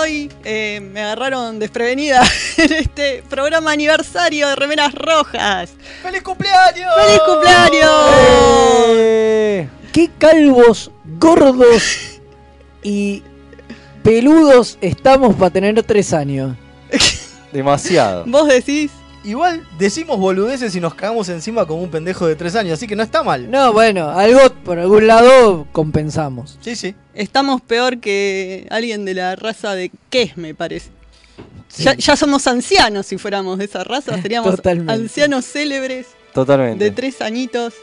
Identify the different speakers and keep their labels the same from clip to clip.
Speaker 1: hoy eh, me agarraron desprevenida en este programa aniversario de Remeras Rojas.
Speaker 2: ¡Feliz cumpleaños!
Speaker 1: ¡Feliz cumpleaños!
Speaker 3: Eh, ¿Qué calvos, gordos y peludos estamos para tener tres años?
Speaker 4: Demasiado.
Speaker 1: Vos decís,
Speaker 2: Igual decimos boludeces y nos cagamos encima como un pendejo de 3 años, así que no está mal.
Speaker 3: No, bueno, algo por algún lado compensamos.
Speaker 2: Sí, sí.
Speaker 1: estamos peor que alguien de la raza de Kes, me parece. Ya, ya somos ancianos si fuéramos de esa raza, seríamos
Speaker 3: Totalmente.
Speaker 1: ancianos célebres de
Speaker 4: Totalmente.
Speaker 1: tres añitos.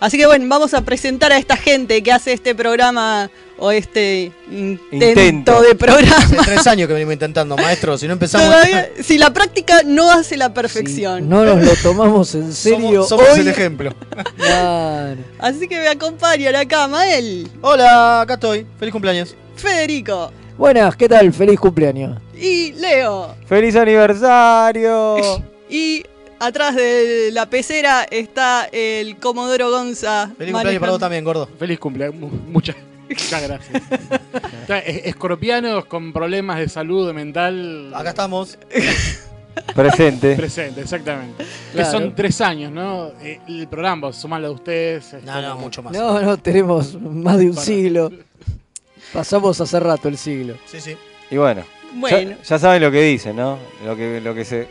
Speaker 1: Así que bueno, vamos a presentar a esta gente que hace este programa o este intento,
Speaker 4: Intento.
Speaker 1: de programa.
Speaker 2: Hace 3 años que venimos intentando, maestro. Si no empezamos.
Speaker 1: Todavía- si la práctica no hace la perfección.
Speaker 3: Si no nos lo tomamos en serio
Speaker 2: somos somos
Speaker 3: hoy.
Speaker 2: el ejemplo.
Speaker 3: claro.
Speaker 1: Así que me acompaña a la cama él,
Speaker 2: Hola, acá estoy. Feliz cumpleaños.
Speaker 1: Federico
Speaker 3: Buenas, ¿qué tal? Feliz cumpleaños.
Speaker 1: y Leo.
Speaker 4: ¡Feliz aniversario!
Speaker 2: Oh.
Speaker 1: Y atrás de la pecera está el Comodoro Gonza.
Speaker 2: Feliz cumpleaños para vos
Speaker 1: manejando-
Speaker 2: también, gordo.
Speaker 5: Feliz cumpleaños. Mu- Muchas, muchas gracias. O sea, es- Escorpianos con problemas de salud mental.
Speaker 2: Acá estamos.
Speaker 4: Presente.
Speaker 5: Presente, exactamente.
Speaker 3: Claro.
Speaker 5: Que son tres años, ¿no? Eh, El programa, sumalo de ustedes. este, es
Speaker 2: No, no,
Speaker 5: como-
Speaker 2: mucho más.
Speaker 3: No, no, tenemos más de un
Speaker 5: Para-
Speaker 3: siglo. Pasamos hace rato el siglo.
Speaker 2: Sí, sí.
Speaker 4: Y bueno.
Speaker 1: Bueno,
Speaker 4: Ya, ya saben lo que dicen, ¿no? Lo que, lo que se.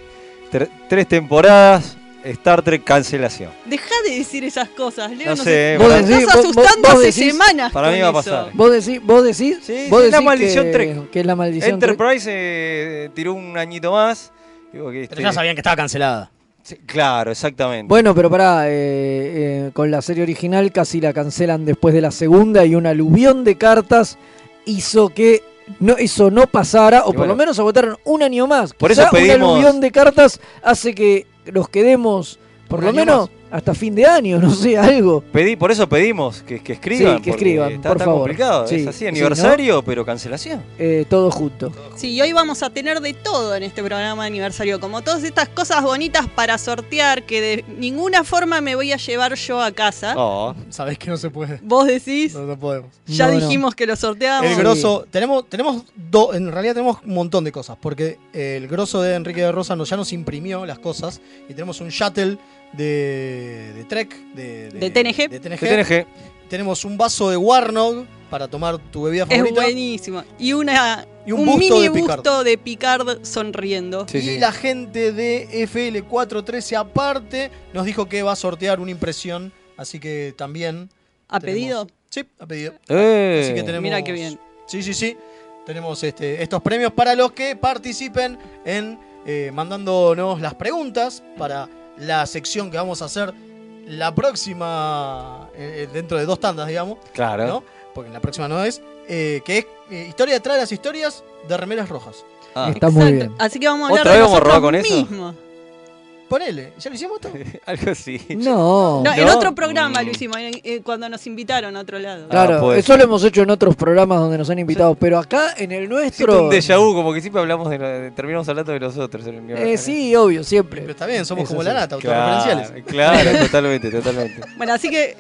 Speaker 4: tre- tres temporadas, Star Trek cancelación.
Speaker 1: deja de decir esas cosas, Leo.
Speaker 4: No
Speaker 1: nos-
Speaker 4: sé,
Speaker 1: nos
Speaker 3: vos
Speaker 1: estás
Speaker 3: decís- vos-
Speaker 1: asustando
Speaker 3: vos- vos
Speaker 1: hace
Speaker 3: decís-
Speaker 1: semanas.
Speaker 4: Para mí
Speaker 1: con
Speaker 4: va a
Speaker 1: eso.
Speaker 4: pasar.
Speaker 3: ¿Vos decís? ¿Vos decís?
Speaker 4: Sí,
Speaker 3: vos
Speaker 4: sí, la
Speaker 3: decís
Speaker 4: maldición
Speaker 3: que,
Speaker 4: Trek.
Speaker 3: que es la maldición Trek.
Speaker 4: Enterprise eh, tiró un añito más. Digo que este-
Speaker 2: sabían que estaba cancelada.
Speaker 4: Sí, claro, exactamente.
Speaker 3: Bueno, pero pará, eh, eh, con la serie original casi la cancelan después de la segunda y un aluvión de cartas hizo que no, eso no pasara, o por
Speaker 4: bueno.
Speaker 3: lo menos agotaron un año más.
Speaker 4: Por
Speaker 3: Quizá
Speaker 4: eso pedimos-
Speaker 3: Un aluvión de cartas hace que nos quedemos, por
Speaker 2: Un
Speaker 3: lo
Speaker 2: año
Speaker 3: menos, hasta fin de año, no sé, algo.
Speaker 4: Pedí, por eso pedimos que, que escriban.
Speaker 3: Sí, que
Speaker 4: porque
Speaker 3: escriban,
Speaker 4: Está,
Speaker 3: por
Speaker 4: está
Speaker 3: favor.
Speaker 4: complicado.
Speaker 3: Sí,
Speaker 4: es así,
Speaker 3: sí,
Speaker 4: aniversario, pero cancelación.
Speaker 3: Eh, todo junto.
Speaker 1: Sí, y hoy vamos a tener de todo en este programa de aniversario, como todas estas cosas bonitas para sortear que de ninguna forma me voy a llevar yo a casa.
Speaker 4: Oh,
Speaker 2: Sabés que no se puede.
Speaker 1: Vos decís,
Speaker 2: No, no podemos.
Speaker 1: ya
Speaker 3: No, no.
Speaker 1: dijimos que lo sorteamos.
Speaker 2: El grosso, tenemos, tenemos dos, en realidad tenemos un montón de cosas, porque eh, el grosso de Enrique de Rosa nos, ya nos imprimió las cosas y tenemos un shuttle de, de Trek, de,
Speaker 1: De TNG.
Speaker 2: de TNG.
Speaker 4: TNG.
Speaker 2: Tenemos un vaso de Warnog para tomar tu bebida
Speaker 1: Es
Speaker 2: favorita.
Speaker 1: buenísimo. Y, una,
Speaker 2: Y
Speaker 1: un,
Speaker 2: un busto
Speaker 1: mini
Speaker 2: de Picard.
Speaker 1: busto de Picard sonriendo.
Speaker 4: Sí,
Speaker 2: y
Speaker 4: sí.
Speaker 2: la gente de FL413 aparte nos dijo que va a sortear una impresión, así que también...
Speaker 1: ¿Ha
Speaker 2: tenemos-
Speaker 1: pedido?
Speaker 2: Sí, a pedido.
Speaker 4: Eh.
Speaker 2: Así que tenemos.
Speaker 1: Mira qué bien.
Speaker 2: Sí, sí, sí. Tenemos este, estos premios para los que participen en eh, mandándonos las preguntas para la sección que vamos a hacer la próxima, eh, eh, dentro de dos tandas, digamos,
Speaker 4: Claro.
Speaker 2: ¿no? Porque en la próxima no es, eh, que es eh, historia detrás de las historias de remeras rojas.
Speaker 4: Ah.
Speaker 3: Está muy bien.
Speaker 1: Así que vamos a
Speaker 4: ¿Otra
Speaker 1: hablar de
Speaker 4: vez vamos a
Speaker 1: nosotros
Speaker 4: robar con eso?
Speaker 1: mismos.
Speaker 2: Ponele, ¿ya lo hicimos esto?
Speaker 4: Algo así.
Speaker 3: No.
Speaker 1: No, en
Speaker 4: No.
Speaker 1: otro programa lo
Speaker 4: Mm.
Speaker 1: hicimos, en- eh, cuando nos invitaron a otro lado.
Speaker 4: Ah.
Speaker 3: Claro,
Speaker 4: puede
Speaker 3: eso lo hemos hecho en otros programas donde nos han invitado, pero acá en el
Speaker 4: Siento
Speaker 3: nuestro...
Speaker 4: un déjà vu, como que siempre hablamos de, lo- de- terminamos hablando de nosotros. en el-
Speaker 3: Eh, sí, obvio, siempre.
Speaker 2: Pero está bien, somos
Speaker 3: Es
Speaker 2: como la
Speaker 3: así.
Speaker 2: nata,
Speaker 4: Claro,
Speaker 2: autorreferenciales.
Speaker 4: claro, totalmente, totalmente.
Speaker 1: Bueno, así que,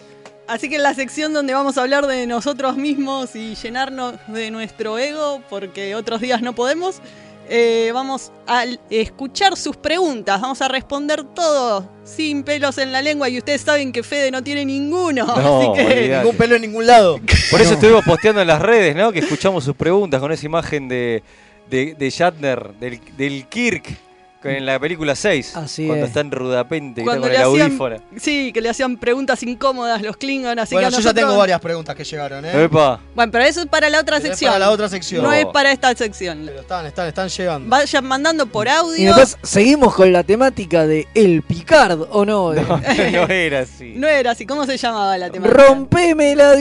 Speaker 1: así que en la sección donde vamos a hablar de nosotros mismos y llenarnos de nuestro ego, porque otros días no podemos, eh, vamos a l- escuchar sus preguntas, vamos a responder todo sin pelos en la lengua y ustedes saben que Fede no tiene ninguno.
Speaker 4: No,
Speaker 1: así que,
Speaker 4: olvidate.
Speaker 2: Ningún pelo en ningún lado.
Speaker 4: Por eso estuvimos posteando en las redes, ¿no? Que escuchamos sus preguntas con esa imagen de, de, de Shatner, del, del Kirk, con- en la película 6.
Speaker 3: Así
Speaker 4: cuando
Speaker 3: es.
Speaker 4: está en Rudapente, que está
Speaker 1: Cuando
Speaker 4: con
Speaker 1: le
Speaker 4: el
Speaker 1: hacían,
Speaker 4: audífono.
Speaker 1: sí, que le hacían preguntas incómodas los Klingon, así
Speaker 2: bueno,
Speaker 1: que a
Speaker 2: yo ya
Speaker 1: nosotros-
Speaker 2: tengo varias preguntas que llegaron, ¿eh?
Speaker 4: Epa,
Speaker 1: Bueno, pero eso es para la otra
Speaker 2: Pero es
Speaker 1: sección.
Speaker 2: para la otra sección.
Speaker 1: No es
Speaker 4: No.
Speaker 1: para esta sección.
Speaker 2: Pero están, están, están llegando.
Speaker 1: Vayan mandando por
Speaker 3: Y
Speaker 1: audio.
Speaker 3: después seguimos con la temática de El Picard, ¿o no?
Speaker 4: no, no era así.
Speaker 1: No era así. ¿Cómo se llamaba la temática?
Speaker 3: ¡Rompeme la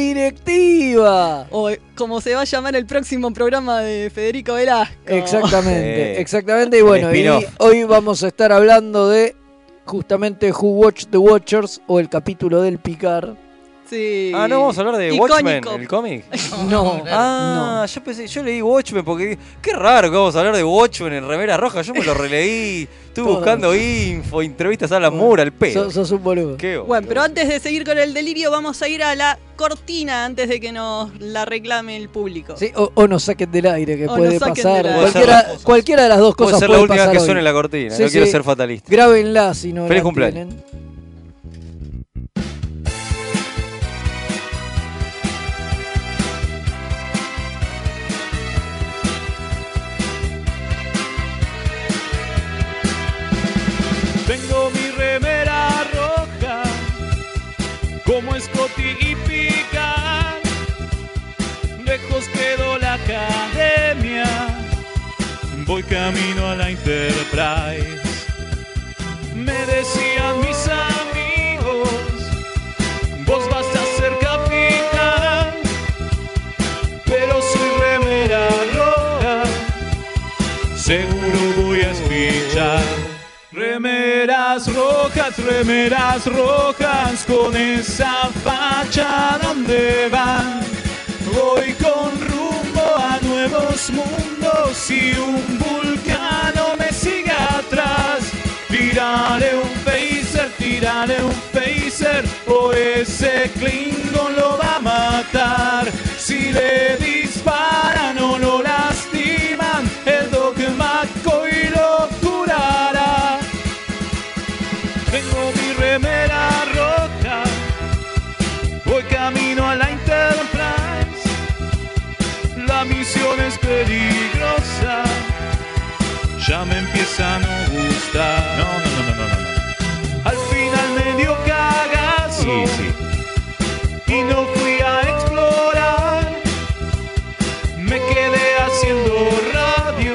Speaker 3: directiva!
Speaker 1: O eh, como se va a llamar el próximo programa de Federico Velasco.
Speaker 3: Exactamente,
Speaker 4: Sí.
Speaker 3: exactamente. Y bueno,
Speaker 4: El
Speaker 3: y
Speaker 4: spin-off.
Speaker 3: hoy vamos a estar hablando de justamente Who Watched the Watchers o el capítulo del Picard.
Speaker 1: Sí.
Speaker 4: Ah, no, vamos a hablar de
Speaker 1: Icónico.
Speaker 4: Watchmen, el cómic.
Speaker 3: No,
Speaker 4: Ah,
Speaker 3: no.
Speaker 4: yo pensé, yo leí Watchmen porque dije, qué raro que vamos a hablar de Watchmen en Remera Roja. Yo me lo releí, estuve
Speaker 3: Todo.
Speaker 4: buscando info, entrevistas a la Mura, al pedo.
Speaker 3: Sos, sos un boludo.
Speaker 4: Qué onda.
Speaker 1: Bueno, pero antes de seguir con el delirio, vamos a ir a la cortina antes de que nos la reclame el público.
Speaker 3: Sí, o, o nos saquen del aire, que
Speaker 1: O
Speaker 3: puede
Speaker 1: nos saquen del
Speaker 3: pasar.
Speaker 1: aire.
Speaker 2: Puede ser las
Speaker 3: Cualquiera,
Speaker 2: cosas.
Speaker 3: cualquiera de las dos
Speaker 4: Puede
Speaker 3: cosas
Speaker 4: ser
Speaker 3: puede
Speaker 4: la última
Speaker 3: pasar
Speaker 4: que
Speaker 3: hoy.
Speaker 4: suene en la cortina,
Speaker 3: Sí,
Speaker 4: no quiero
Speaker 3: sí.
Speaker 4: ser fatalista.
Speaker 3: Grábenla si no
Speaker 4: Feliz
Speaker 3: la
Speaker 4: cumpleaños.
Speaker 3: tienen.
Speaker 6: Tengo mi remera roja, como Scotty y Picard. Lejos quedó la academia, voy camino a la Enterprise. Me decían mis amigos, vos vas a ser capitán, pero soy remera roja, seguro voy a escuchar. Remeras rojas, remeras rojas, con esa facha donde van. Voy con rumbo a nuevos mundos y un vulcano me sigue atrás. Tiraré un phaser, tiraré un phaser, o ese Klingon lo va a matar. Si le disparan o lo lastiman, el dogmaco y lo curará. Tengo mi remera rota, voy camino a la Enterprise. La misión es peligrosa, ya me empieza a no gustar. No, no, no, no, no, Al final me dio
Speaker 7: Oh.
Speaker 6: cagazo y no fui a explorar. Me quedé haciendo radio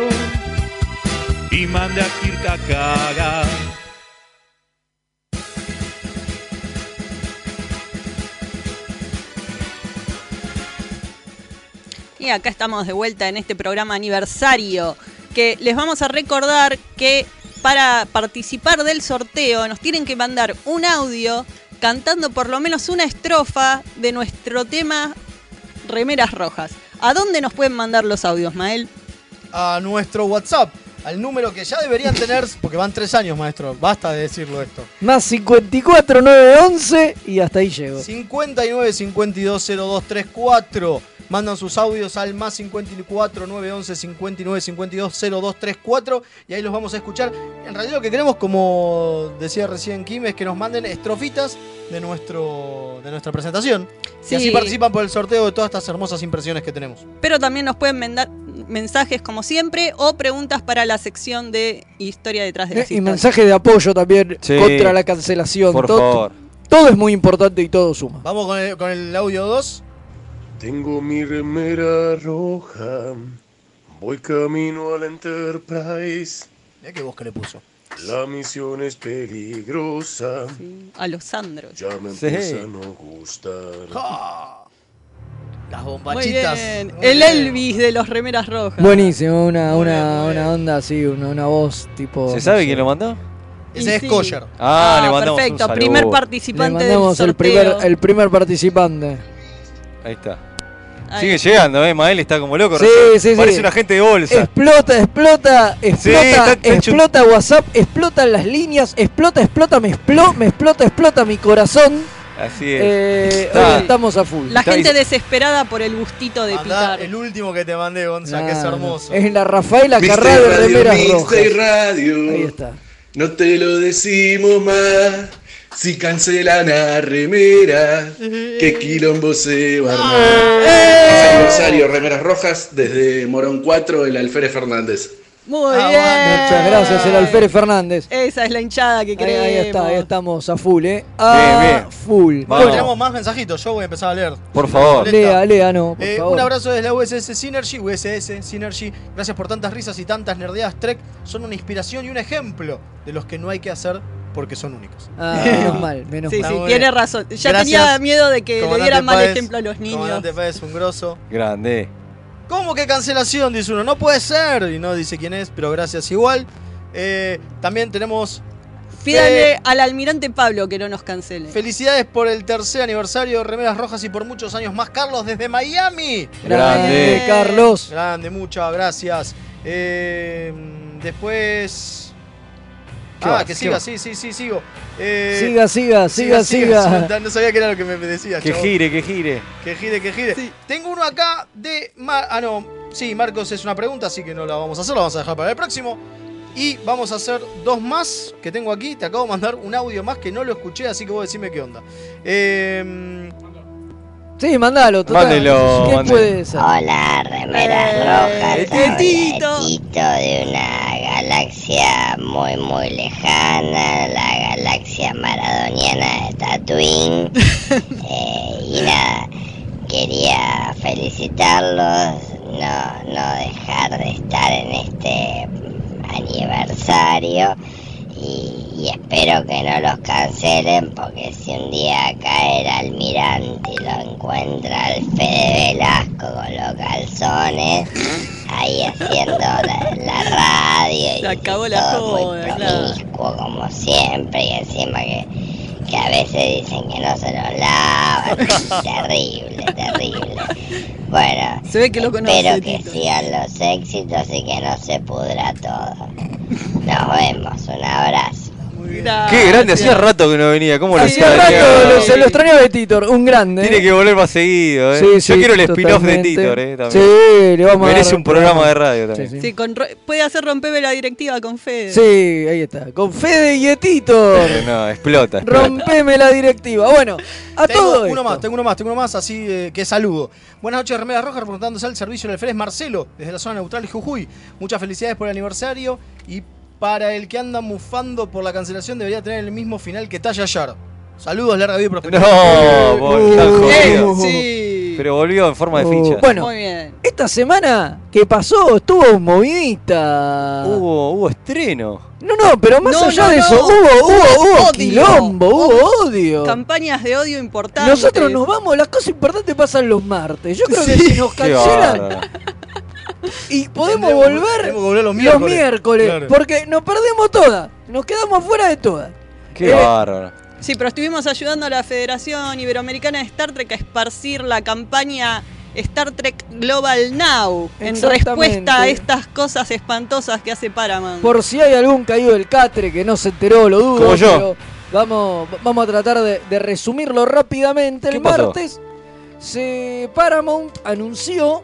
Speaker 6: y mandé a Kirk a cagar.
Speaker 1: Y acá estamos de vuelta en este programa aniversario, que les vamos a recordar que para participar del sorteo nos tienen que mandar un audio cantando por lo menos una estrofa de nuestro tema Remeras Rojas. ¿A dónde nos pueden mandar los audios, Mael?
Speaker 2: a nuestro WhatsApp, al número que ya deberían tener, porque van tres años, maestro. Basta de decirlo esto.
Speaker 3: Más 54, 9, 11 y hasta ahí llego.
Speaker 2: 59 52 0234. Mandan sus audios al más 54 911 59 52 0234 y ahí los vamos a escuchar. En realidad lo que queremos, como decía recién Kim, es que nos manden estrofitas de, nuestro, de nuestra presentación. Y así participan por el sorteo de todas estas hermosas impresiones que tenemos.
Speaker 1: Pero también nos pueden mandar mensajes como siempre o preguntas para la sección de historia detrás de
Speaker 3: Eh,
Speaker 1: las
Speaker 3: Y
Speaker 1: historias.
Speaker 3: mensaje de apoyo también
Speaker 4: Sí.
Speaker 3: contra la cancelación.
Speaker 4: Por
Speaker 3: todo,
Speaker 4: favor.
Speaker 3: todo es muy importante y todo suma.
Speaker 2: Vamos con el, con el audio 2.
Speaker 8: Tengo mi remera roja, voy camino a la Enterprise.
Speaker 2: Mirá qué voz que le puso.
Speaker 8: La misión es peligrosa,
Speaker 1: Sí, A los Sandros.
Speaker 8: ya me
Speaker 4: Sí.
Speaker 8: empieza a no gustar.
Speaker 2: ¡Ja! Las
Speaker 1: Muy
Speaker 2: bombachitas.
Speaker 1: bien.
Speaker 2: Muy
Speaker 1: El
Speaker 2: bien.
Speaker 1: Elvis de los Remeras Rojas.
Speaker 3: Buenísimo, una,
Speaker 2: Muy
Speaker 3: una,
Speaker 2: bien, muy
Speaker 3: una
Speaker 2: bien.
Speaker 3: onda así, una, una voz tipo.
Speaker 4: ¿Se
Speaker 3: no
Speaker 4: sabe
Speaker 3: sé.
Speaker 4: quién lo mandó?
Speaker 1: Y
Speaker 2: Ese es
Speaker 1: sí.
Speaker 2: Coyer.
Speaker 4: Ah, le mandamos
Speaker 1: perfecto,
Speaker 4: un saludo.
Speaker 1: primer
Speaker 3: Le
Speaker 1: participante del
Speaker 3: mandamos
Speaker 1: sorteo.
Speaker 3: el primer, el primer participante.
Speaker 4: Ahí está.
Speaker 1: Ahí.
Speaker 4: Sigue llegando, eh, Mael está como loco.
Speaker 3: Sí,
Speaker 4: recién.
Speaker 3: sí, sí.
Speaker 4: Parece un agente de bolsa.
Speaker 3: Explota, explota, explota,
Speaker 4: está- está
Speaker 3: explota WhatsApp, explotan las líneas, explota, explota, me explota, me explota, explota mi corazón.
Speaker 4: Así es.
Speaker 3: Eh,
Speaker 4: Está.
Speaker 3: hoy estamos a full.
Speaker 1: La
Speaker 4: Está
Speaker 1: gente
Speaker 4: ahí.
Speaker 1: desesperada por el gustito de
Speaker 2: Mandá
Speaker 1: pitar.
Speaker 2: el último que te mandé, Gonza, que es
Speaker 3: Claro.
Speaker 2: hermoso.
Speaker 3: Es la Rafaela
Speaker 8: Mister
Speaker 3: Carrá de
Speaker 8: Radio,
Speaker 3: Remeras
Speaker 8: Mister
Speaker 3: Rojas.
Speaker 8: Radio,
Speaker 3: Ahí está.
Speaker 8: no te lo decimos más. Si cancelan a remera, qué quilombo se va a armar. Feliz Aniversario, remeras rojas, desde Morón 4, el Alférez Fernández.
Speaker 1: Muy
Speaker 2: Ah,
Speaker 1: bien.
Speaker 2: bueno,
Speaker 3: Muchas gracias, el Alférez Fernández.
Speaker 1: Esa es la hinchada que
Speaker 3: Ahí,
Speaker 1: queremos.
Speaker 3: ahí está, ahí estamos a full, eh. A
Speaker 4: Bien, bien.
Speaker 3: full.
Speaker 4: Vamos.
Speaker 2: Bueno, tenemos más mensajitos, yo voy a empezar a leer.
Speaker 4: Por favor.
Speaker 3: Lea, lea, no, por
Speaker 2: Eh,
Speaker 3: favor.
Speaker 2: un abrazo desde la USS Synergy, USS Synergy. Gracias por tantas risas y tantas nerdeadas. Trek son una inspiración y un ejemplo de los que no hay que hacer porque son únicos.
Speaker 3: Ah, menos mal, menos
Speaker 1: Sí,
Speaker 2: Está
Speaker 3: mal.
Speaker 1: sí,
Speaker 2: muy
Speaker 1: tiene
Speaker 2: bien.
Speaker 1: razón. Ya
Speaker 2: Gracias,
Speaker 1: tenía miedo de que le
Speaker 2: Comandante
Speaker 1: dieran mal
Speaker 2: Páez,
Speaker 1: ejemplo a los niños.
Speaker 2: Comandante Páez, un grosso.
Speaker 4: Grande.
Speaker 2: ¿Cómo que cancelación? Dice uno. No puede ser. Y no dice quién es, pero gracias igual. Eh, también tenemos
Speaker 1: Pídanle
Speaker 2: Eh.
Speaker 1: al almirante Pablo que no nos cancele.
Speaker 2: Felicidades por el tercer aniversario de Remeras Rojas y por muchos años más, Carlos, desde Miami.
Speaker 3: Grande,
Speaker 1: Grande.
Speaker 3: Carlos.
Speaker 2: Grande, muchas gracias. Eh, después.
Speaker 3: ¿Qué
Speaker 2: ah,
Speaker 3: vas?
Speaker 2: que
Speaker 3: ¿Qué
Speaker 2: siga,
Speaker 3: vas?
Speaker 2: sí, sí, sí, sigo. Eh,
Speaker 3: Siga, siga, siga, siga.
Speaker 2: No sabía que era lo que me decía.
Speaker 4: Que
Speaker 2: chabón.
Speaker 4: gire, que gire.
Speaker 2: Que gire, que gire.
Speaker 1: Sí.
Speaker 2: Tengo uno acá de. Mar- ah, no. Sí, Marcos es una pregunta, así que no la vamos a hacer, la vamos a dejar para el próximo. Y vamos a hacer dos más que tengo aquí. Te acabo de mandar un audio más que no lo escuché, así que vos decime qué onda. Eh,
Speaker 3: Sí, mandalo. total.
Speaker 4: Mándelo,
Speaker 3: ¿Qué
Speaker 4: mándelo.
Speaker 3: puede ser?
Speaker 9: Hola, remeras
Speaker 1: Eh,
Speaker 9: rojas.
Speaker 1: Tetito.
Speaker 9: Habladito de una galaxia muy, muy lejana, la galaxia maradoniana de Tatooine. Eh, y nada, quería felicitarlos, no, no dejar de estar en este aniversario. Y, y espero que no los cancelen porque si un día cae el almirante y lo encuentra el Fede Velasco con los calzones ahí haciendo la, la radio y
Speaker 1: Se acabó
Speaker 9: y
Speaker 1: la
Speaker 9: todo muy
Speaker 1: joda, claro.
Speaker 9: promiscuo como siempre y encima que, que a veces dicen que no se los lavan terrible, terrible bueno
Speaker 1: Se ve que lo conoce,
Speaker 9: espero que
Speaker 1: Tito.
Speaker 9: sigan los éxitos y que no se pudra todo nos vemos, un abrazo.
Speaker 3: Ah,
Speaker 4: Qué grande,
Speaker 1: Gracias.
Speaker 4: hacía rato que no venía. ¿Cómo lo
Speaker 1: Hacía
Speaker 4: hacía?
Speaker 1: rato,
Speaker 4: Venía.
Speaker 1: lo-
Speaker 3: se lo extrañaba de Titor, un grande.
Speaker 4: Tiene que volver más seguido, eh. Yo quiero el spin-off de Titor, eh. También.
Speaker 3: Sí, le vamos a
Speaker 4: Merece
Speaker 3: dar
Speaker 4: un programa de radio también.
Speaker 3: Sí, sí.
Speaker 1: Sí, con Ro- puede hacer romperme la directiva con Fede.
Speaker 3: Sí, ahí está. Con Fede y de Titor.
Speaker 4: Pero no, explota. explota.
Speaker 3: Rompeme la directiva. Bueno, a
Speaker 2: tengo
Speaker 3: todo
Speaker 2: uno
Speaker 3: esto.
Speaker 2: más, tengo uno más, tengo uno más, así eh, que saludo. Buenas noches, Remeras Rojas, reportándose al servicio del Fres Marcelo, desde la zona neutral de Jujuy. Muchas felicidades por el aniversario y para el que anda mufando por la cancelación debería tener el mismo final que Talla Yar. Saludos, larga vida y prosperidad.
Speaker 4: No, bol, tan
Speaker 3: Uh,
Speaker 1: Eh,
Speaker 4: jodido.
Speaker 1: sí.
Speaker 4: Pero volvió en forma de
Speaker 3: Oh,
Speaker 4: ficha.
Speaker 3: bueno.
Speaker 1: Muy bien.
Speaker 3: Esta semana que pasó estuvo movidita.
Speaker 4: Hubo, hubo estreno.
Speaker 3: No, no, pero más
Speaker 1: No,
Speaker 3: allá
Speaker 1: no,
Speaker 3: de
Speaker 1: no.
Speaker 3: eso, hubo, hubo,
Speaker 1: Hubo
Speaker 3: hubo
Speaker 1: odio.
Speaker 3: quilombo, hubo odio.
Speaker 1: Campañas de odio importantes.
Speaker 3: Nosotros nos vamos, las cosas importantes pasan los martes. Yo creo que si nos
Speaker 4: Qué
Speaker 3: cancelan
Speaker 4: bárbaro.
Speaker 3: y podemos
Speaker 2: Tendremos-
Speaker 3: volver
Speaker 2: tendremos que volver los
Speaker 3: los
Speaker 2: miércoles.
Speaker 3: miércoles,
Speaker 2: Claro.
Speaker 3: porque nos perdemos todas, nos quedamos fuera de todas.
Speaker 4: Qué
Speaker 3: Eh,
Speaker 4: bárbaro.
Speaker 1: Sí, pero estuvimos ayudando a la Federación Iberoamericana de Star Trek a esparcir la campaña Star Trek Global Now en
Speaker 3: Exactamente.
Speaker 1: respuesta a estas cosas espantosas que hace Paramount.
Speaker 3: Por si hay algún caído del catre que no se enteró, lo dudo.
Speaker 4: Como yo.
Speaker 3: pero vamos, vamos a tratar de, de resumirlo rápidamente.
Speaker 4: ¿Qué
Speaker 3: El
Speaker 4: pasó?
Speaker 3: martes, se Paramount anunció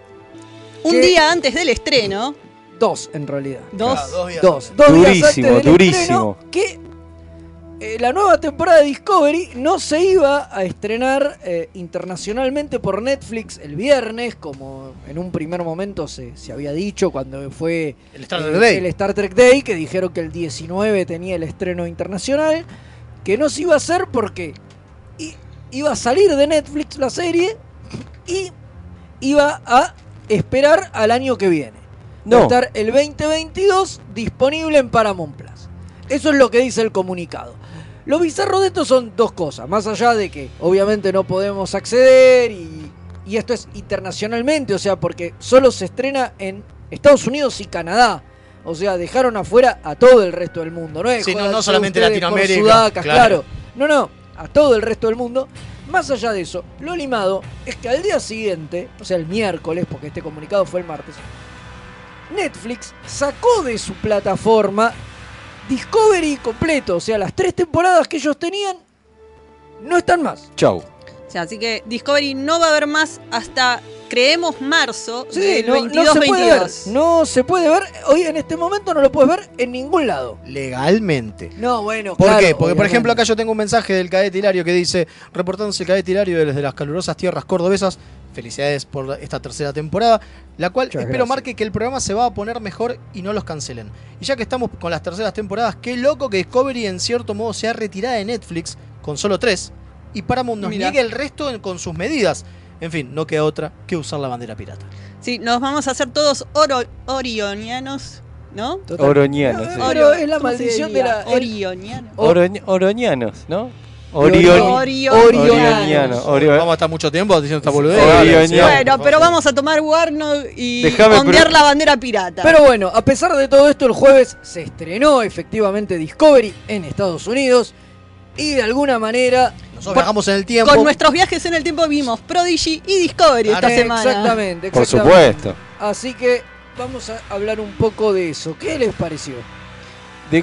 Speaker 1: Un
Speaker 3: que-
Speaker 1: día antes del estreno,
Speaker 3: dos en realidad.
Speaker 1: dos,
Speaker 2: Ah, dos días.
Speaker 3: Dos. Dos días
Speaker 4: Durísimo,
Speaker 3: antes del
Speaker 4: durísimo.
Speaker 3: estreno, que eh, la nueva temporada de Discovery no se iba a estrenar eh, internacionalmente por Netflix el viernes, como en un primer momento se, se había dicho cuando fue
Speaker 2: El Star
Speaker 3: eh,
Speaker 2: Trek Day.
Speaker 3: el Star Trek Day, que dijeron que el 19 tenía el estreno internacional, que no se iba a hacer porque i- iba a salir de Netflix la serie y iba a esperar al año que viene. Va a
Speaker 4: No.
Speaker 3: estar el 2022 disponible en Paramount Plus. Eso es lo que dice el comunicado. Lo bizarro de esto son dos cosas, más allá de que obviamente no podemos acceder y, y esto es internacionalmente, o sea, porque solo se estrena en Estados Unidos y Canadá. O sea, dejaron afuera a todo el resto del mundo, ¿no? es
Speaker 2: Sí, no-
Speaker 3: jodan
Speaker 2: no
Speaker 3: ustedes
Speaker 2: solamente
Speaker 3: por
Speaker 2: Latinoamérica,
Speaker 3: sudacas,
Speaker 2: claro.
Speaker 3: claro. No, no, a todo el resto del mundo. Más allá de eso, lo limado es que al día siguiente, o sea, el miércoles, porque este comunicado fue el martes, Netflix sacó de su plataforma Discovery completo, o sea, las tres temporadas que ellos tenían no están más.
Speaker 4: Chau.
Speaker 1: O sea, así que Discovery no va a haber más hasta, creemos, marzo
Speaker 3: Sí,
Speaker 1: del
Speaker 3: no, no
Speaker 1: 22
Speaker 3: se puede ver.
Speaker 1: 22.
Speaker 3: No se puede ver. Hoy en este momento no lo puedes ver en ningún lado.
Speaker 2: Legalmente.
Speaker 3: No, bueno,
Speaker 2: ¿Por
Speaker 3: claro,
Speaker 2: qué? Porque, por ejemplo,
Speaker 3: obviamente.
Speaker 2: acá yo tengo un mensaje del cadete Hilario que dice: reportándose el cadete Hilario desde las calurosas tierras cordobesas, felicidades por esta tercera temporada, la cual
Speaker 3: Muchas
Speaker 2: espero
Speaker 3: gracias.
Speaker 2: marque que el programa se va a poner mejor y no los cancelen. Y ya que estamos con las terceras temporadas, qué loco que Discovery en cierto modo sea retirada de Netflix con solo tres y Paramount nos
Speaker 1: Mirá.
Speaker 2: niegue el resto en- con sus medidas. En fin, no queda otra que usar la bandera pirata.
Speaker 1: Sí, nos vamos a hacer todos oro- orionianos, ¿no?
Speaker 3: Total.
Speaker 4: Oroñanos. eh. sí.
Speaker 3: Oro- es la
Speaker 1: ¿Cómo se
Speaker 3: maldición
Speaker 1: diría?
Speaker 3: de la- el-
Speaker 1: Orioniano.
Speaker 3: Or-
Speaker 4: Oroñ- oroñanos, ¿no? Orión.
Speaker 1: Orión.
Speaker 4: Orioniano. Orión.
Speaker 2: Vamos a estar mucho tiempo diciendo esta boludez.
Speaker 4: Orión.
Speaker 2: Sí.
Speaker 1: Bueno, pero vamos a tomar guarno y
Speaker 4: Déjame,
Speaker 1: ondear
Speaker 4: pero-
Speaker 1: la bandera pirata.
Speaker 3: Pero bueno, a pesar de todo esto, el jueves se estrenó efectivamente Discovery en Estados Unidos y de alguna manera...
Speaker 2: Nosotros viajamos en el tiempo.
Speaker 1: Con nuestros viajes en el tiempo vimos Prodigy y Discovery
Speaker 2: Claro.
Speaker 1: esta semana.
Speaker 3: Ah, Exactamente, exactamente.
Speaker 4: Por supuesto.
Speaker 3: Así que vamos a hablar un poco de eso. ¿Qué les pareció?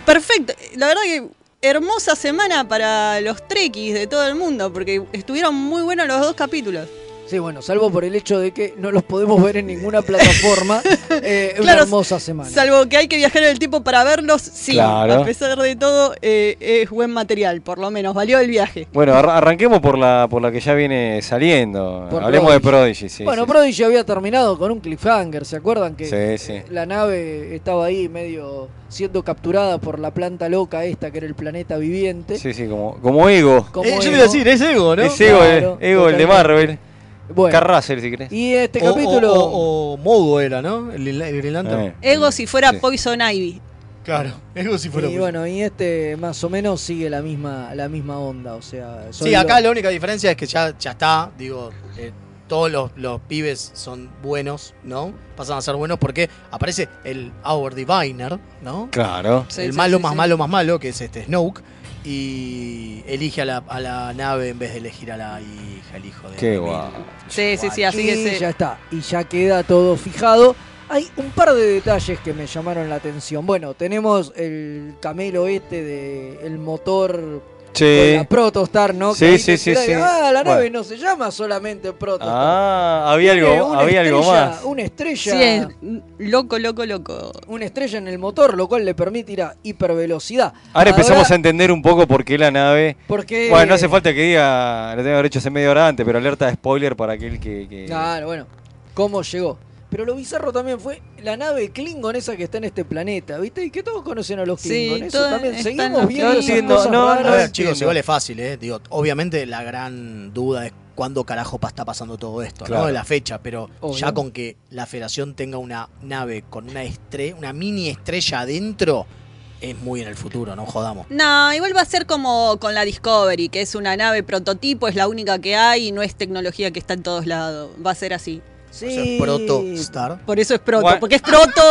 Speaker 1: Perfecto. La verdad que hermosa semana para los trekkies de todo el mundo, porque estuvieron muy buenos los dos capítulos.
Speaker 3: Sí, bueno, salvo por el hecho de que no los podemos ver en ninguna plataforma. eh, una
Speaker 1: Claro,
Speaker 3: hermosa semana.
Speaker 1: Salvo que hay que viajar en el tiempo para verlos, sí.
Speaker 4: Claro.
Speaker 1: A pesar de todo, eh, es buen material, por lo menos. Valió el viaje.
Speaker 4: Bueno, arra- arranquemos por la por la que ya viene saliendo.
Speaker 3: Por
Speaker 4: Hablemos de Prodigy, sí.
Speaker 3: bueno,
Speaker 4: sí.
Speaker 3: Prodigy había terminado con un cliffhanger, ¿se acuerdan? Que
Speaker 4: Sí, sí.
Speaker 3: la nave estaba ahí medio siendo capturada por la planta loca esta que era el planeta viviente.
Speaker 4: Sí, sí, como, como ego.
Speaker 3: Como
Speaker 2: Eh, yo te
Speaker 3: Ego.
Speaker 2: iba a decir, es ego, ¿no?
Speaker 4: Es ego,
Speaker 3: Claro,
Speaker 4: eh, ego el de
Speaker 3: totalmente.
Speaker 4: Marvel.
Speaker 3: Bueno,
Speaker 4: Carrasel, si querés.
Speaker 3: y este
Speaker 2: O- o-
Speaker 3: capítulo...
Speaker 2: O, o Mogo era, ¿no? El Green- el Green Lantern.
Speaker 4: Eh.
Speaker 1: Ego si fuera
Speaker 4: Sí.
Speaker 1: Poison Ivy.
Speaker 2: Claro, ego si fuera.
Speaker 3: y bueno, y este más o menos sigue la misma, la misma onda, o sea...
Speaker 2: Sí, acá la única diferencia es que ya, ya está, digo, eh, todos los, los pibes son buenos, ¿no? Pasan a ser buenos porque aparece el Our Diviner, ¿no?
Speaker 4: Claro.
Speaker 1: Sí,
Speaker 2: el
Speaker 1: sí,
Speaker 2: malo
Speaker 1: sí,
Speaker 2: más
Speaker 1: sí.
Speaker 2: malo más malo, que es este Snoke, y elige a la, a la nave en vez de elegir a la hija, el hijo de...
Speaker 4: Qué
Speaker 2: Mil.
Speaker 4: guau.
Speaker 1: Sí, sí, sí, así
Speaker 3: y
Speaker 1: que se-
Speaker 3: ya está, y ya queda todo fijado. Hay un par de detalles que me llamaron la atención. Bueno, tenemos el camelo este de el motor con
Speaker 4: Che.
Speaker 3: la Protostar, ¿no? Que
Speaker 4: Sí,
Speaker 3: ahí
Speaker 4: sí,
Speaker 3: te
Speaker 4: sí,
Speaker 3: tira y,
Speaker 4: sí.
Speaker 3: Ah, la nave
Speaker 4: Bueno.
Speaker 3: no se llama solamente Protostar.
Speaker 4: Ah, había
Speaker 3: Tiene
Speaker 4: algo,
Speaker 3: una
Speaker 4: había algo
Speaker 3: estrella-
Speaker 4: más.
Speaker 3: Una
Speaker 1: Sí,
Speaker 3: estrella.
Speaker 1: es loco, loco, loco.
Speaker 3: Una estrella en el motor, lo cual le permite ir a hipervelocidad.
Speaker 4: Ahora empezamos a entender un poco por qué la nave.
Speaker 3: Porque...
Speaker 4: Bueno, no hace falta que diga, lo tengo derecho hace media hora antes, pero alerta de spoiler para aquel que. que-
Speaker 3: Claro, bueno, cómo llegó. Pero lo bizarro también fue la nave Klingon esa que está en este planeta, ¿viste? Y que todos conocen a los
Speaker 1: Sí,
Speaker 3: Klingon. Eso
Speaker 1: todos
Speaker 3: también.
Speaker 1: están
Speaker 3: Seguimos
Speaker 1: los
Speaker 3: viendo esas
Speaker 4: Klingon.
Speaker 3: cosas
Speaker 4: No, no,
Speaker 2: A ver,
Speaker 3: raras.
Speaker 2: chicos,
Speaker 4: entiendo.
Speaker 2: igual es fácil, ¿eh? Digo, obviamente la gran duda es cuándo carajo pa- está pasando todo esto,
Speaker 4: Claro.
Speaker 2: ¿no? La fecha, pero
Speaker 3: Obvio.
Speaker 2: ya con que la federación tenga una nave con una estre una mini estrella adentro, es muy en el futuro, no jodamos.
Speaker 1: No, igual va a ser como con la Discovery, que es una nave prototipo, es la única que hay y no es tecnología que está en todos lados. Va a ser así.
Speaker 2: O sea, proto Star.
Speaker 1: Por eso es proto,
Speaker 4: Bueno.
Speaker 1: porque es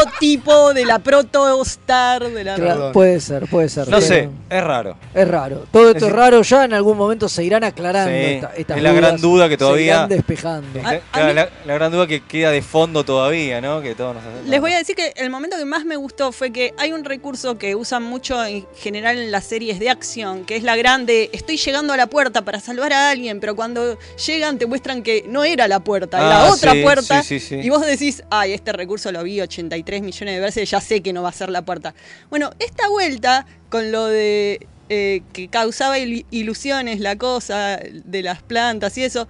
Speaker 1: prototipo de la proto star de la
Speaker 3: Claro,
Speaker 2: Perdón.
Speaker 3: puede ser, puede ser.
Speaker 4: No
Speaker 3: pero
Speaker 4: sé, es raro.
Speaker 3: Es raro. Todo esto es
Speaker 4: Es-
Speaker 3: raro. Ya en algún momento se irán aclarando
Speaker 4: Sí,
Speaker 3: esta- estas
Speaker 4: es la gran
Speaker 3: dudas,
Speaker 4: duda que todavía-
Speaker 3: Se irán despejando.
Speaker 1: A-
Speaker 4: La,
Speaker 1: a mí-
Speaker 4: la- la gran duda que queda de fondo todavía, ¿no? Que todos nos
Speaker 1: Les voy a decir que el momento que más me gustó fue que hay un recurso que usan mucho en general en las series de acción, que es la grande, estoy llegando a la puerta para salvar a alguien, pero cuando llegan te muestran que no era la puerta,
Speaker 4: Ah,
Speaker 1: era otra
Speaker 4: sí,
Speaker 1: puerta.
Speaker 4: sí, sí, sí.
Speaker 1: Y vos decís, ay, este recurso lo vi 83 millones de veces, ya sé que no va a ser la puerta. Bueno, esta vuelta con lo de eh, que causaba il- ilusiones la cosa de las plantas y eso.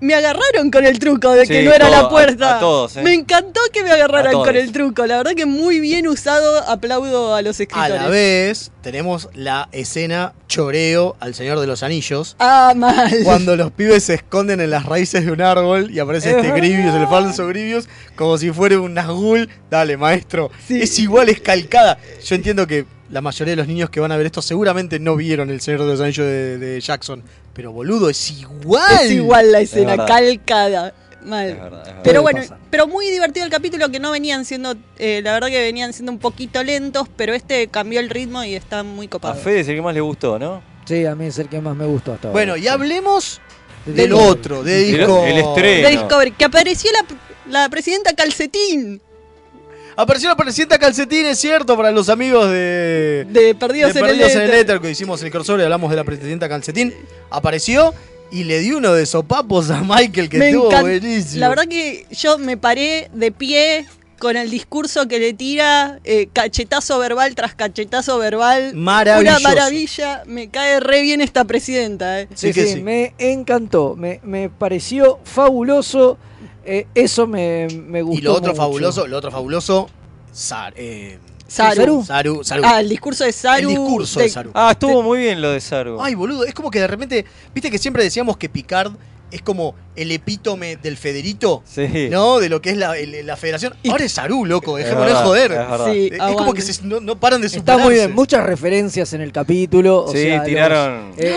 Speaker 1: Me agarraron con el truco de que
Speaker 4: Sí,
Speaker 1: no era
Speaker 4: todo-
Speaker 1: la puerta.
Speaker 4: a- a todos, ¿eh?
Speaker 1: Me encantó que me agarraran
Speaker 4: A todos.
Speaker 1: con el truco. La verdad que muy bien usado. Aplaudo a los
Speaker 2: A
Speaker 1: escritores.
Speaker 2: la vez, tenemos la escena choreo al Señor de los Anillos.
Speaker 1: Ah, mal.
Speaker 2: Cuando los pibes se esconden en las raíces de un árbol y aparece este Grievous, el falso Grievous, como si fuera un Nazgul. Dale, maestro. Es igual, es calcada. Yo entiendo que la mayoría de los niños que van a ver esto seguramente no vieron El Señor de los Anillos de, de Jackson. Pero boludo, es igual.
Speaker 1: Es igual la
Speaker 4: Es
Speaker 1: escena,
Speaker 4: verdad.
Speaker 1: calcada. Mal.
Speaker 4: Es verdad, es verdad.
Speaker 1: Pero
Speaker 3: Puede
Speaker 1: bueno,
Speaker 3: pasar.
Speaker 1: pero muy divertido el capítulo que no venían siendo, eh, la verdad que venían siendo un poquito lentos, pero este cambió el ritmo y está muy
Speaker 4: A
Speaker 1: copado.
Speaker 4: Fede es el que más le gustó, ¿no?
Speaker 3: Sí, a mí es el que más me gustó hasta ahora.
Speaker 2: Bueno, y hablemos
Speaker 3: Del
Speaker 2: del
Speaker 3: otro.
Speaker 2: otro, de
Speaker 4: El-
Speaker 2: disco.
Speaker 4: el estreno.
Speaker 1: De Discovery, que apareció la, la presidenta Calcetín
Speaker 2: Apareció la presidenta Calcetín, es cierto, para los amigos de.
Speaker 1: de Perdidos,
Speaker 2: de
Speaker 1: en,
Speaker 2: Perdidos
Speaker 1: el
Speaker 2: en el
Speaker 1: Éter.
Speaker 2: Éter, que hicimos el crossover y hablamos de la presidenta Calcetín, apareció y le dio uno de sopapos a Michael que
Speaker 1: Me
Speaker 2: estuvo
Speaker 1: encanta.
Speaker 2: buenísimo.
Speaker 1: La verdad que yo me paré de pie con el discurso que le tira eh, cachetazo verbal tras cachetazo verbal.
Speaker 2: Maravilloso.
Speaker 1: Una maravilla. Me cae re bien esta presidenta. eh.
Speaker 2: Sí
Speaker 3: Sí,
Speaker 2: que
Speaker 3: sí,
Speaker 2: sí.
Speaker 3: me encantó, me, me pareció fabuloso, eh, eso me, me gustó.
Speaker 2: y lo otro
Speaker 3: mucho.
Speaker 2: fabuloso, lo otro fabuloso, Sar- eh,
Speaker 1: Saru.
Speaker 3: Saru.
Speaker 2: Saru, Saru.
Speaker 1: Ah, el discurso de Saru.
Speaker 2: el discurso de, Saru.
Speaker 4: Ah, estuvo muy bien lo de Saru.
Speaker 2: Ay, boludo, es como que de repente, viste que siempre decíamos que Picard es como el epítome del Federito,
Speaker 4: Sí.
Speaker 2: ¿no? De lo que es la, el- la federación. Ahora es Saru, loco,
Speaker 4: Es
Speaker 2: dejémoslo de
Speaker 4: verdad,
Speaker 2: joder. Eh,
Speaker 4: es verdad.
Speaker 1: Sí.
Speaker 2: Es como que se- no, no paran de
Speaker 3: Está
Speaker 2: superarse.
Speaker 3: muy bien, muchas referencias en el capítulo. o
Speaker 4: Sí,
Speaker 3: sea, los-
Speaker 4: tiraron.
Speaker 3: eh, eh,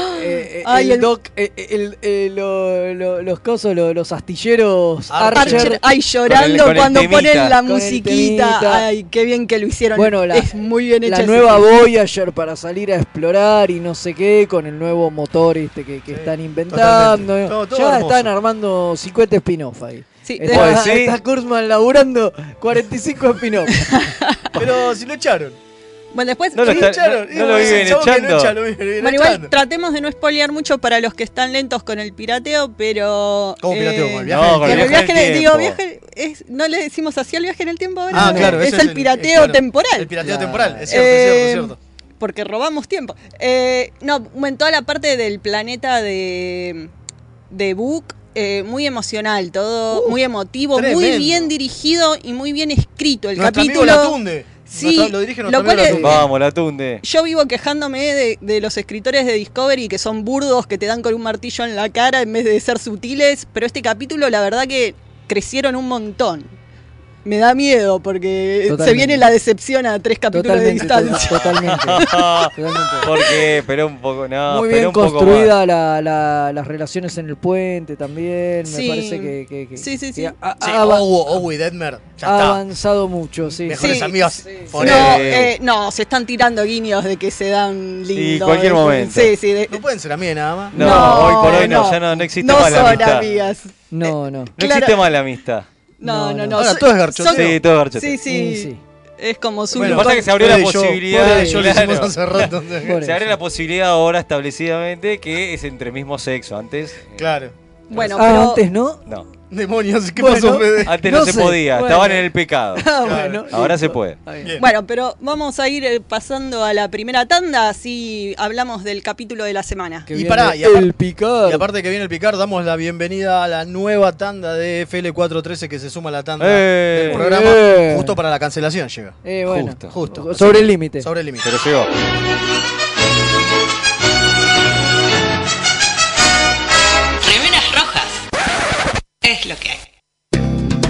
Speaker 3: eh,
Speaker 1: ¡Ah! Ay,
Speaker 3: el,
Speaker 1: el-
Speaker 3: doc, eh, eh, el- eh, lo- lo- los cosos, lo- los astilleros
Speaker 2: Archer.
Speaker 3: Archer.
Speaker 1: Archer, ay,
Speaker 4: Con
Speaker 1: llorando
Speaker 4: el- con el
Speaker 1: cuando
Speaker 4: temita.
Speaker 1: ponen la
Speaker 3: Con el
Speaker 1: musiquita.
Speaker 3: temita.
Speaker 1: Ay, qué bien que lo hicieron.
Speaker 3: Bueno, la-
Speaker 1: es muy bien hecha.
Speaker 3: La
Speaker 1: esa
Speaker 3: nueva
Speaker 1: escena.
Speaker 3: Voyager para salir a explorar y no sé qué, con el nuevo motor este que, que
Speaker 2: Sí,
Speaker 3: están inventando.
Speaker 2: totalmente. Todo- todo
Speaker 3: ya
Speaker 2: hermoso.
Speaker 3: están armando 50 spin-off ahí.
Speaker 1: Sí, de-
Speaker 4: Bueno,
Speaker 3: Está,
Speaker 4: sí.
Speaker 3: está Kurzman laburando 45 spin-off.
Speaker 2: Pero si lo echaron.
Speaker 1: bueno, después.
Speaker 4: No lo
Speaker 1: sí.
Speaker 4: está-
Speaker 2: echaron.
Speaker 4: no-
Speaker 2: Y
Speaker 4: no lo
Speaker 2: bueno,
Speaker 4: viven
Speaker 2: ese chabón que
Speaker 4: echando.
Speaker 2: echa, lo viven
Speaker 1: Bueno, igual
Speaker 2: echando.
Speaker 1: tratemos de no spoilear mucho para los que están lentos con el pirateo, pero.
Speaker 2: ¿Cómo pirateo? ¿Con el viaje?
Speaker 4: no,
Speaker 2: del
Speaker 4: con
Speaker 1: Claro,
Speaker 2: tiempo?
Speaker 1: el viaje en el,
Speaker 4: tiempo.
Speaker 1: digo, viaje es- no le decimos así al viaje en el tiempo ahora.
Speaker 2: Ah,
Speaker 1: No,
Speaker 2: claro,
Speaker 1: es
Speaker 2: ese
Speaker 1: el pirateo
Speaker 2: claro,
Speaker 1: temporal.
Speaker 2: El pirateo
Speaker 3: Claro.
Speaker 2: temporal, es cierto, es cierto, es
Speaker 1: Eh,
Speaker 2: cierto.
Speaker 1: Porque robamos tiempo. Eh, no, bueno, toda la parte del planeta de, de Book, eh, muy emocional, todo muy emotivo,
Speaker 2: Uh, tremendo.
Speaker 1: muy bien dirigido y muy bien escrito el
Speaker 2: Nuestro amigo
Speaker 1: capítulo.
Speaker 2: Latunde.
Speaker 1: Sí,
Speaker 2: Nuestro- lo dirige nuestro
Speaker 1: lo cual
Speaker 2: amigo
Speaker 1: es-
Speaker 2: Latunde.
Speaker 4: Vamos, la tunde.
Speaker 1: Yo vivo quejándome de, de los escritores de Discovery que son burdos, que te dan con un martillo en la cara en vez de ser sutiles, pero este capítulo la verdad que crecieron un montón. Me da miedo porque se
Speaker 3: Totalmente.
Speaker 1: viene la decepción a tres capítulos de
Speaker 3: Totalmente,
Speaker 1: distancia.
Speaker 3: to- totalmente. Totalmente.
Speaker 4: Porque, pero un poco, no,
Speaker 3: Muy
Speaker 4: esperá
Speaker 3: bien
Speaker 4: un poco más.
Speaker 3: construida la- la- las relaciones en el puente también. Me
Speaker 1: Sí.
Speaker 3: parece que, que- que-
Speaker 1: Sí, sí,
Speaker 3: que
Speaker 1: sí.
Speaker 3: ha- ha-
Speaker 2: Sí,
Speaker 3: ha avan-
Speaker 2: Owo, Owo y Detmer. Ya
Speaker 3: ha
Speaker 2: está.
Speaker 3: avanzado mucho, sí.
Speaker 2: Mejores
Speaker 1: Sí,
Speaker 2: amigos. por
Speaker 1: No,
Speaker 2: él.
Speaker 1: eh, no, se están tirando guiños de que se dan lindo.
Speaker 4: Y cualquier
Speaker 1: eso.
Speaker 4: momento.
Speaker 1: Sí, sí. de-
Speaker 2: No pueden ser amigas nada más.
Speaker 4: No,
Speaker 1: No,
Speaker 4: hoy por hoy no,
Speaker 1: no.
Speaker 4: ya no, no existe
Speaker 1: no
Speaker 4: más la
Speaker 1: son
Speaker 4: amistad.
Speaker 1: amigas.
Speaker 3: No, no.
Speaker 4: No
Speaker 1: Claro.
Speaker 4: existe más la amistad.
Speaker 1: No,
Speaker 3: No,
Speaker 1: no,
Speaker 3: no.
Speaker 1: no.
Speaker 2: Ahora
Speaker 1: son-
Speaker 2: todo es garchoteo.
Speaker 1: son-
Speaker 4: Sí, todo garchete.
Speaker 1: Sí, sí,
Speaker 3: Y sí.
Speaker 1: Es como su.
Speaker 4: Lo que
Speaker 2: Bueno,
Speaker 4: pasa es que se abrió la
Speaker 2: Pobre yo,
Speaker 4: posibilidad.
Speaker 2: pobre yo lo
Speaker 4: claro.
Speaker 2: hicimos hace rato. entonces-
Speaker 3: Pobre.
Speaker 4: se abre la posibilidad ahora establecidamente que es entre mismo sexo. Antes. eh,
Speaker 2: Claro.
Speaker 1: bueno,
Speaker 3: Ah,
Speaker 1: pero.
Speaker 3: antes no.
Speaker 4: No,
Speaker 2: Demonios, ¿qué
Speaker 3: Bueno.
Speaker 2: pasó, Fede?
Speaker 4: antes no,
Speaker 3: No
Speaker 4: se
Speaker 3: sé,
Speaker 4: podía,
Speaker 3: bueno.
Speaker 4: estaban en el pecado.
Speaker 3: Ah,
Speaker 2: Claro.
Speaker 3: bueno,
Speaker 4: Ahora
Speaker 3: listo.
Speaker 4: se puede.
Speaker 3: Está bien.
Speaker 2: Bien.
Speaker 1: Bueno, pero vamos a ir eh, pasando a la primera tanda, así hablamos del capítulo de la semana.
Speaker 3: Que
Speaker 2: Y
Speaker 3: viene
Speaker 2: pará, y apar-
Speaker 3: el picar.
Speaker 2: Y aparte que viene el picar, damos la bienvenida a la nueva tanda de FL413 que se suma a la tanda
Speaker 4: Eh.
Speaker 2: del programa.
Speaker 3: Eh.
Speaker 2: Justo para la cancelación llega.
Speaker 3: Eh, bueno.
Speaker 4: Justo.
Speaker 2: Justo.
Speaker 3: Sobre el límite.
Speaker 2: Sobre el límite.
Speaker 4: Pero llegó.
Speaker 10: Remeras rojas. Es lo que hay.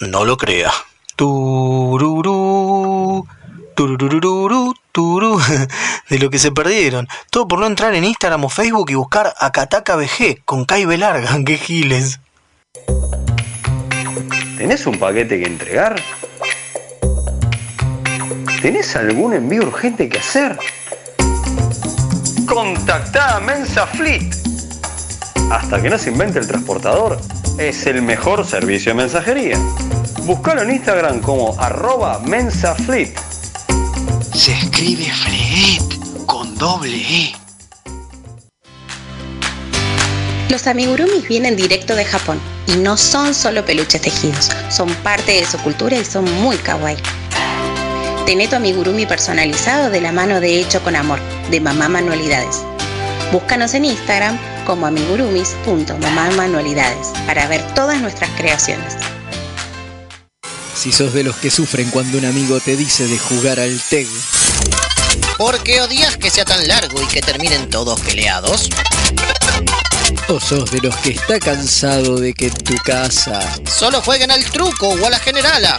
Speaker 11: no lo crea. Tururú, tururururú, turú, de lo que se perdieron. Todo por no entrar en Instagram o Facebook y buscar a Kataka BG con Kai B larga, que giles.
Speaker 12: ¿Tenés un paquete que entregar? ¿Tenés algún envío urgente que hacer? Contactá a Mensa Fleet. Hasta que no se invente el transportador, es el mejor servicio de mensajería. Buscalo en Instagram como arroba mensafleet.
Speaker 13: Se escribe Fred con doble E.
Speaker 10: Los amigurumis vienen directo de Japón y no son solo peluches tejidos, son parte de su cultura y son muy kawaii. Tené tu amigurumi personalizado de la mano de Hecho con Amor, de Mamá Manualidades. Búscanos en Instagram como amigurumis.mamamanualidades para ver todas nuestras creaciones.
Speaker 14: Si sos de los que sufren cuando un amigo te dice de jugar al TEG. Porque odias que sea tan largo y que terminen todos peleados. O sos de los que está cansado de que en tu casa solo jueguen al truco o a la generala.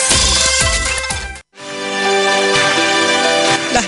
Speaker 1: Las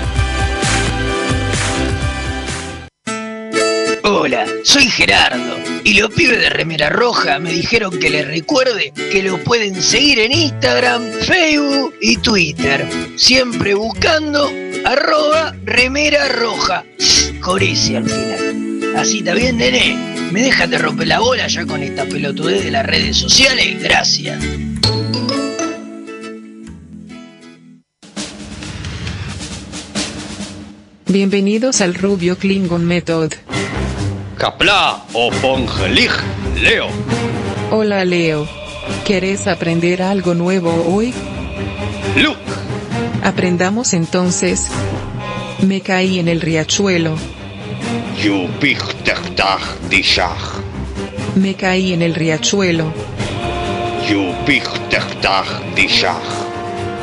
Speaker 15: Hola, soy Gerardo y los pibes de Remera Roja me dijeron que les recuerde que lo pueden seguir en Instagram, Facebook y Twitter. Siempre buscando arroba Remera Roja. Con ese al final. Así está bien, nene. ¿Me dejas de romper la bola ya con esta pelotudez de las redes sociales? Gracias.
Speaker 16: Bienvenidos al Rubio Klingon Method.
Speaker 17: Kapla o Pongelig, Leo.
Speaker 16: Hola Leo. ¿Querés aprender algo nuevo hoy?
Speaker 17: Luke.
Speaker 16: Aprendamos entonces. Me caí en el riachuelo.
Speaker 17: Yupichtach Dishach.
Speaker 16: Me caí en el riachuelo.
Speaker 17: Yupichtach Dishach.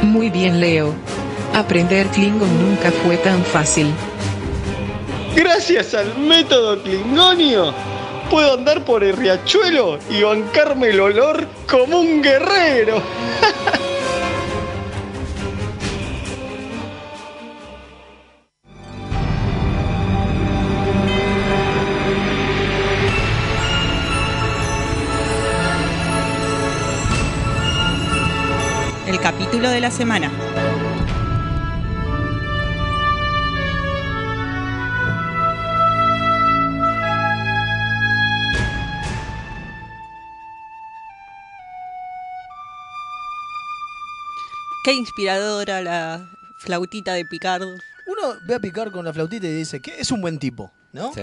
Speaker 16: Muy bien Leo. Aprender Klingon nunca fue tan fácil.
Speaker 17: Gracias al método Klingonio, puedo andar por el riachuelo y bancarme el olor como un guerrero.
Speaker 1: El capítulo de la semana. Qué inspiradora la flautita de Picardo.
Speaker 2: Uno ve a picar con la flautita y dice que es un buen tipo, ¿no?
Speaker 1: Sí.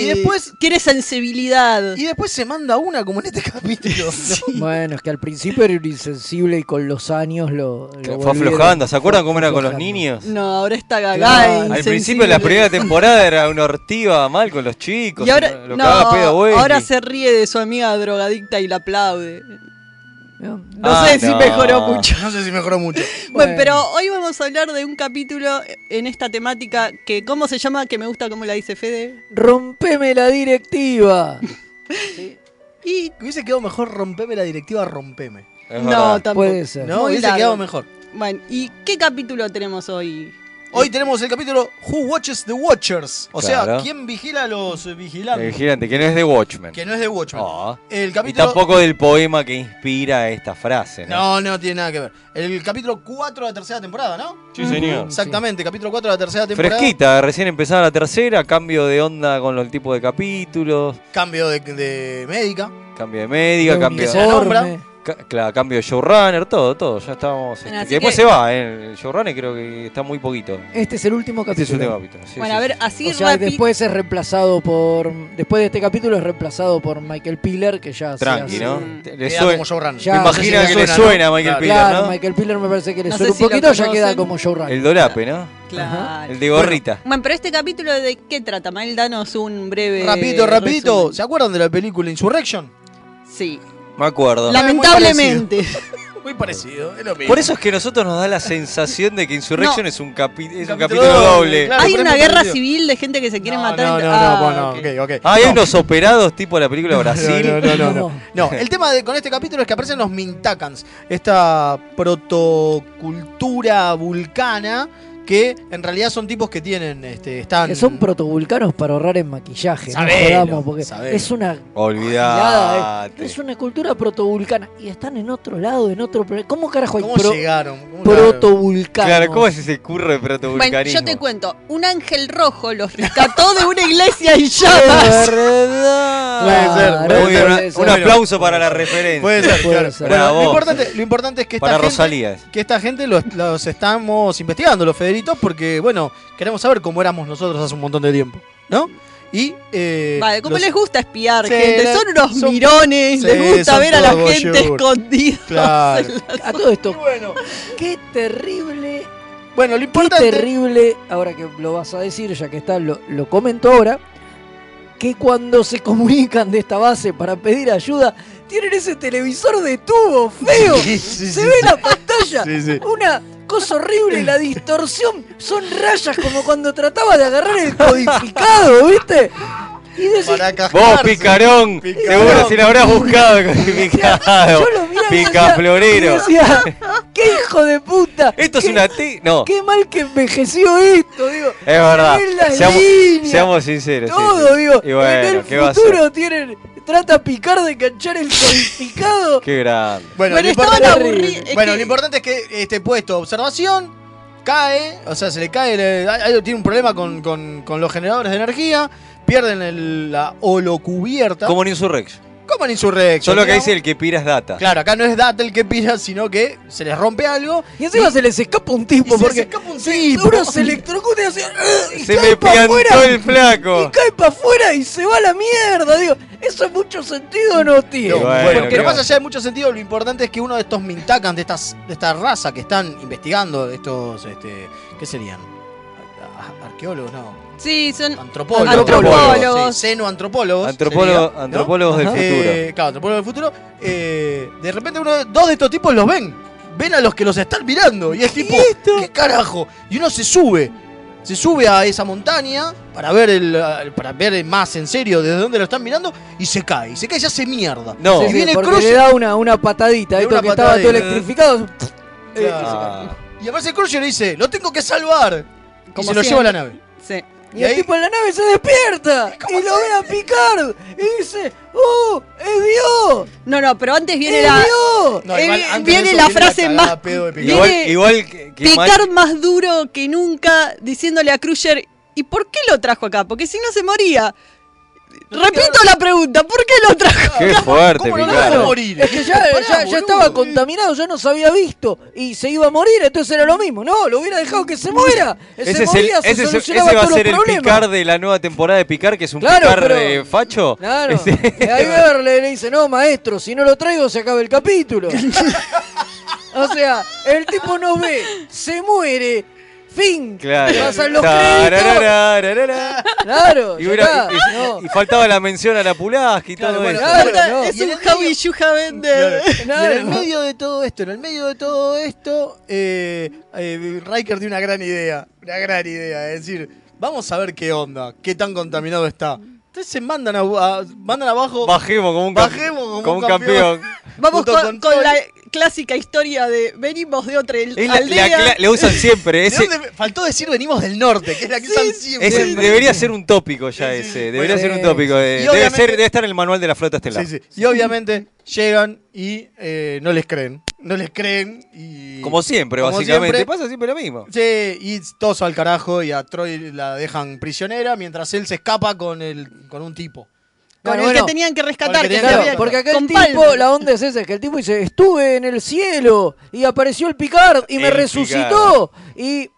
Speaker 2: Y después
Speaker 1: tiene sensibilidad.
Speaker 2: Y después se manda una como en este capítulo.
Speaker 3: Bueno, es que al principio era un insensible y con los años lo. lo
Speaker 4: Fue
Speaker 3: volvieron.
Speaker 4: aflojando, ¿se acuerdan cómo era con los
Speaker 3: Aflojando.
Speaker 4: niños?
Speaker 1: No, ahora está gagá.
Speaker 4: Al principio de la primera temporada era una ortiva mal con los chicos.
Speaker 1: Y ahora,
Speaker 4: lo
Speaker 1: no,
Speaker 4: cagaba a pedo, güey.
Speaker 1: ahora se ríe de su amiga drogadicta y la aplaude. No,
Speaker 4: Ah,
Speaker 1: sé si
Speaker 4: no.
Speaker 1: mejoró mucho.
Speaker 2: No sé si mejoró mucho.
Speaker 1: Bueno, pero hoy vamos a hablar de un capítulo en esta temática que, ¿cómo se llama? Que me gusta cómo la dice Fede.
Speaker 3: ¡Rompeme la directiva!
Speaker 2: Y hubiese quedado mejor rompeme la directiva, rompeme.
Speaker 1: no, tampoco.
Speaker 3: Puede ser.
Speaker 2: No,
Speaker 1: Muy
Speaker 2: hubiese
Speaker 1: largo.
Speaker 2: quedado mejor.
Speaker 1: Bueno, ¿y qué capítulo tenemos hoy?
Speaker 2: Hoy tenemos el capítulo Who Watches the Watchers. O sea,
Speaker 4: Claro.
Speaker 2: ¿quién vigila a los eh,
Speaker 4: El
Speaker 2: vigilantes?
Speaker 4: vigilante, que no es de Watchmen.
Speaker 2: Que no es de Watchmen.
Speaker 4: Ah.
Speaker 2: El
Speaker 4: Y
Speaker 2: capítulo.
Speaker 4: tampoco del poema que inspira esta frase, ¿no?
Speaker 2: No, no tiene nada que ver. El capítulo 4 de la tercera temporada, ¿no? Mm,
Speaker 4: Sí, señor.
Speaker 2: Exactamente, capítulo 4 de la tercera temporada.
Speaker 4: Fresquita, recién empezaba la tercera, cambio de onda con los tipos de capítulos,
Speaker 2: Cambio de, de médica.
Speaker 4: cambio de médica,
Speaker 2: De
Speaker 4: cambio
Speaker 2: uniforme.
Speaker 4: de Claro, cambio de showrunner, todo, todo, ya estábamos. este,
Speaker 1: Así
Speaker 4: que después
Speaker 1: que-
Speaker 4: se va, ¿eh? el showrunner creo que está muy poquito.
Speaker 3: Este es el último
Speaker 4: Este
Speaker 3: capítulo.
Speaker 4: es el último capítulo. sí,
Speaker 1: bueno,
Speaker 4: sí,
Speaker 1: a ver,
Speaker 4: sí.
Speaker 1: así
Speaker 3: o sea,
Speaker 1: rápido.
Speaker 3: después es reemplazado por. Después de este capítulo es reemplazado por Michael Piller, que ya. se
Speaker 4: Tranqui,
Speaker 3: hace-
Speaker 4: ¿no?
Speaker 3: Te-
Speaker 4: Le
Speaker 2: Queda
Speaker 4: sue-
Speaker 2: como showrunner.
Speaker 3: Ya,
Speaker 4: Me
Speaker 3: no sé si
Speaker 4: imagino
Speaker 3: le
Speaker 4: que le
Speaker 3: suena,
Speaker 4: suena a Michael Piller,
Speaker 3: claro,
Speaker 4: ¿no?
Speaker 3: Michael Piller me parece que le
Speaker 1: No
Speaker 3: suena
Speaker 1: sé
Speaker 3: un
Speaker 1: si lo
Speaker 3: poquito, ya queda
Speaker 1: conocen.
Speaker 3: como showrunner.
Speaker 4: El dolape, ¿no?
Speaker 1: Claro.
Speaker 4: El de gorrita.
Speaker 1: Ah, Bueno, pero este capítulo de qué trata, Mael, danos un
Speaker 4: Eh,
Speaker 1: breve.
Speaker 2: Rapidito, rapidito.
Speaker 1: resumen.
Speaker 2: ¿Se acuerdan de la película Insurrection?
Speaker 1: Sí.
Speaker 4: Me acuerdo.
Speaker 1: Lamentablemente.
Speaker 2: Muy parecido, es lo mismo.
Speaker 4: Por eso es que a nosotros nos da la sensación de que Insurrection es un, capi- es un capítulo doble.
Speaker 1: Hay una guerra civil de gente que se quiere matar.
Speaker 2: No,
Speaker 1: entre-
Speaker 2: no,
Speaker 1: Ah,
Speaker 2: no, bueno, ok, ok.
Speaker 4: Ah, hay unos operados tipo la película Brasil.
Speaker 2: No, no, no, no, no. No, el tema de, con este capítulo es que aparecen los Mintakans, esta protocultura vulcana que en realidad son tipos que tienen, este, están...
Speaker 3: Que son protovulcanos para ahorrar en maquillaje.
Speaker 2: Sabelo,
Speaker 3: no jodamos, porque
Speaker 2: sabelo.
Speaker 3: es una. gilada,
Speaker 4: Olvidate.
Speaker 3: eh. Es una cultura protovulcana. Y están en otro lado, en otro. planeta. ¿Cómo carajo hay
Speaker 2: ¿Cómo
Speaker 3: pro-
Speaker 2: llegaron? ¿Cómo
Speaker 3: protovulcanos?
Speaker 4: Claro, ¿cómo es ese curro de protovulcanismo?
Speaker 1: Bueno, yo te cuento, un ángel rojo los rescató de una iglesia en llamas.
Speaker 2: Puede ser, puede
Speaker 4: Muy bien,
Speaker 2: ser.
Speaker 4: una-
Speaker 2: Puede
Speaker 4: un
Speaker 2: ser.
Speaker 4: aplauso para la referencia.
Speaker 2: Puede ser, claro. Bueno,
Speaker 4: Bravo.
Speaker 2: lo, importante, lo importante es que esta
Speaker 4: Para
Speaker 2: gente,
Speaker 4: Rosalía.
Speaker 2: que esta gente los, los estamos investigando, los Federitos, porque, bueno, queremos saber cómo éramos nosotros hace un montón de tiempo, ¿no? Y. Eh,
Speaker 1: Vale, ¿cómo
Speaker 2: los-
Speaker 1: les gusta espiar,
Speaker 2: Sí,
Speaker 1: gente?
Speaker 2: le-
Speaker 1: Son unos
Speaker 2: son-
Speaker 1: mirones,
Speaker 2: Sí,
Speaker 1: les gusta
Speaker 2: son
Speaker 1: ver a la
Speaker 2: todos
Speaker 1: gente
Speaker 2: voyeur.
Speaker 1: escondida.
Speaker 2: Claro.
Speaker 3: A todo esto. qué terrible.
Speaker 2: Bueno, lo
Speaker 3: importante. Qué terrible, ahora que lo vas a decir, ya que está, lo, lo comento ahora. Que cuando se comunican de esta base para pedir ayuda, tienen ese televisor de tubo feo. se ve la pantalla.
Speaker 2: Sí, sí.
Speaker 3: Una cosa horrible, la distorsión. Son rayas como cuando trataba de agarrar el codificado, ¿viste? Y decís,
Speaker 4: Vos, picarón, seguro si lo habrás buscado con el picado.
Speaker 3: Yo lo miraba y
Speaker 4: Pica
Speaker 3: decía-
Speaker 4: florero.
Speaker 3: y decía, ¡Qué hijo de puta!
Speaker 4: Esto es
Speaker 3: ¿Qué-
Speaker 4: una ti. No,
Speaker 3: Qué mal que envejeció esto, digo.
Speaker 4: es verdad.
Speaker 3: Ven las
Speaker 4: Seamos,
Speaker 3: líneas,
Speaker 4: seamos sinceros. sí,
Speaker 3: Todo,
Speaker 4: sí.
Speaker 3: digo.
Speaker 4: Y bueno,
Speaker 3: en el
Speaker 4: ¿qué va a hacer?
Speaker 3: futuro tienen. Trata picar de enganchar el codificado.
Speaker 4: Qué grande.
Speaker 2: Bueno,
Speaker 3: Pero
Speaker 2: lo, importante,
Speaker 3: estaban aburri- es
Speaker 2: bueno
Speaker 3: que-
Speaker 2: lo importante es que este puesto de observación cae, o sea, se le cae, le- hay- tiene un problema con, con- con los generadores de energía, pierden el- la holocubierta.
Speaker 4: Como en Insurrex.
Speaker 2: Como en Insurrex.
Speaker 4: Solo que
Speaker 2: digamos.
Speaker 4: dice el que piras data.
Speaker 2: Claro, acá no es Data el que pilla, sino que se les rompe algo.
Speaker 3: Y encima se les escapa un tipo, porque.
Speaker 2: se escapa un tipo.
Speaker 3: Seguro se electrocuta y hace. y
Speaker 4: Se
Speaker 3: cae
Speaker 4: me
Speaker 3: pa'
Speaker 4: piantó
Speaker 3: afuera,
Speaker 4: el flaco.
Speaker 3: Y cae para afuera y se va a la mierda, digo. Eso mucho sentido no tiene.
Speaker 2: No,
Speaker 4: bueno,
Speaker 2: bueno,
Speaker 4: ¿qué
Speaker 2: pero más
Speaker 4: va?
Speaker 2: allá de mucho sentido, lo importante es que uno de estos Mintakan, de, estas, de esta raza que están investigando, estos, este, ¿qué serían? Ar- Arqueólogos, no.
Speaker 1: Sí, son
Speaker 2: Antropólogos.
Speaker 1: Antropólogos.
Speaker 2: Sí, Xenoantropólogos.
Speaker 4: Antropólogo-
Speaker 2: sería, ¿no?
Speaker 4: antropólogos del
Speaker 2: Ajá.
Speaker 4: futuro.
Speaker 2: Eh, claro, antropólogos del futuro. Eh, de repente, uno, de- dos de estos tipos los ven. Ven a los que los están mirando. Y es tipo, ¿qué carajo? Y uno se sube. Se sube a esa montaña para ver el eh, para ver más en serio desde dónde lo están mirando y se cae. Y se cae y se hace mierda.
Speaker 4: No.
Speaker 2: Y
Speaker 3: Sí,
Speaker 2: viene
Speaker 3: porque
Speaker 2: Cruz-
Speaker 3: le da una, una patadita,
Speaker 2: Le da
Speaker 3: esto
Speaker 2: una
Speaker 3: que
Speaker 2: patadita.
Speaker 3: estaba todo electrificado. Eh,
Speaker 4: Ah,
Speaker 2: Y aparece Crusher y dice, lo tengo que salvar. Y
Speaker 1: Como
Speaker 2: se lo
Speaker 1: siempre.
Speaker 2: lleva a la nave.
Speaker 1: Sí.
Speaker 3: Y,
Speaker 2: Y
Speaker 3: el
Speaker 2: ahí-
Speaker 3: tipo en la nave se despierta y lo ve a Picard y dice, ¡Oh, es Dios!
Speaker 1: No, no, pero antes viene
Speaker 3: ¡Es
Speaker 1: la.
Speaker 3: Dios!
Speaker 2: No, igual
Speaker 1: Eh,
Speaker 2: antes de
Speaker 1: viene
Speaker 2: eso
Speaker 1: la frase
Speaker 2: cagada
Speaker 1: más-
Speaker 2: pedo de
Speaker 1: Viene-
Speaker 2: Picard.
Speaker 4: Igual, igual que, que
Speaker 1: Picard más duro que nunca diciéndole a Crusher, ¿y por qué lo trajo acá? Porque si no se moría. Repito la pregunta, ¿por qué lo trajo?
Speaker 4: Qué fuerte,
Speaker 2: ¿Cómo no
Speaker 4: Picard.
Speaker 2: lo va a morir?
Speaker 3: Es que ya,
Speaker 2: Pará,
Speaker 3: ya- ya
Speaker 2: boludo. eh.
Speaker 3: estaba contaminado, ya no se había visto y se iba a morir, entonces era lo mismo. No, lo hubiera dejado que se muera.
Speaker 4: Ese,
Speaker 3: se
Speaker 4: es el-
Speaker 3: moría, se
Speaker 4: ese es-
Speaker 3: solucionaba
Speaker 4: ese va a
Speaker 3: todos
Speaker 4: ser el
Speaker 3: los problemas.
Speaker 4: Picard de la nueva temporada de Picard, que es un
Speaker 3: Claro,
Speaker 4: Picard
Speaker 3: pero-
Speaker 4: eh, facho.
Speaker 3: Claro.
Speaker 4: Ese-
Speaker 3: Y ahí Weber le, le dice, no, maestro, si no lo traigo se acaba el capítulo. o sea, el tipo no ve, se muere, fin.
Speaker 4: Claro.
Speaker 3: Pasan los créditos.
Speaker 4: Tarararararara.
Speaker 3: Claro,
Speaker 4: Y,
Speaker 3: ya
Speaker 4: hubiera-
Speaker 3: está,
Speaker 4: y-
Speaker 3: no.
Speaker 4: y faltaba la mención a la Pulaski y todo
Speaker 2: bueno,
Speaker 4: eso.
Speaker 3: claro, no.
Speaker 1: Es
Speaker 2: Y en este
Speaker 1: un
Speaker 2: el
Speaker 1: Javi Yuja Bender.
Speaker 2: Claro. Y en el
Speaker 3: Claro.
Speaker 2: medio de todo esto, en el medio de todo esto, eh, eh, Riker tiene una gran idea. Una gran idea. Es decir, vamos a ver qué onda, qué tan contaminado está. Entonces se mandan, a, a- mandan abajo.
Speaker 4: Bajemos como un, cam-
Speaker 2: Bajemos como
Speaker 4: como
Speaker 2: un
Speaker 4: un campeón.
Speaker 1: Vamos
Speaker 2: Puto
Speaker 1: con,
Speaker 2: control.
Speaker 1: con la clásica historia de venimos de otra
Speaker 4: Es la- la
Speaker 1: aldea.
Speaker 4: cla- le usan siempre.
Speaker 2: ¿De
Speaker 4: Ese,
Speaker 2: dónde- faltó decir venimos del norte, que es la que usan siempre.
Speaker 4: ese
Speaker 2: Sí,
Speaker 4: debería ser un tópico ya ese. Debería
Speaker 2: Bueno,
Speaker 4: ser un
Speaker 2: sí.
Speaker 4: tópico. eh.
Speaker 2: Y
Speaker 4: Debe,
Speaker 2: obviamente-
Speaker 4: ser, debe estar en el manual de la flota estelar.
Speaker 2: sí, sí. Y obviamente llegan y eh, no les creen. No les creen y.
Speaker 4: Como siempre,
Speaker 2: Como
Speaker 4: básicamente.
Speaker 2: siempre.
Speaker 4: Pasa siempre lo mismo.
Speaker 2: Sí, y todos al carajo y a Troy la dejan prisionera mientras él se escapa con, el, con un tipo.
Speaker 1: Con el
Speaker 3: Bueno, Ah, bueno.
Speaker 1: que tenían que
Speaker 2: Con
Speaker 1: rescatar.
Speaker 2: el que
Speaker 1: que se
Speaker 2: tenían
Speaker 3: Claro,
Speaker 2: que
Speaker 1: había-
Speaker 3: porque acá
Speaker 1: con
Speaker 3: el tipo,
Speaker 1: Palmer.
Speaker 3: la onda es esa, es que el tipo dice, estuve en el cielo y apareció el Picard y me
Speaker 4: El
Speaker 3: resucitó y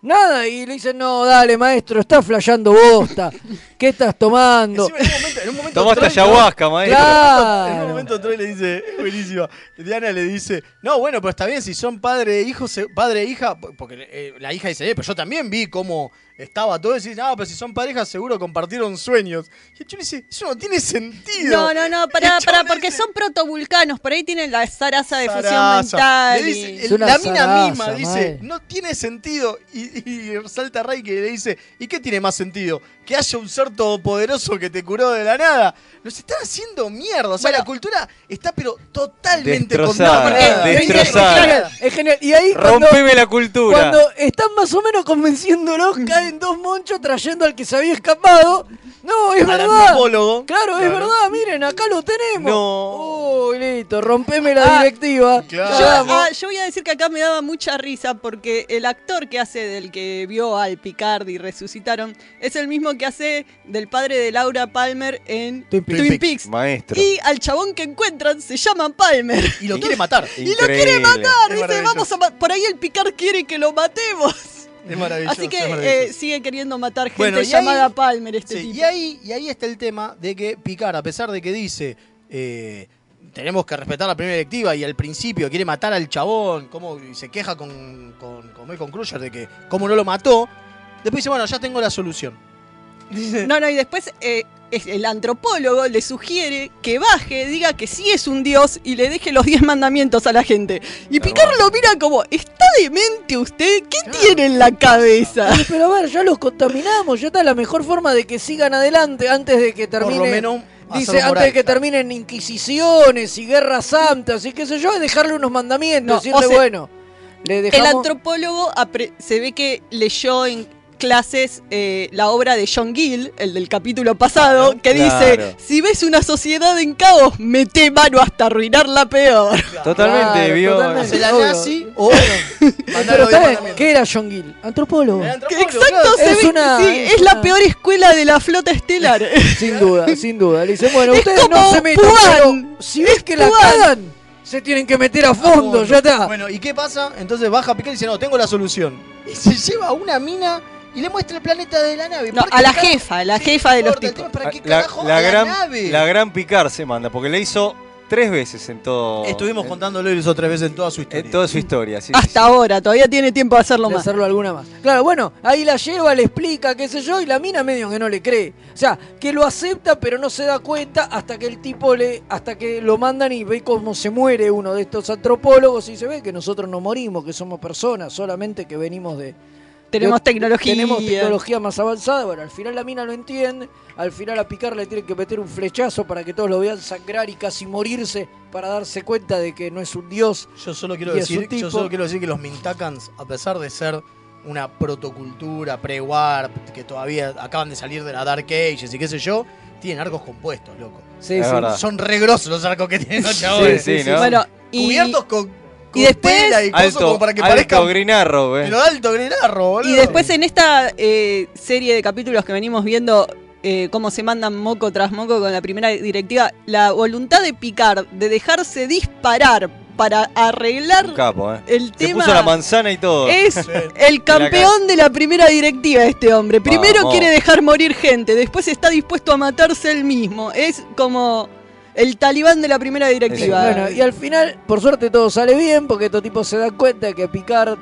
Speaker 3: nada, y le dicen, no, dale maestro, estás flayando bosta, ¿qué estás tomando?
Speaker 2: Encima, en un momento, en un momento
Speaker 4: Tomaste
Speaker 2: Troy-
Speaker 4: ayahuasca, maestro.
Speaker 2: En un
Speaker 3: Claro.
Speaker 2: momento Troy le dice, es buenísima. Diana le dice, no, bueno, pero está bien, si son padre e hijo, se- padre e hija, po- porque eh, la hija dice, eh, pero yo también vi cómo estaba todo, y dice, no, pero si son parejas seguro compartieron sueños. Y el chulo dice, eso no tiene sentido.
Speaker 1: No, no, no, pará,
Speaker 2: El chabón
Speaker 1: pará,
Speaker 2: le
Speaker 1: porque
Speaker 2: dice,
Speaker 1: son protovulcanos, por ahí tienen la zaraza de
Speaker 2: Zaraza.
Speaker 1: fusión mental.
Speaker 2: Le
Speaker 1: y-
Speaker 2: dice-
Speaker 3: Es
Speaker 2: el-
Speaker 3: una
Speaker 2: la mina
Speaker 3: zaraza,
Speaker 2: misma dice,
Speaker 3: madre.
Speaker 2: no tiene sentido. Y, y salta Ray que le dice, ¿y qué tiene más sentido? Que haya un ser todopoderoso que te curó de la nada. Los están haciendo mierda. O sea, la cultura está pero totalmente
Speaker 4: Destrozada,
Speaker 2: contaminada.
Speaker 4: destrozada.
Speaker 3: Es genial, es genial. Y ahí cuando-
Speaker 4: Rompeme la cultura.
Speaker 3: Cuando están más o menos convenciéndolos, caen dos monchos trayendo al que se había escapado. No, es
Speaker 2: Al
Speaker 3: verdad.
Speaker 2: antropólogo.
Speaker 3: Claro, es
Speaker 2: Claro.
Speaker 3: verdad. Miren, acá lo tenemos.
Speaker 4: No.
Speaker 3: Uy, listo, rompeme la
Speaker 1: Ah,
Speaker 3: directiva.
Speaker 1: Yo,
Speaker 3: Vamos.
Speaker 1: ah, yo voy a decir que acá me daba mucha risa porque el actor que hace del que vio al Picard y resucitaron es el mismo que hace del padre de Laura Palmer en Twin Peaks.
Speaker 4: Maestro.
Speaker 1: Y al chabón que encuentran se llama Palmer.
Speaker 2: Y lo quiere matar.
Speaker 1: Y lo quiere
Speaker 4: Increíble.
Speaker 1: matar.
Speaker 2: Es
Speaker 1: Dice,
Speaker 2: maravilloso.
Speaker 1: vamos a ma- Por ahí el Picard quiere que lo matemos.
Speaker 2: Es maravilloso.
Speaker 1: Así que
Speaker 2: es maravilloso.
Speaker 1: eh, sigue queriendo matar gente
Speaker 2: Bueno, y ahí-
Speaker 1: llamada Palmer este
Speaker 2: Sí,
Speaker 1: tipo.
Speaker 2: y, ahí, y ahí está el tema de que Picard, a pesar de que dice eh, tenemos que respetar la primera directiva y al principio quiere matar al chabón, como y se queja con, con, con Malcolm Crusher de que como no lo mató, después dice, bueno, ya tengo la solución.
Speaker 1: No, no, y después eh, es- el antropólogo le sugiere que baje, diga que sí es un dios y le deje los 10 mandamientos a la gente. Y Picard lo mira como, ¿está demente usted? ¿Qué tiene en la cabeza?
Speaker 3: Ay, Pero a ver, ya los contaminamos, ya está la mejor forma de que sigan adelante antes de que terminen.
Speaker 2: menos,
Speaker 3: dice,
Speaker 2: hacerlo por
Speaker 3: antes de
Speaker 2: ahí,
Speaker 3: que terminen inquisiciones y guerras santas y qué sé yo, es dejarle unos mandamientos,
Speaker 1: No,
Speaker 3: decirle,
Speaker 1: o sea,
Speaker 3: bueno, le dejamos.
Speaker 1: El antropólogo apre- se ve que leyó en clases eh, la obra de John Gill, el del capítulo pasado, que
Speaker 4: Claro.
Speaker 1: dice, si ves una sociedad en caos, mete mano hasta arruinarla peor.
Speaker 4: Totalmente,
Speaker 3: Claro,
Speaker 4: vio.
Speaker 3: totalmente.
Speaker 2: ¿Hace la
Speaker 3: Obvio.
Speaker 2: nazi o
Speaker 3: Pero ¿sabes qué era John Gill? Antropólogo.
Speaker 1: Exacto, se
Speaker 3: Es
Speaker 1: ve-
Speaker 3: una-
Speaker 1: sí,
Speaker 3: es
Speaker 1: es la
Speaker 3: una-
Speaker 1: peor escuela de la flota estelar.
Speaker 3: Sin duda, sin duda. Le dicen, bueno,
Speaker 1: Es
Speaker 3: ustedes no
Speaker 1: como
Speaker 3: se metan,
Speaker 1: Puan.
Speaker 3: pero si ves que la
Speaker 1: Puan.
Speaker 3: cagan, se tienen que meter a fondo, ya está.
Speaker 2: Bueno, ¿y qué pasa? Entonces baja Picard y dice, no, tengo la solución. Y se lleva a una mina y le muestra el planeta de la nave.
Speaker 1: No,
Speaker 2: Porque
Speaker 1: a la
Speaker 2: está-
Speaker 1: jefa, a la
Speaker 2: Sí,
Speaker 1: jefa de
Speaker 2: no
Speaker 1: los
Speaker 2: importa, el
Speaker 1: tipos.
Speaker 2: tema es ¿Para qué
Speaker 4: La,
Speaker 2: carajo
Speaker 4: la
Speaker 2: a
Speaker 4: gran,
Speaker 2: nave?
Speaker 4: la gran Picar se manda, porque le hizo tres veces en todo.
Speaker 2: Estuvimos
Speaker 4: en-
Speaker 2: contándolo eso tres veces en toda su
Speaker 4: En
Speaker 2: historia.
Speaker 4: toda su historia, sí.
Speaker 1: Hasta ahora, todavía tiene tiempo de hacerlo
Speaker 3: de
Speaker 1: más.
Speaker 3: hacerlo alguna más. Claro, bueno, ahí la lleva, le explica, qué sé yo, y la mina medio que no le cree. O sea, que lo acepta, pero no se da cuenta hasta que el tipo le. hasta que lo mandan y ve cómo se muere uno de estos antropólogos y se ve que nosotros no morimos, que somos personas, solamente que venimos de.
Speaker 1: Tenemos
Speaker 3: de-
Speaker 1: tecnología.
Speaker 3: Tenemos tecnología más avanzada. Bueno, al final la mina lo entiende. Al final a Picar le tienen que meter un flechazo para que todos lo vean sangrar y casi morirse para darse cuenta de que no es un dios.
Speaker 2: Yo solo quiero
Speaker 3: Y es
Speaker 2: decir,
Speaker 3: un tipo-
Speaker 2: yo solo quiero decir que los Mintacans, a pesar de ser una protocultura pre-warp, que todavía acaban de salir de la Dark Ages y qué sé yo, tienen arcos compuestos, loco.
Speaker 3: Sí,
Speaker 4: Es
Speaker 3: sí.
Speaker 4: verdad.
Speaker 2: Son re grosos los arcos que tienen los chabones.
Speaker 4: Sí, sí, ¿no?
Speaker 1: Bueno, y-
Speaker 2: Cubiertos con, con
Speaker 1: y después-
Speaker 2: tela y cosas como
Speaker 4: Alto,
Speaker 2: para que
Speaker 4: alto
Speaker 2: parezcan
Speaker 4: Green Arrow, eh.
Speaker 2: Pero alto grenarro, boludo.
Speaker 1: Y después en esta eh, serie de capítulos que venimos viendo eh, cómo se mandan moco tras moco con la primera directiva, la voluntad de picar, de dejarse disparar para
Speaker 4: Un
Speaker 1: arreglar
Speaker 4: capo, eh.
Speaker 1: el
Speaker 4: Se
Speaker 1: tema.
Speaker 4: puso la manzana y todo.
Speaker 1: Es el campeón de la primera directiva este hombre. Primero
Speaker 4: Vamos.
Speaker 1: quiere dejar morir gente, después está dispuesto a matarse él mismo. Es como el talibán de la primera directiva.
Speaker 3: Bueno, y al final, por suerte todo sale bien, porque estos tipos se dan cuenta que Picard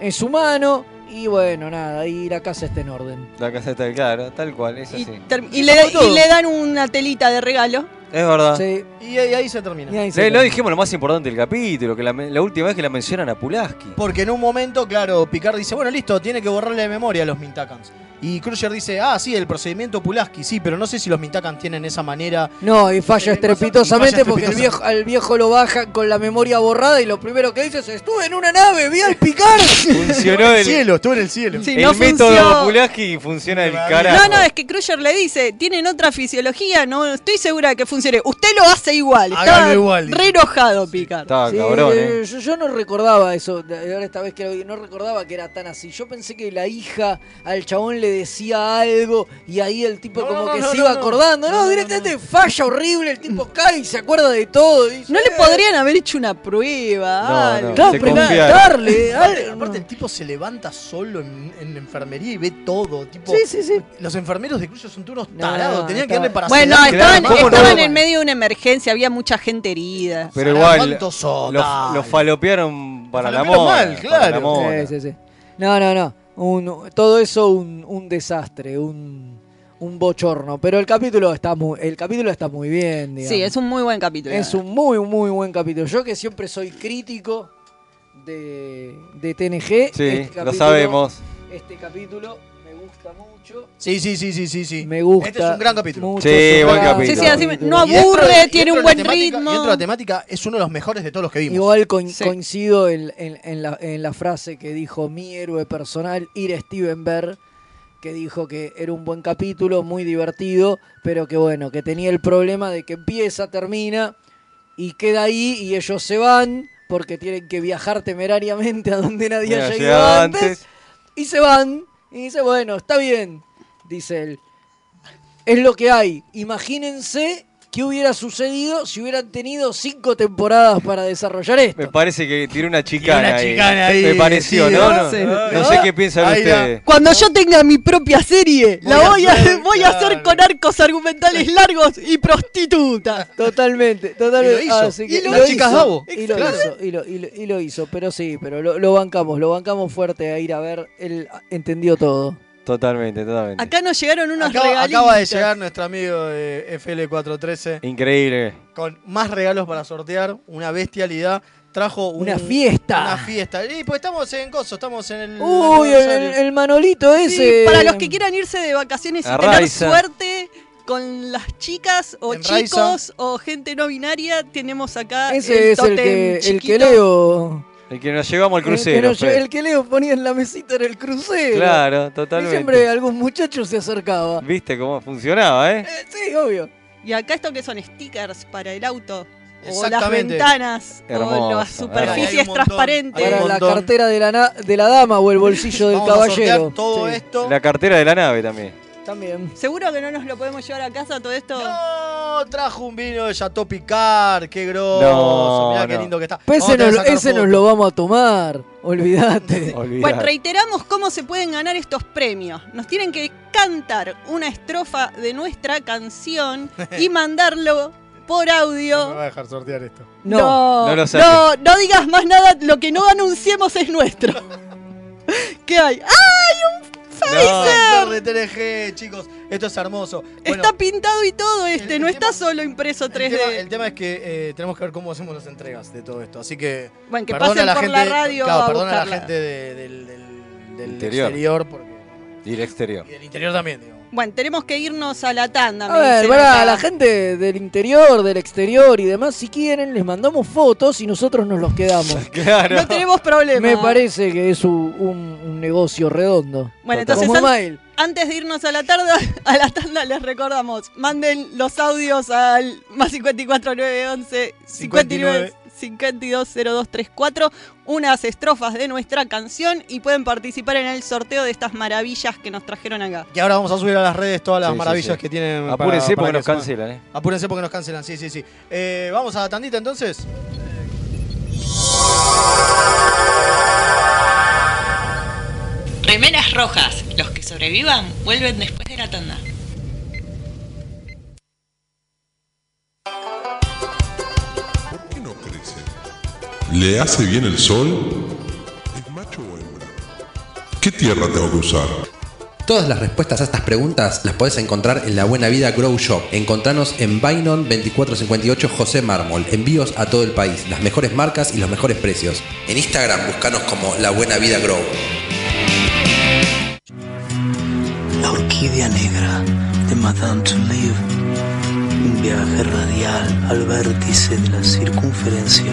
Speaker 3: es humano. Y bueno, nada, y la casa está en orden.
Speaker 4: La casa está claro, tal cual, es así.
Speaker 1: Term- y, le, y le dan una telita de regalo.
Speaker 4: Es verdad.
Speaker 3: Sí.
Speaker 2: Y ahí, ahí se termina.
Speaker 3: Y ahí se
Speaker 4: Le- no
Speaker 3: termina.
Speaker 4: dijimos lo más importante del capítulo, que la, me- la última vez que la mencionan a Pulaski.
Speaker 2: Porque en un momento, claro, Picard dice, bueno, listo, tiene que borrarle de memoria a los Mintacans. Y Crusher dice, ah, sí, el procedimiento Pulaski, sí, pero no sé si los Mintacans tienen esa manera.
Speaker 3: No, y falla estrepitosamente
Speaker 2: Y Eh, falla
Speaker 3: porque el
Speaker 2: estrepitosa.
Speaker 3: viejo, al viejo lo bajan con la memoria borrada y lo primero que dice es, estuve en una nave, vi al Picard.
Speaker 4: Funcionó el,
Speaker 2: cielo, estuvo en el cielo.
Speaker 1: Sí,
Speaker 4: el
Speaker 1: no
Speaker 4: método
Speaker 1: funcionó.
Speaker 4: Pulaski funciona del
Speaker 1: No,
Speaker 4: carajo.
Speaker 1: no, es que Crusher le dice, tienen otra fisiología, no estoy segura de que funcione. Usted lo hace igual. Está
Speaker 2: Hágalo igual.
Speaker 1: re enojado, Picard.
Speaker 4: Está
Speaker 3: Sí,
Speaker 4: cabrón,
Speaker 3: eh,
Speaker 4: eh.
Speaker 3: yo, yo no recordaba eso, de- ahora esta vez que lo vi, no recordaba que era tan así. Yo pensé que la hija al chabón le decía algo y ahí el tipo como
Speaker 2: no,
Speaker 3: que
Speaker 2: no,
Speaker 3: se
Speaker 2: no,
Speaker 3: iba
Speaker 2: no.
Speaker 3: acordando. No, directamente falla horrible, el tipo cae y se acuerda de todo. y dice,
Speaker 1: No le
Speaker 3: "Eh".
Speaker 1: podrían haber hecho una prueba.
Speaker 4: No,
Speaker 1: algo.
Speaker 4: no,
Speaker 3: Claro,
Speaker 4: se
Speaker 3: pero
Speaker 4: confiaron.
Speaker 3: darle,
Speaker 2: Aparte,
Speaker 3: darle.
Speaker 2: aparte el tipo se levanta solo en, en enfermería y ve todo. Tipo,
Speaker 3: Sí, sí, sí.
Speaker 2: Los enfermeros de Crusher son todos unos
Speaker 3: No,
Speaker 2: tarados. Tenían que
Speaker 3: está-
Speaker 2: darle para
Speaker 1: Bueno,
Speaker 2: sedar.
Speaker 1: estaban,
Speaker 4: claro, ¿cómo no?
Speaker 1: estaban en medio de una emergencia, había mucha gente herida.
Speaker 4: Pero
Speaker 2: Pará,
Speaker 4: igual,
Speaker 2: ¿cuántos son?
Speaker 4: los,
Speaker 2: Dale.
Speaker 4: los falopearon para la
Speaker 2: falopearon
Speaker 4: mona.
Speaker 2: mal,
Speaker 4: para la
Speaker 2: claro.
Speaker 4: mona.
Speaker 3: Sí, sí, sí. No, no, no. Un- todo eso un, un desastre, un, un bochorno. Pero el capítulo está muy, el capítulo está muy bien, digamos.
Speaker 1: Sí, es un muy buen capítulo.
Speaker 3: Es un muy, muy buen capítulo. Yo que siempre soy crítico de, de TNG.
Speaker 4: Sí,
Speaker 3: este
Speaker 4: lo
Speaker 3: capítulo-
Speaker 4: sabemos.
Speaker 3: Este capítulo me gusta mucho.
Speaker 2: Sí, sí, sí, sí, sí, sí.
Speaker 3: Me gusta.
Speaker 2: Este es un gran capítulo.
Speaker 4: Sí,
Speaker 2: es un
Speaker 4: buen
Speaker 2: gran
Speaker 4: capítulo. Sí, sí, así me- no
Speaker 2: Y dentro
Speaker 1: aburre,
Speaker 2: y
Speaker 1: tiene
Speaker 2: dentro
Speaker 1: un
Speaker 2: de la
Speaker 1: buen
Speaker 2: temática-
Speaker 1: ritmo.
Speaker 2: Y dentro de la temática es uno de los mejores de todos los que vimos.
Speaker 3: Igual coin- coincido en, en- en la, en la frase que dijo mi héroe personal, Ir Steven Bear, que dijo que era un buen capítulo, muy divertido, pero que bueno, que tenía el problema de que empieza, termina y queda ahí y ellos se van porque tienen que viajar temerariamente a donde nadie
Speaker 4: Mira,
Speaker 3: haya
Speaker 4: llega
Speaker 3: ido antes.
Speaker 4: antes.
Speaker 3: Y se van y dice, bueno, está bien, dice él. Es lo que hay. Imagínense qué hubiera sucedido si hubieran tenido cinco temporadas para desarrollar esto.
Speaker 4: Me parece que tiró una chicana,
Speaker 2: Tiró una chicana ahí,
Speaker 4: Me pareció,
Speaker 2: sí,
Speaker 4: ¿no?
Speaker 2: ¿no?
Speaker 4: No, no, no sé qué piensan
Speaker 2: Ahí va.
Speaker 4: ustedes.
Speaker 1: Cuando yo tenga mi propia serie, la voy a, voy a hacer con arcos argumentales largos y prostitutas.
Speaker 3: Totalmente, totalmente.
Speaker 1: Y lo hizo.
Speaker 3: Así que
Speaker 1: Y lo
Speaker 3: lo
Speaker 1: hizo.
Speaker 3: hizo,
Speaker 1: Davo.
Speaker 3: y lo
Speaker 1: Claro.
Speaker 3: hizo, y lo- y lo- y lo hizo, pero sí, pero lo, lo bancamos, lo bancamos fuerte a ir a ver, él entendió todo.
Speaker 4: Totalmente, totalmente.
Speaker 1: Acá nos llegaron unos
Speaker 2: Acaba,
Speaker 1: regalitos.
Speaker 2: acaba de llegar nuestro amigo de FL413
Speaker 4: Increíble.
Speaker 2: con más regalos para sortear, una bestialidad. Trajo un-
Speaker 3: Una fiesta.
Speaker 2: Una fiesta. Y pues estamos en Coso, estamos en el.
Speaker 3: Uy, el, el- el manolito ese. eh,
Speaker 1: Sí, para los que quieran irse de vacaciones y
Speaker 2: A
Speaker 1: tener
Speaker 2: Raiza.
Speaker 1: suerte con las chicas o
Speaker 2: En
Speaker 1: chicos
Speaker 2: Raiza.
Speaker 1: o gente no binaria, tenemos acá
Speaker 3: ese es el
Speaker 1: tótem
Speaker 3: que, el que
Speaker 1: chiquito.
Speaker 3: leo.
Speaker 4: El que nos llevamos al
Speaker 3: el, que
Speaker 4: crucero.
Speaker 3: no-
Speaker 4: Fede.
Speaker 3: el que leo ponía en la mesita en el crucero.
Speaker 4: Claro,
Speaker 3: Y
Speaker 4: totalmente.
Speaker 3: siempre algún muchacho se acercaba.
Speaker 4: Viste cómo funcionaba, ¿eh?
Speaker 3: Eh, Sí, obvio.
Speaker 1: Y acá esto que son stickers para el auto. O las
Speaker 2: Exactamente.
Speaker 1: ventanas, o
Speaker 4: Hermoso,
Speaker 1: las
Speaker 2: hermoso. Hay un
Speaker 1: superficies
Speaker 2: montón,
Speaker 1: transparentes.
Speaker 2: hay un
Speaker 3: Para la
Speaker 2: montón.
Speaker 3: cartera de la, na- de la dama o el bolsillo del
Speaker 2: Vamos a
Speaker 3: caballero.
Speaker 2: sortear todo
Speaker 3: Sí,
Speaker 2: esto.
Speaker 4: La cartera de la nave también.
Speaker 3: También.
Speaker 1: ¿Seguro que no nos lo podemos llevar a casa todo esto?
Speaker 2: No, trajo un vino de Chateau Picard, qué grosso.
Speaker 4: No,
Speaker 2: mirá qué
Speaker 4: no.
Speaker 2: lindo que está.
Speaker 3: Pero
Speaker 2: Vamos a
Speaker 3: ese
Speaker 2: tener
Speaker 3: nos,
Speaker 2: que
Speaker 3: lo-
Speaker 2: sacar
Speaker 3: ese nos
Speaker 2: fotos.
Speaker 3: lo vamos a tomar. Olvídate.
Speaker 1: Bueno, reiteramos cómo se pueden ganar estos premios. Nos tienen que cantar una estrofa de nuestra canción y mandarlo por
Speaker 5: Me
Speaker 1: audio.
Speaker 5: va a dejar sortear esto.
Speaker 1: No,
Speaker 4: No lo saques.
Speaker 1: no, no digas más nada, lo que no anunciemos es nuestro. ¿Qué hay? ¡Ay, un
Speaker 2: No,
Speaker 1: Pfizer!
Speaker 2: de TNG, chicos, esto es hermoso. Bueno,
Speaker 1: Está pintado y todo este, no está solo impreso
Speaker 2: el, tema,
Speaker 1: 3D.
Speaker 2: el tema es que eh, tenemos que ver cómo hacemos las entregas de todo esto. Así que.
Speaker 1: Bueno, que
Speaker 2: perdona
Speaker 1: pasen
Speaker 2: a la
Speaker 1: por
Speaker 2: gente,
Speaker 1: la radio
Speaker 2: Claro,
Speaker 1: a
Speaker 2: perdona a la
Speaker 1: buscarla.
Speaker 2: gente de- del, del- del
Speaker 4: Interior.
Speaker 2: exterior porque,
Speaker 4: Y el exterior.
Speaker 2: y del interior también, digo.
Speaker 1: Bueno, tenemos que irnos a la tanda.
Speaker 3: A
Speaker 1: me
Speaker 3: ver,
Speaker 1: dicen
Speaker 3: para
Speaker 1: acá.
Speaker 3: la gente del interior, del exterior y demás, si quieren, les mandamos fotos y nosotros nos los quedamos.
Speaker 4: Claro.
Speaker 1: No tenemos problema.
Speaker 3: Me parece que es un, un- un negocio redondo.
Speaker 1: Bueno, entonces
Speaker 3: Como
Speaker 1: an-
Speaker 3: Mael.
Speaker 1: antes de irnos a la tarde, a la tanda les recordamos, manden los audios al más 54911 59 520234, unas estrofas de nuestra canción y pueden participar en el sorteo de estas maravillas que nos trajeron acá.
Speaker 2: Que ahora vamos a subir a las redes todas las
Speaker 4: Sí, sí,
Speaker 2: maravillas
Speaker 4: sí.
Speaker 2: que tienen. para-
Speaker 4: Apúrense
Speaker 2: para
Speaker 4: porque
Speaker 2: que
Speaker 4: nos
Speaker 2: suman.
Speaker 4: cancelan, ¿eh?
Speaker 2: Apúrense porque nos cancelan, sí, sí, sí. Eh, vamos a la tandita entonces.
Speaker 12: Remeras rojas. Los que sobrevivan vuelven después de la tanda.
Speaker 7: qué no crece? ¿Le hace bien el sol? ¿Es macho o hembra? ¿Qué tierra tengo que usar?
Speaker 18: Todas las respuestas a estas preguntas las podés encontrar en La Buena Vida Grow Shop. Encontranos en Bainon 2458 José Mármol. Envíos a todo el país, las mejores marcas y los mejores precios. En Instagram buscanos como La Buena Vida Grow.
Speaker 19: La orquídea negra de Madame Touleau. Un viaje radial al vértice de la circunferencia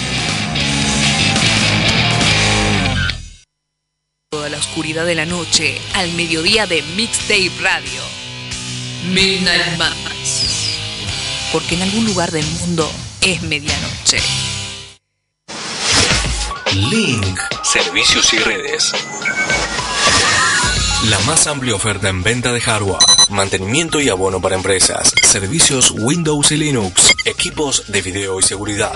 Speaker 16: Toda la oscuridad de la noche al mediodía de Mixtape Radio. Midnight Mass. porque en algún lugar del mundo es medianoche.
Speaker 20: Link. Servicios y redes. La más amplia oferta en venta de hardware, mantenimiento y abono para empresas, servicios Windows y Linux, equipos de video y seguridad.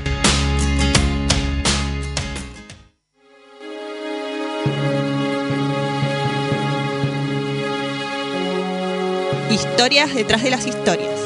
Speaker 21: Historias detrás de las historias.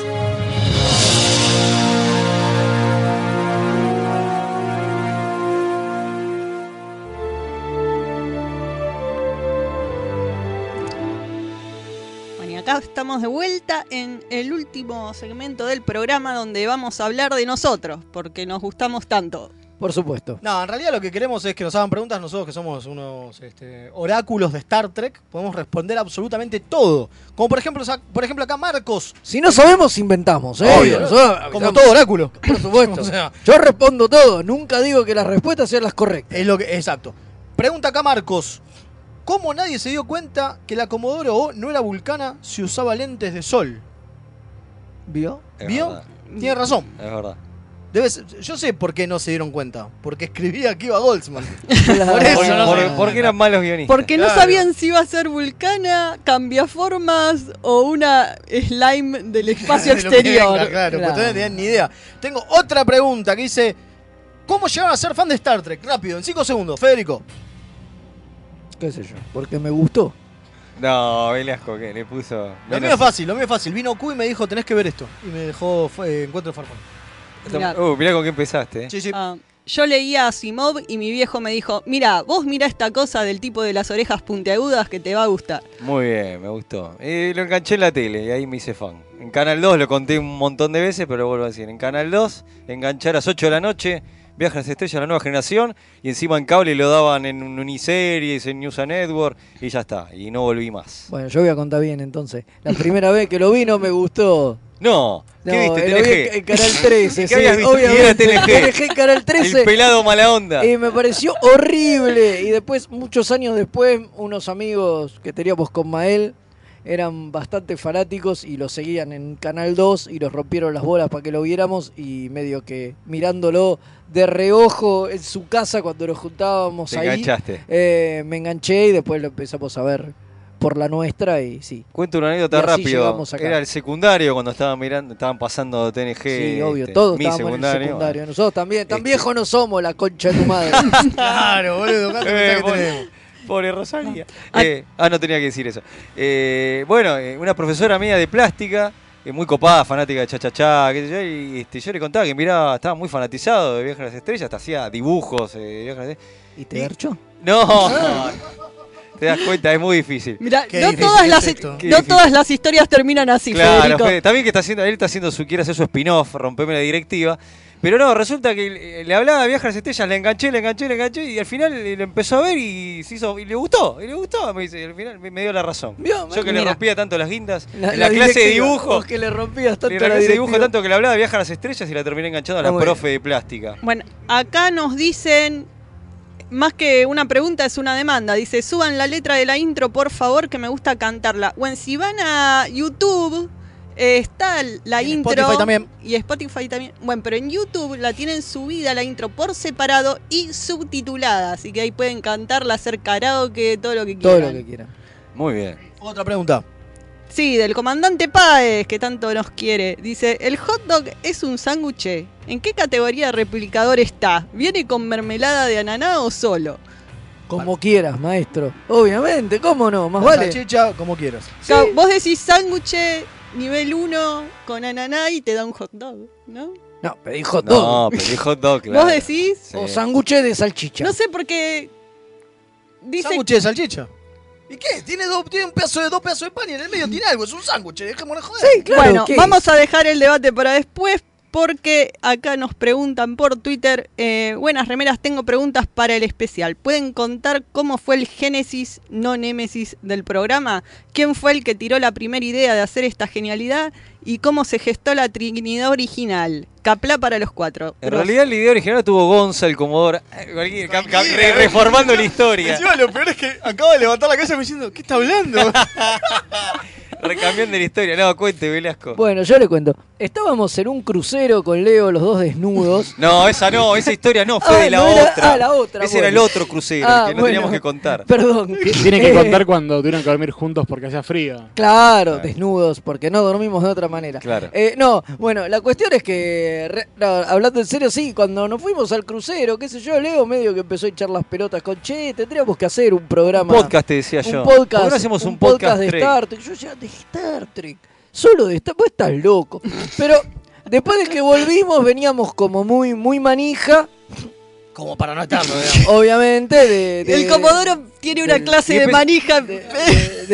Speaker 1: Bueno, y acá estamos de vuelta en el último segmento del programa donde vamos a hablar de nosotros, porque nos gustamos tanto.
Speaker 3: Por supuesto.
Speaker 2: No, en realidad lo que queremos es que nos hagan preguntas nosotros que somos unos este, oráculos de Star Trek. Podemos responder absolutamente todo. Como por ejemplo, sa- por ejemplo acá Marcos.
Speaker 3: Si no sabemos, inventamos. ¿eh?
Speaker 2: Obvio.
Speaker 3: Nosotros
Speaker 2: Como
Speaker 3: avisamos.
Speaker 2: todo oráculo.
Speaker 3: Por supuesto.
Speaker 2: O sea.
Speaker 3: Yo respondo todo. Nunca digo que las respuestas sean las correctas.
Speaker 2: Es lo que, exacto. Pregunta acá Marcos. ¿Cómo nadie se dio cuenta que la Comodoro O no era vulcana si usaba lentes de sol? ¿Vio?
Speaker 4: Es
Speaker 2: ¿Vio?
Speaker 4: verdad.
Speaker 2: Tiene razón.
Speaker 4: Es verdad.
Speaker 2: Debe ser- yo sé por qué no se dieron cuenta. Porque escribía que iba Goldsman.
Speaker 4: Por-
Speaker 2: por eso no se
Speaker 4: por-
Speaker 2: dieron
Speaker 4: porque
Speaker 2: cuenta.
Speaker 4: eran malos guionistas.
Speaker 1: Porque no
Speaker 2: Claro.
Speaker 1: sabían si iba a ser Vulcana, Cambiaformas o una slime del espacio
Speaker 2: De lo que
Speaker 1: exterior.
Speaker 2: venga, claro, pues
Speaker 1: Claro.
Speaker 2: porque ustedes no tenían ni idea. Tengo otra pregunta que dice: ¿Cómo llegaron a ser fan de Star Trek? Rápido, en 5 segundos, Federico.
Speaker 3: ¿Qué sé yo? Porque me gustó.
Speaker 4: No, Velasco que le puso.
Speaker 2: Lo mío es fácil, lo mío es fácil. Vino Q y me dijo: Tenés que ver esto. Y me dejó fue, eh, Encuentro de Farfán.
Speaker 1: Mirá.
Speaker 4: Uh, mirá con qué empezaste. eh.
Speaker 1: Ah, yo leía a Simov y mi viejo me dijo, mira, vos mira esta cosa del tipo de las orejas puntiagudas que te va a gustar.
Speaker 4: Muy bien, me gustó. Y lo enganché en la tele y ahí me hice fan. En Canal 2 lo conté un montón de veces, pero lo vuelvo a decir. En Canal 2, enganché a las 8 de la noche, Viajes a las Estrellas, la nueva generación, y encima en cable lo daban en un- uniseries, en News and Network, y ya está. Y no volví más.
Speaker 3: Bueno, yo voy a contar bien entonces. La primera vez que lo vi no me gustó.
Speaker 4: No, ¿qué
Speaker 3: No,
Speaker 4: viste?
Speaker 3: lo vi en-
Speaker 4: TNG.
Speaker 3: en Canal 13,
Speaker 4: ¿Qué
Speaker 3: sí,
Speaker 4: habías visto? Y era
Speaker 3: obviamente.
Speaker 4: TNG.
Speaker 3: TNG, Canal 13.
Speaker 4: El pelado mala onda.
Speaker 3: Y me pareció horrible. Y después, muchos años después, unos amigos que teníamos con Mael eran bastante fanáticos y lo seguían en Canal 2 y los rompieron las bolas para que lo viéramos y medio que mirándolo de reojo en su casa cuando nos juntábamos
Speaker 4: Te
Speaker 3: ahí.
Speaker 4: enganchaste.
Speaker 3: eh, me enganché y después lo empezamos a ver por la nuestra y sí.
Speaker 4: Cuento una anécdota
Speaker 3: Y así
Speaker 4: rápido.
Speaker 3: llegamos acá.
Speaker 4: Era el secundario cuando estaban mirando, estaban pasando TNG.
Speaker 3: Sí, obvio,
Speaker 4: este,
Speaker 3: todos
Speaker 4: mi
Speaker 3: estábamos en
Speaker 4: secundario.
Speaker 3: el secundario. Nosotros también, tan viejos no somos, la concha de tu madre.
Speaker 2: claro, boludo, ¿cuánto pensás
Speaker 4: Eh,
Speaker 2: que
Speaker 4: pobre,
Speaker 2: tenemos?
Speaker 4: pobre Rosalía. Eh, ah, no tenía que decir eso. Eh, bueno, eh, una profesora mía de plástica, eh, muy copada, fanática de chachachá, qué sé yo, y este, yo le contaba que miraba, estaba muy fanatizado de Viajes a las Estrellas, hasta hacía dibujos. eh, de Viajes a las Estrellas.
Speaker 3: ¿Y te garchó? Ah.
Speaker 4: No, te das cuenta, es muy difícil.
Speaker 1: Mira, no, todas las,
Speaker 4: Qué
Speaker 1: no
Speaker 4: difícil.
Speaker 1: todas las historias terminan así,
Speaker 4: Claro,
Speaker 1: Federico.
Speaker 4: Fede, también que está haciendo, él está haciendo su, quiere hacer su spin-off, rompeme la directiva. Pero no, resulta que eh, le hablaba de Viajes a las Estrellas, le enganché, le enganché, le enganché, y al final eh, lo empezó a ver y se hizo, y le gustó, y le gustó, me dice, y al final me, me dio la razón.
Speaker 3: Vio,
Speaker 4: Yo que le
Speaker 3: mira.
Speaker 4: rompía tanto las guindas,
Speaker 3: La-
Speaker 4: en la,
Speaker 3: la
Speaker 4: clase de
Speaker 3: directiva,
Speaker 4: dibujo,
Speaker 3: vos que le rompías tanto
Speaker 4: en
Speaker 3: la
Speaker 4: la clase de dibujo
Speaker 3: directiva.
Speaker 4: tanto que le hablaba de Viajes a las Estrellas y la terminé enganchando a la
Speaker 3: Ah, bueno.
Speaker 4: profe de plástica.
Speaker 1: Bueno, acá nos dicen, más que una pregunta es una demanda. Dice, suban la letra de la intro, por favor, que me gusta cantarla. Bueno, si van a YouTube, eh, está la intro.
Speaker 2: Spotify también.
Speaker 1: Y Spotify también. Bueno, pero en YouTube la tienen subida la intro por separado y subtitulada. Así que ahí pueden cantarla, hacer karaoke, todo lo que
Speaker 3: Todo
Speaker 1: quieran.
Speaker 3: lo que quieran.
Speaker 4: Muy bien.
Speaker 2: Otra pregunta.
Speaker 1: Sí, del comandante Páez, que tanto nos quiere. Dice, el hot dog es un sándwich. ¿En qué categoría de replicador está? ¿Viene con mermelada de ananá o solo?
Speaker 3: Como quieras, maestro. Obviamente, ¿cómo no? Más
Speaker 2: La
Speaker 3: vale.
Speaker 2: salchicha, como quieras.
Speaker 1: Ca- Vos decís sándwich nivel 1 con ananá y te da un hot dog, ¿no?
Speaker 3: No, pedí hot dog.
Speaker 4: No, pedí hot dog, claro.
Speaker 1: ¿Vos decís?
Speaker 4: Sí.
Speaker 3: O sándwiches de salchicha.
Speaker 1: No sé por qué. Dice...
Speaker 2: Sándwich de salchicha. ¿Y qué? Tiene, dos, tiene un pedazo de, dos pedazos de pan y en el medio tiene algo. Es un sándwich. Dejémonos de joder.
Speaker 1: bueno, vamos a dejar el debate para después porque acá nos preguntan por Twitter, eh, buenas remeras, tengo preguntas para el especial. ¿Pueden contar cómo fue el génesis, no némesis del programa? ¿Quién fue el que tiró la primera idea de hacer esta genialidad? ¿Y cómo se gestó la trinidad original? Caplá para los cuatro.
Speaker 4: En realidad la idea original tuvo Gonza, el Comodoro. Ay, cualquier- cam- cam- re- reformando la historia.
Speaker 2: Encima lo peor es que acaba de levantar la cabeza diciendo, ¿qué está hablando?
Speaker 4: Recambiando la historia. No, cuente, Velasco.
Speaker 3: Bueno, yo le cuento. Estábamos en un crucero con Leo, los dos desnudos.
Speaker 4: No, esa no, esa historia no, fue
Speaker 3: Ah,
Speaker 4: de la
Speaker 3: no era-
Speaker 4: otra.
Speaker 3: ah, la otra,
Speaker 4: Ese
Speaker 3: bueno.
Speaker 4: era el otro crucero,
Speaker 3: Ah,
Speaker 4: el que no
Speaker 3: bueno.
Speaker 4: teníamos que contar.
Speaker 3: Perdón.
Speaker 5: Tiene que
Speaker 3: Eh,
Speaker 5: contar cuando tuvieron que dormir juntos porque hacía frío.
Speaker 3: Claro, desnudos, porque no dormimos de otra manera.
Speaker 5: Claro.
Speaker 3: Eh, no, bueno, la cuestión es que, re- no, hablando en serio, sí, cuando nos fuimos al crucero, qué sé yo, Leo medio que empezó a echar las pelotas con, che, tendríamos que hacer un programa.
Speaker 4: Podcast, te decía yo.
Speaker 3: Un podcast.
Speaker 4: ¿Por qué no hacemos un podcast
Speaker 3: de
Speaker 4: Trek?
Speaker 3: Star Trek? Yo decía, de Star Trek. Solo de Star Vos estás loco. Pero después de que volvimos, veníamos como muy, muy manija.
Speaker 2: Como para no estarlo,
Speaker 3: Obviamente, de, de-
Speaker 1: El Comodoro tiene una clase
Speaker 3: y
Speaker 1: de
Speaker 3: empe-
Speaker 1: manija.
Speaker 3: del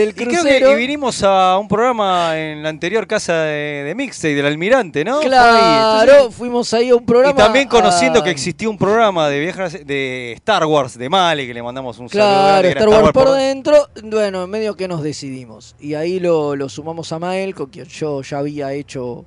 Speaker 4: Y creo
Speaker 3: crucero.
Speaker 4: que y vinimos a un programa en la anterior casa de, de Mixtape, del Almirante, ¿no? Fue ahí,
Speaker 3: Claro,
Speaker 4: entonces-
Speaker 3: fuimos ahí a un programa. ah,
Speaker 4: Y también conociendo
Speaker 3: a-
Speaker 4: que existía un programa de viajes de Star Wars, de Male, que le mandamos un saludo.
Speaker 3: Claro,
Speaker 4: grande, que era
Speaker 3: Star Wars por dentro. Bueno, medio que nos decidimos. Y ahí lo, lo sumamos a Mael, con quien yo ya había hecho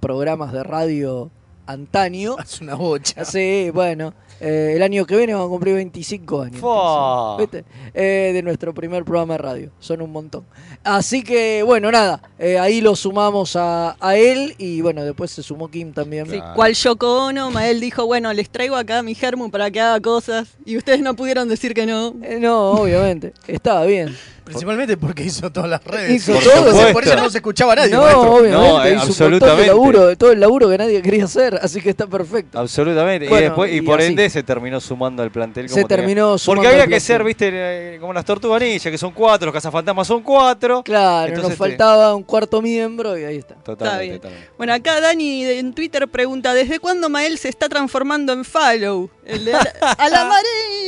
Speaker 3: programas de radio antaño.
Speaker 2: Hace una bocha.
Speaker 3: Sí, bueno. eh, el año que viene van a cumplir 25 años.
Speaker 4: Fua.
Speaker 3: ¿Viste? Eh, de nuestro primer programa de radio. Son un montón. Así que, bueno, nada. eh, ahí lo sumamos a, a él y, bueno, después se sumó Kim también.
Speaker 1: Sí, cual Yoko Ono, Mael dijo, bueno, les traigo acá a mi germu para que haga cosas. Y ustedes no pudieron decir que no.
Speaker 3: no, obviamente. Estaba bien.
Speaker 2: Principalmente porque hizo todas las redes.
Speaker 3: Hizo
Speaker 2: por
Speaker 3: todo.
Speaker 2: supuesto. Por eso no se escuchaba nadie.
Speaker 3: No,
Speaker 2: maestro.
Speaker 3: obviamente.
Speaker 4: No, eh,
Speaker 3: hizo
Speaker 4: absolutamente.
Speaker 3: Un montón de laburo, de todo el laburo que nadie quería hacer, así que está perfecto.
Speaker 4: Absolutamente.
Speaker 3: Bueno,
Speaker 4: y, después, y,
Speaker 3: y
Speaker 4: por
Speaker 3: así.
Speaker 4: ende se terminó sumando al plantel.
Speaker 3: Se
Speaker 4: como tenía-
Speaker 3: terminó sumando
Speaker 4: Porque había
Speaker 3: al
Speaker 4: que
Speaker 3: plantel.
Speaker 4: ser, viste, eh, como las tortuganillas, que son cuatro, los cazafantasmas son cuatro.
Speaker 3: Claro,
Speaker 4: Entonces,
Speaker 3: nos
Speaker 4: este,
Speaker 3: faltaba un cuarto miembro y ahí está.
Speaker 4: Totalmente,
Speaker 1: Está
Speaker 4: totalmente.
Speaker 1: Bueno, acá Dani de- en Twitter pregunta, ¿desde cuándo Mael se está transformando en Fallow? El de a, la- a la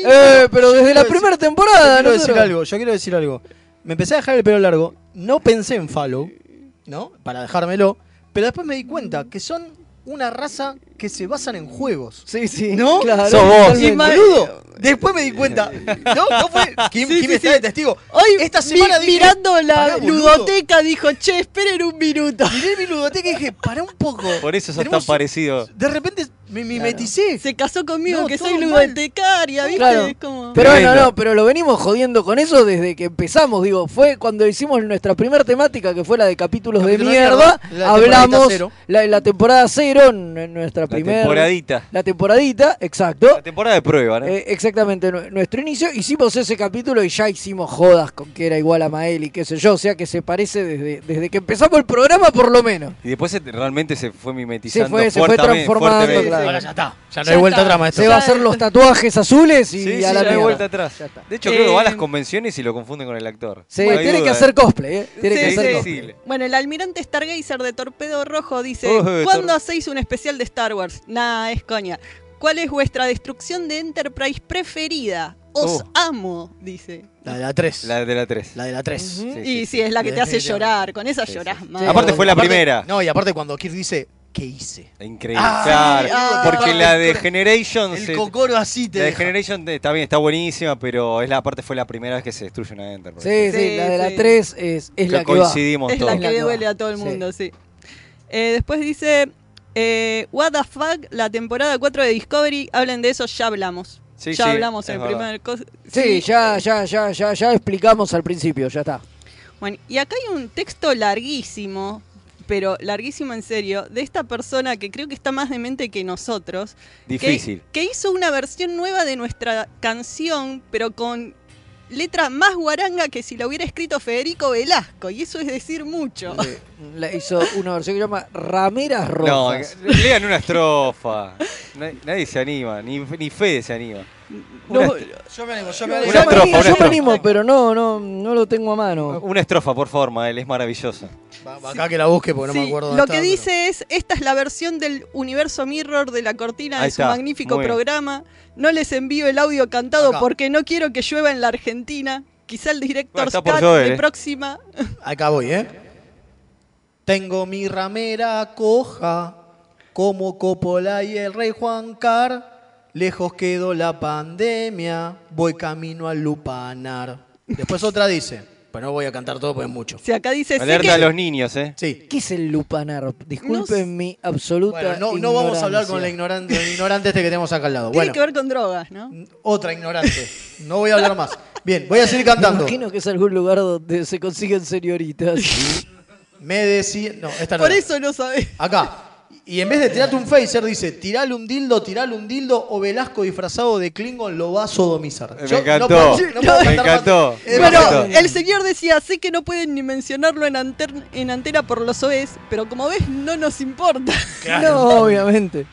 Speaker 1: marea.
Speaker 3: Eh, pero desde
Speaker 2: Yo
Speaker 3: la
Speaker 2: quiero
Speaker 3: primera
Speaker 2: decir-
Speaker 3: temporada,
Speaker 2: yo quiero
Speaker 3: nosotros-
Speaker 2: decir algo, yo quiero decir algo. Me empecé a dejar el pelo largo, no pensé en follow, ¿no? Para dejármelo, pero después me di cuenta que son una raza que se basan en juegos.
Speaker 3: Sí, sí.
Speaker 2: ¿No?
Speaker 3: Claro,
Speaker 2: Sos vos.
Speaker 3: totalmente.
Speaker 2: Y ma- boludo, después me di cuenta. No, no fue. ¿Quién,
Speaker 1: Sí,
Speaker 2: quién
Speaker 1: sí,
Speaker 2: está
Speaker 1: sí.
Speaker 2: de testigo?
Speaker 1: Hoy
Speaker 2: Esta semana
Speaker 1: mi-
Speaker 2: dije,
Speaker 1: mirando la
Speaker 2: pará, boludo.
Speaker 1: ludoteca dijo, che, esperen un minuto.
Speaker 2: Miré mi ludoteca y dije, para un poco.
Speaker 4: Por eso sos tan
Speaker 2: Tenemos-
Speaker 4: parecido.
Speaker 2: De repente me mimeticé.
Speaker 1: Se casó conmigo
Speaker 2: No,
Speaker 1: que
Speaker 2: todo
Speaker 1: soy
Speaker 2: mal.
Speaker 1: ludotecaria, ¿viste?
Speaker 3: Claro.
Speaker 1: Es como-
Speaker 3: Pero bueno,
Speaker 4: Tremendo.
Speaker 3: no, pero lo venimos jodiendo con eso desde que empezamos, digo, fue cuando hicimos nuestra primera temática, que fue la de capítulos
Speaker 2: Capítulo
Speaker 3: de
Speaker 2: de
Speaker 3: mierda,
Speaker 2: mierda, la temporadita
Speaker 3: hablamos
Speaker 2: cero.
Speaker 3: la, la temporada cero, n- nuestra primera...
Speaker 4: temporadita.
Speaker 3: La temporadita, exacto.
Speaker 4: La temporada de prueba, ¿no?
Speaker 3: Eh, exactamente, nu- nuestro inicio. Hicimos ese capítulo y ya hicimos jodas con que era igual a Mael y qué sé yo. O sea que se parece desde, desde que empezamos el programa, por lo menos.
Speaker 4: Y después se- realmente se fue
Speaker 3: Se
Speaker 4: mimetizando
Speaker 3: fue, se fue
Speaker 4: fuertemente,
Speaker 3: transformando.
Speaker 4: fuertemente.
Speaker 3: claro.
Speaker 2: Ahora ya está. Ya no hay vuelta atrás, maestro.
Speaker 3: Se va a hacer los tatuajes azules y
Speaker 4: Sí, sí,
Speaker 3: a la
Speaker 4: ya no hay
Speaker 3: mierda.
Speaker 4: vuelta atrás.
Speaker 3: Ya está.
Speaker 4: De hecho, creo que va a las
Speaker 1: Eh,
Speaker 4: convenciones y lo confunden con el actor.
Speaker 3: Sí,
Speaker 4: No hay
Speaker 3: tiene que
Speaker 4: duda,
Speaker 3: hacer
Speaker 4: ¿eh?
Speaker 3: cosplay, ¿eh? Tiene que
Speaker 4: Sí,
Speaker 3: hacer
Speaker 4: sí,
Speaker 3: cosplay.
Speaker 4: sí.
Speaker 1: Bueno, el almirante Stargazer de Torpedo Rojo dice,
Speaker 4: Oh, eh,
Speaker 1: ¿cuándo
Speaker 4: Tor-
Speaker 1: hacéis un especial de Star Wars? Nah, es coña. ¿Cuál es vuestra destrucción de Enterprise preferida? Os
Speaker 4: Oh.
Speaker 1: amo, dice.
Speaker 2: La de la 3.
Speaker 4: La de la 3.
Speaker 2: La de la 3.
Speaker 1: y si es la que te hace llorar, con esa
Speaker 4: Sí, sí,
Speaker 1: llorás
Speaker 4: sí.
Speaker 1: más.
Speaker 4: Aparte fue la primera.
Speaker 2: No, y aparte cuando Kirk dice, ¿qué hice?
Speaker 4: Increíble.
Speaker 2: Ah,
Speaker 4: claro,
Speaker 2: sí, ah,
Speaker 4: porque
Speaker 2: ah,
Speaker 4: la
Speaker 2: el
Speaker 4: de
Speaker 2: cor-
Speaker 4: Generation.
Speaker 2: El
Speaker 4: se-
Speaker 2: cocoro así te
Speaker 4: La de
Speaker 2: deja.
Speaker 4: Generation te- está bien, está buenísima, pero es la parte fue la primera vez que se destruye una Enterprise.
Speaker 3: Sí, sí, la de la 3 es, es
Speaker 4: Que
Speaker 3: la que va.
Speaker 4: coincidimos
Speaker 1: Es la
Speaker 4: todos.
Speaker 1: que duele a todo el
Speaker 3: Sí.
Speaker 1: mundo, sí. Eh, después dice, eh, What the fuck, la temporada 4 de Discovery, hablen de eso, ya hablamos.
Speaker 4: Sí,
Speaker 1: ya
Speaker 4: sí,
Speaker 1: hablamos en
Speaker 4: es
Speaker 1: el primer...
Speaker 4: verdad.
Speaker 1: cos-
Speaker 3: Sí, ya, ya, ya, ya, ya explicamos al principio, ya está.
Speaker 1: Bueno, y acá hay un texto larguísimo, pero larguísimo en serio, de esta persona que creo que está más demente que nosotros. que-
Speaker 4: Difícil.
Speaker 1: Que, hizo una versión nueva de nuestra canción, pero con letra más guaranga que si la hubiera escrito Federico Velasco. Y eso es decir mucho.
Speaker 3: La hizo una versión que se llama Rameras
Speaker 4: No,
Speaker 3: Rojas.
Speaker 4: lean una estrofa. Na- Nadie se anima, ni, ni Fede se anima.
Speaker 1: No,
Speaker 2: Yo me animo, yo me
Speaker 3: Yo me
Speaker 2: animo.
Speaker 4: estrofa,
Speaker 3: animo,
Speaker 4: una
Speaker 3: yo me
Speaker 4: estrofa.
Speaker 3: animo, pero no, no, no lo tengo a mano.
Speaker 4: Una estrofa, por favor, Mael, es maravillosa.
Speaker 2: Acá que la busque porque no me
Speaker 1: Sí,
Speaker 2: acuerdo. dónde
Speaker 1: lo que
Speaker 2: estaba.
Speaker 1: dice es, esta es la versión del universo Mirror de la cortina
Speaker 4: Ahí
Speaker 1: de su
Speaker 4: está,
Speaker 1: magnífico
Speaker 4: muy bien.
Speaker 1: programa. No les envío el audio cantado
Speaker 2: Acá.
Speaker 1: porque no quiero que llueva en la Argentina. Quizá el director
Speaker 2: está por
Speaker 1: Scott
Speaker 2: llover,
Speaker 1: de
Speaker 2: eh.
Speaker 1: próxima.
Speaker 2: Acá voy, ¿eh? Tengo mi ramera coja, como Coppola y el rey Juan Car. Lejos quedó la pandemia, voy camino al lupanar. Después otra dice, pero no voy a cantar todo porque es mucho.
Speaker 1: Si acá dice,
Speaker 4: Alerta a los niños, ¿eh?
Speaker 2: Sí.
Speaker 3: ¿Qué es el lupanar? Disculpen mi absoluta
Speaker 2: Bueno, no, no vamos a hablar con la
Speaker 3: ignorancia.
Speaker 2: ignorante, el ignorante este que tenemos acá al lado.
Speaker 1: Tiene
Speaker 2: Bueno,
Speaker 1: que ver con drogas, ¿no?
Speaker 2: otra ignorante. No voy a hablar más. Bien, voy a seguir cantando.
Speaker 3: Me imagino que es algún lugar donde se consiguen señoritas.
Speaker 2: Me decía. No, esta no
Speaker 1: Por
Speaker 2: era.
Speaker 1: eso no sabés.
Speaker 2: Acá. Y en vez de tirarte un phaser, dice: tirale un dildo, tirale un dildo, o Velasco disfrazado de Klingon lo va a sodomizar.
Speaker 4: Me
Speaker 2: Yo no
Speaker 4: encantó,
Speaker 2: puedo- no puedo
Speaker 4: me
Speaker 2: cantar más.
Speaker 4: encantó.
Speaker 2: Eh,
Speaker 4: Bueno,
Speaker 2: perfecto.
Speaker 1: El señor decía, sé que no pueden ni mencionarlo en, anter- en antena por los OEs, pero como ves, no nos importa.
Speaker 3: No, obviamente.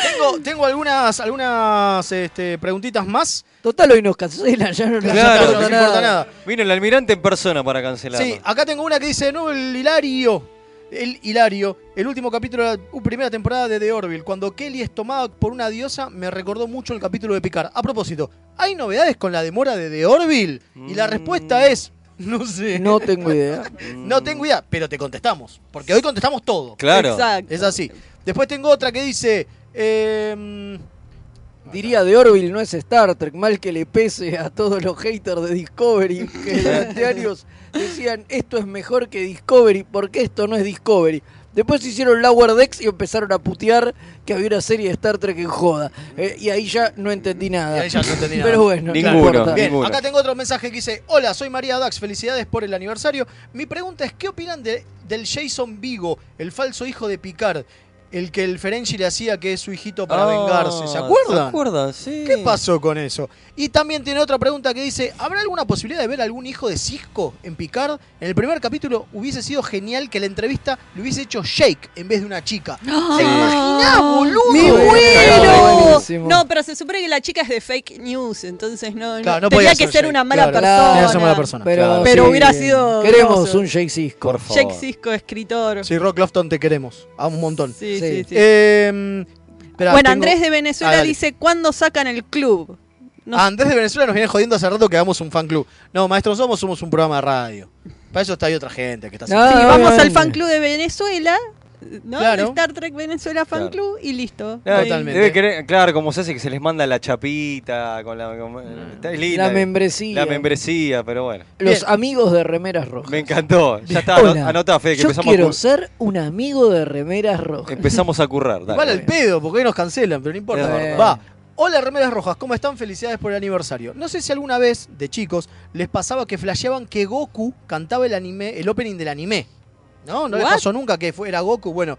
Speaker 2: Tengo, tengo algunas, algunas este, preguntitas más.
Speaker 3: Total, hoy nos cancelan, ya no nos
Speaker 4: Claro,
Speaker 3: importa nada.
Speaker 4: Vino el almirante en persona para cancelarlo.
Speaker 2: Sí, acá tengo una que dice, no, el Hilario. El Hilario, el último capítulo de la uh, primera temporada de The Orville, cuando Kelly es tomada por una diosa, me recordó mucho el capítulo de Picard. A propósito, ¿hay novedades con la demora de The Orville? Y la respuesta es, no sé.
Speaker 3: No tengo idea.
Speaker 2: no tengo idea, pero te contestamos, porque hoy contestamos todo.
Speaker 4: Claro.
Speaker 1: Exacto.
Speaker 2: Es así. Después tengo otra que dice, ehm,
Speaker 3: Em, Diría de Orville, no es Star Trek, mal que le pese a todos los haters de Discovery que durante años decían esto es mejor que Discovery, porque esto no es Discovery. Después hicieron Lower Decks y empezaron a putear que había una serie de Star Trek en joda. Eh, y ahí ya no entendí nada.
Speaker 2: Y ahí ya no entendí nada.
Speaker 3: Pero bueno,
Speaker 4: Ninguno,
Speaker 3: no importa.
Speaker 2: Bien,
Speaker 4: Ninguno.
Speaker 2: acá tengo otro mensaje que dice: Hola, soy María Dax, felicidades por el aniversario. Mi pregunta es: ¿qué opinan de- del Jason Vigo, el falso hijo de Picard? El que el Ferengi le hacía que es su hijito para
Speaker 4: Ah,
Speaker 2: vengarse. ¿Se
Speaker 4: ¿Se
Speaker 2: acuerdan?
Speaker 4: acuerdan? Sí.
Speaker 2: ¿Qué pasó con eso? Y también tiene otra pregunta que dice: ¿Habrá alguna posibilidad de ver algún hijo de Cisco en Picard? En el primer capítulo hubiese sido genial que la entrevista lo hubiese hecho Jake en vez de una chica.
Speaker 1: Ah.
Speaker 2: ¿Se imaginá, boludo?
Speaker 1: ¡Me
Speaker 2: Claro.
Speaker 1: muero!
Speaker 3: buenísimo.
Speaker 1: No, pero se supone que la chica es de fake news, entonces no, no-
Speaker 2: Claro, no
Speaker 1: tenía
Speaker 2: podía
Speaker 1: que
Speaker 2: ser
Speaker 1: ser
Speaker 2: Jake,
Speaker 1: una mala
Speaker 2: claro.
Speaker 1: persona.
Speaker 2: Tenía que ser mala persona.
Speaker 3: Pero,
Speaker 1: Pero
Speaker 3: sí,
Speaker 1: hubiera
Speaker 3: bien.
Speaker 1: sido
Speaker 3: Queremos
Speaker 1: grosso.
Speaker 3: un Jake Sisko.
Speaker 4: Por favor.
Speaker 1: Jake Sisko, escritor.
Speaker 2: Sí, Rock Lofton, te queremos. A un montón.
Speaker 1: Sí, sí,
Speaker 3: Sí.
Speaker 1: sí.
Speaker 2: Eh, esperá,
Speaker 1: bueno,
Speaker 2: tengo-
Speaker 1: Andrés de Venezuela
Speaker 2: Ah, dale.
Speaker 1: dice, ¿cuándo sacan el club? No-
Speaker 2: Ah, Andrés de Venezuela nos viene jodiendo hace rato que hagamos un fan club. No, maestros somos, somos un programa de radio. Para eso está ahí otra gente que está
Speaker 3: No,
Speaker 1: Sí,
Speaker 3: Ah,
Speaker 1: vamos
Speaker 3: obviamente.
Speaker 1: al fan club de Venezuela, ¿no?
Speaker 2: Claro.
Speaker 1: De Star Trek Venezuela fan
Speaker 4: Claro.
Speaker 1: club y listo.
Speaker 4: Claro,
Speaker 1: Ahí.
Speaker 2: Totalmente.
Speaker 4: debe querer- claro, como se hace que se les manda la chapita con la con- está linda.
Speaker 3: La membresía.
Speaker 4: La membresía, pero bueno.
Speaker 3: Los
Speaker 2: Mm. Bien.
Speaker 3: amigos de Remeras Rojas.
Speaker 4: Me encantó. Ya está,
Speaker 3: Hola,
Speaker 4: ano- anotá, Fede, que
Speaker 3: yo
Speaker 4: empezamos a,
Speaker 3: quiero
Speaker 4: cur-
Speaker 3: ser un amigo de Remeras Rojas.
Speaker 4: empezamos a currar. dale.
Speaker 2: Igual al pedo, porque hoy nos cancelan, pero no
Speaker 4: Es
Speaker 2: importa.
Speaker 4: verdad.
Speaker 2: Va. Hola, remeras rojas, ¿cómo están? Felicidades por el aniversario. No sé si alguna vez, de chicos, les pasaba que flasheaban que Goku cantaba el anime, el opening del anime. ¿No? No les
Speaker 1: What?
Speaker 2: pasó nunca que fuera Goku. Bueno,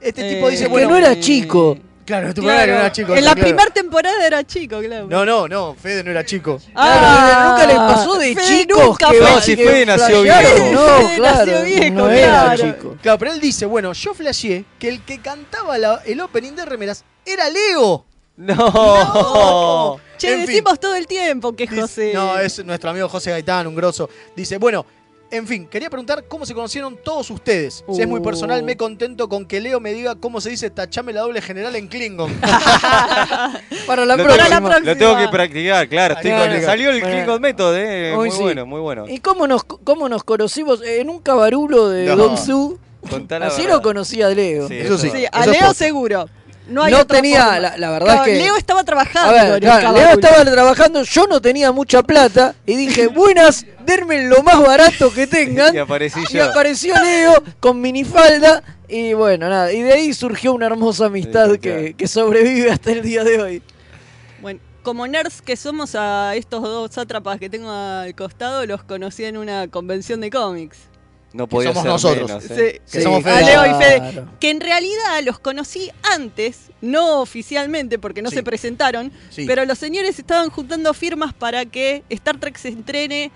Speaker 2: este tipo
Speaker 1: Eh,
Speaker 2: dice,
Speaker 1: que
Speaker 2: bueno.
Speaker 3: no era chico.
Speaker 2: Claro, tu
Speaker 1: Claro.
Speaker 2: padre no era chico.
Speaker 1: en la
Speaker 2: claro.
Speaker 1: primera temporada era chico, claro.
Speaker 2: No, no, no, Fede no era chico.
Speaker 1: Ah,
Speaker 3: Claro, nunca le pasó de
Speaker 1: Fede
Speaker 3: chicos
Speaker 1: nunca
Speaker 3: que
Speaker 1: fue-
Speaker 4: No, si
Speaker 3: que
Speaker 4: Fede nació
Speaker 3: flashearon.
Speaker 4: viejo.
Speaker 3: No,
Speaker 1: Fede
Speaker 3: claro,
Speaker 1: nació viejo,
Speaker 3: no era
Speaker 1: claro.
Speaker 3: chico.
Speaker 2: Claro, pero él dice, bueno, yo flasheé que el que cantaba la- el opening de remeras era Leo.
Speaker 4: No.
Speaker 1: Che,
Speaker 2: En fin.
Speaker 1: decimos todo el tiempo que es
Speaker 2: Dice-
Speaker 1: José.
Speaker 2: No, es nuestro amigo José Gaitán, un grosso. Dice, bueno, en fin, quería preguntar cómo se conocieron todos ustedes. Si es muy
Speaker 1: Uh.
Speaker 2: personal, me contento con que Leo me diga cómo se dice tachame la doble general en Klingon.
Speaker 3: Para la
Speaker 4: Lo
Speaker 3: próxima.
Speaker 4: tengo-
Speaker 1: la próxima.
Speaker 4: Lo tengo que practicar, claro. estoy
Speaker 2: Claro.
Speaker 4: con- Salió el
Speaker 3: Bueno.
Speaker 4: Klingon Method, eh.
Speaker 3: Hoy
Speaker 4: Muy
Speaker 3: sí.
Speaker 4: bueno, muy bueno.
Speaker 3: ¿Y cómo nos, cómo nos conocimos? Eh, En un cabarulo de
Speaker 4: No.
Speaker 3: Don Su.
Speaker 4: Contá la
Speaker 3: Así
Speaker 4: verdad.
Speaker 3: lo conocía Leo.
Speaker 4: Sí,
Speaker 2: Eso sí.
Speaker 1: Sí, a
Speaker 2: Eso es
Speaker 1: Leo
Speaker 2: posta.
Speaker 1: seguro. No, hay
Speaker 3: No
Speaker 1: otra
Speaker 3: tenía-
Speaker 1: forma.
Speaker 3: la- la verdad
Speaker 1: Claro,
Speaker 3: es que-
Speaker 1: Leo estaba
Speaker 3: A
Speaker 1: trabajando.
Speaker 3: ver,
Speaker 1: en
Speaker 3: claro,
Speaker 1: el
Speaker 3: Leo
Speaker 1: Cabaculo.
Speaker 3: estaba trabajando, yo no tenía mucha plata y dije, buenas, denme lo más barato que tengan.
Speaker 4: Y aparecí
Speaker 3: Y
Speaker 4: yo.
Speaker 3: apareció Leo con minifalda y bueno, nada, y de ahí surgió una hermosa amistad
Speaker 4: Sí,
Speaker 3: que,
Speaker 4: claro.
Speaker 3: que sobrevive hasta el día de hoy.
Speaker 1: Bueno, como nerds que somos a estos dos sátrapas que tengo al costado, los conocí en una convención de cómics.
Speaker 4: No podía
Speaker 2: somos
Speaker 4: ser
Speaker 2: nosotros.
Speaker 4: menos, eh.
Speaker 1: Sí.
Speaker 2: Que somos
Speaker 1: a
Speaker 2: Fede.
Speaker 1: Leo y Fede.
Speaker 3: Claro.
Speaker 1: Que en realidad los conocí antes, no oficialmente porque no
Speaker 2: Sí.
Speaker 1: se presentaron,
Speaker 2: Sí.
Speaker 1: pero los señores estaban juntando firmas para que Star Trek se entrene,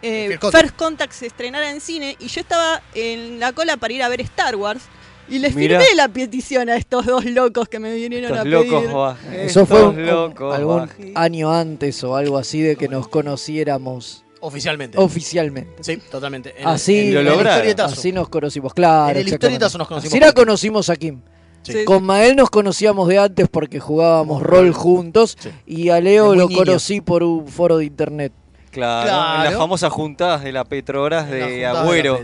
Speaker 1: eh,
Speaker 2: First Contact.
Speaker 1: First Contact se estrenara en cine y yo estaba en la cola para ir a ver Star Wars. Y les
Speaker 4: Mirá.
Speaker 1: firmé la petición a estos dos locos que me vinieron
Speaker 4: Estos
Speaker 1: a pedir.
Speaker 4: locos va-
Speaker 3: Eso fue
Speaker 4: Estos
Speaker 3: un-
Speaker 4: locos
Speaker 3: algún
Speaker 4: va-
Speaker 3: año antes o algo así de que nos conociéramos
Speaker 2: Oficialmente.
Speaker 3: oficialmente.
Speaker 2: Sí, totalmente. En-
Speaker 3: Así,
Speaker 2: en- en el historietazo.
Speaker 3: así nos conocimos, claro.
Speaker 2: En el
Speaker 3: exactamente.
Speaker 2: historietazo nos conocimos.
Speaker 3: Así la conocimos a Kim.
Speaker 2: Sí.
Speaker 3: Con Mael nos conocíamos de antes porque jugábamos rol juntos y a Leo
Speaker 2: De muy
Speaker 3: lo
Speaker 2: niño.
Speaker 3: conocí por un foro de internet.
Speaker 4: Claro, en las
Speaker 3: Claro.
Speaker 4: famosas juntadas de la Petrobras de Agüero.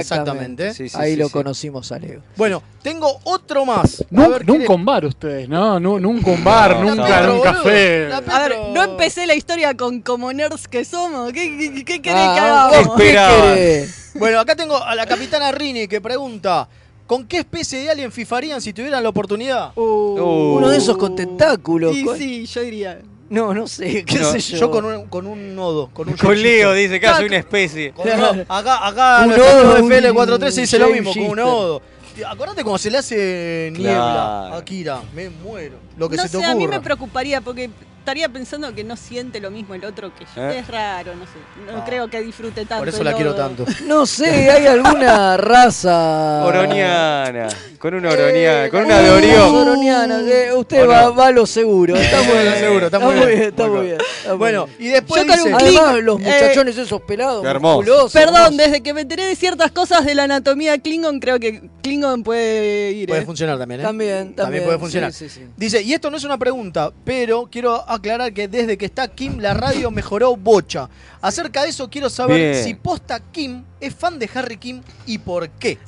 Speaker 3: Exactamente.
Speaker 4: Sí, sí,
Speaker 3: Ahí
Speaker 4: sí,
Speaker 3: lo
Speaker 4: sí.
Speaker 3: conocimos a Leo.
Speaker 2: Bueno, tengo otro más.
Speaker 5: Nunca, nunca un bar ustedes, ¿no? Nu- nunca un bar,
Speaker 4: No,
Speaker 5: nunca en
Speaker 4: no,
Speaker 5: un
Speaker 4: boludo.
Speaker 5: café.
Speaker 1: A ver, no empecé la historia con como nerds que somos. ¿Qué, qué- qué- qué querés que
Speaker 2: Ah,
Speaker 1: hagamos?
Speaker 2: ¿qué
Speaker 4: esperabas?
Speaker 2: querés? Bueno, acá tengo a la capitana Rini que pregunta: ¿Con qué especie de alien fifarían si tuvieran la oportunidad? Uh.
Speaker 3: Uno de esos con tentáculos.
Speaker 1: Y
Speaker 3: con-
Speaker 1: sí, yo diría.
Speaker 3: Uh, No, no sé, qué sé yo.
Speaker 2: Yo con un, con un nodo. Con un
Speaker 4: Con Leo dice que hace
Speaker 2: Claro.
Speaker 4: una especie.
Speaker 2: Con un nodo. Acá, acá
Speaker 4: Un
Speaker 2: nuestro
Speaker 4: nodo,
Speaker 2: amigo
Speaker 4: un-
Speaker 2: FL43 dice lo
Speaker 4: un
Speaker 2: mismo, con un
Speaker 4: shapeshifter.
Speaker 2: nodo. Acordate cuando se le hace niebla
Speaker 4: Claro.
Speaker 2: a Kira. Me muero. Lo que
Speaker 1: no
Speaker 2: se te
Speaker 1: sé, a mí me
Speaker 2: ocurra.
Speaker 1: preocuparía porque estaría pensando que no siente lo mismo el otro que yo.
Speaker 2: ¿Eh?
Speaker 1: Es raro, no sé. No
Speaker 2: Ah.
Speaker 1: creo que disfrute tanto.
Speaker 2: Por eso
Speaker 1: el
Speaker 2: la quiero
Speaker 1: lodo.
Speaker 2: tanto.
Speaker 3: No sé, hay alguna raza.
Speaker 4: Oroniana. Con una oroniana. Con una
Speaker 3: Eh,
Speaker 4: de Orión.
Speaker 3: Oroniana, eh, usted
Speaker 4: ¿O
Speaker 3: va,
Speaker 4: no?
Speaker 3: va a lo seguro. Está muy bien.
Speaker 2: seguro, está muy bien.
Speaker 3: Está muy bien. está muy
Speaker 2: Bueno,
Speaker 3: bien.
Speaker 2: y después
Speaker 3: Yo te hago
Speaker 2: dice-
Speaker 3: un clic. Además, los
Speaker 1: eh,
Speaker 3: muchachones esos pelados.
Speaker 4: Qué hermoso.
Speaker 3: musculosos,
Speaker 1: Perdón,
Speaker 3: hermosos.
Speaker 1: desde que me enteré de ciertas cosas de la anatomía Klingon, creo que Klingon puede ir.
Speaker 2: Puede
Speaker 1: ¿eh?
Speaker 2: funcionar también, ¿eh?
Speaker 3: También, también.
Speaker 2: puede funcionar.
Speaker 3: Sí, sí, sí.
Speaker 2: Dice, y esto no es una pregunta, pero quiero aclarar que desde que está Kim la radio mejoró bocha. Acerca de eso quiero saber
Speaker 4: Bien.
Speaker 2: si posta Kim es fan de Harry Kim y por qué.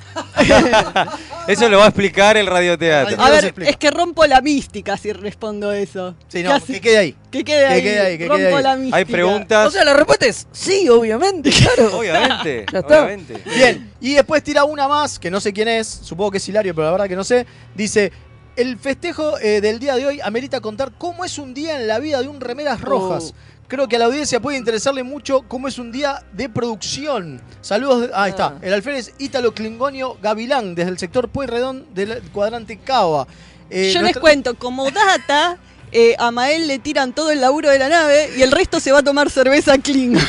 Speaker 4: Eso lo va a explicar el radioteatro.
Speaker 1: A ver, es que rompo la mística si respondo eso.
Speaker 2: Sí,
Speaker 1: ¿Qué
Speaker 2: no,
Speaker 1: hace?
Speaker 2: que quede ahí.
Speaker 1: Que quede ahí. rompo la mística.
Speaker 4: Hay preguntas.
Speaker 3: O sea, la respuesta es sí, obviamente, claro.
Speaker 4: Obviamente.
Speaker 3: Ya está.
Speaker 4: Obviamente.
Speaker 2: Bien, y después tira una más, que no sé quién es, supongo que es Hilario, pero la verdad que no sé. Dice, el festejo eh, del día de hoy amerita contar cómo es un día en la vida de un Remeras
Speaker 3: Oh.
Speaker 2: Rojas. Creo que a la audiencia puede interesarle mucho cómo es un día de producción. Saludos, de- ahí
Speaker 3: Ah.
Speaker 2: está, el alférez Ítalo Clingonio Gavilán, desde el sector Pueyrredón del cuadrante Cava. Eh,
Speaker 1: Yo les
Speaker 2: nuestra-
Speaker 1: cuento, como data, eh, a Mael le tiran todo el laburo de la nave y el resto se va a tomar cerveza Klingon.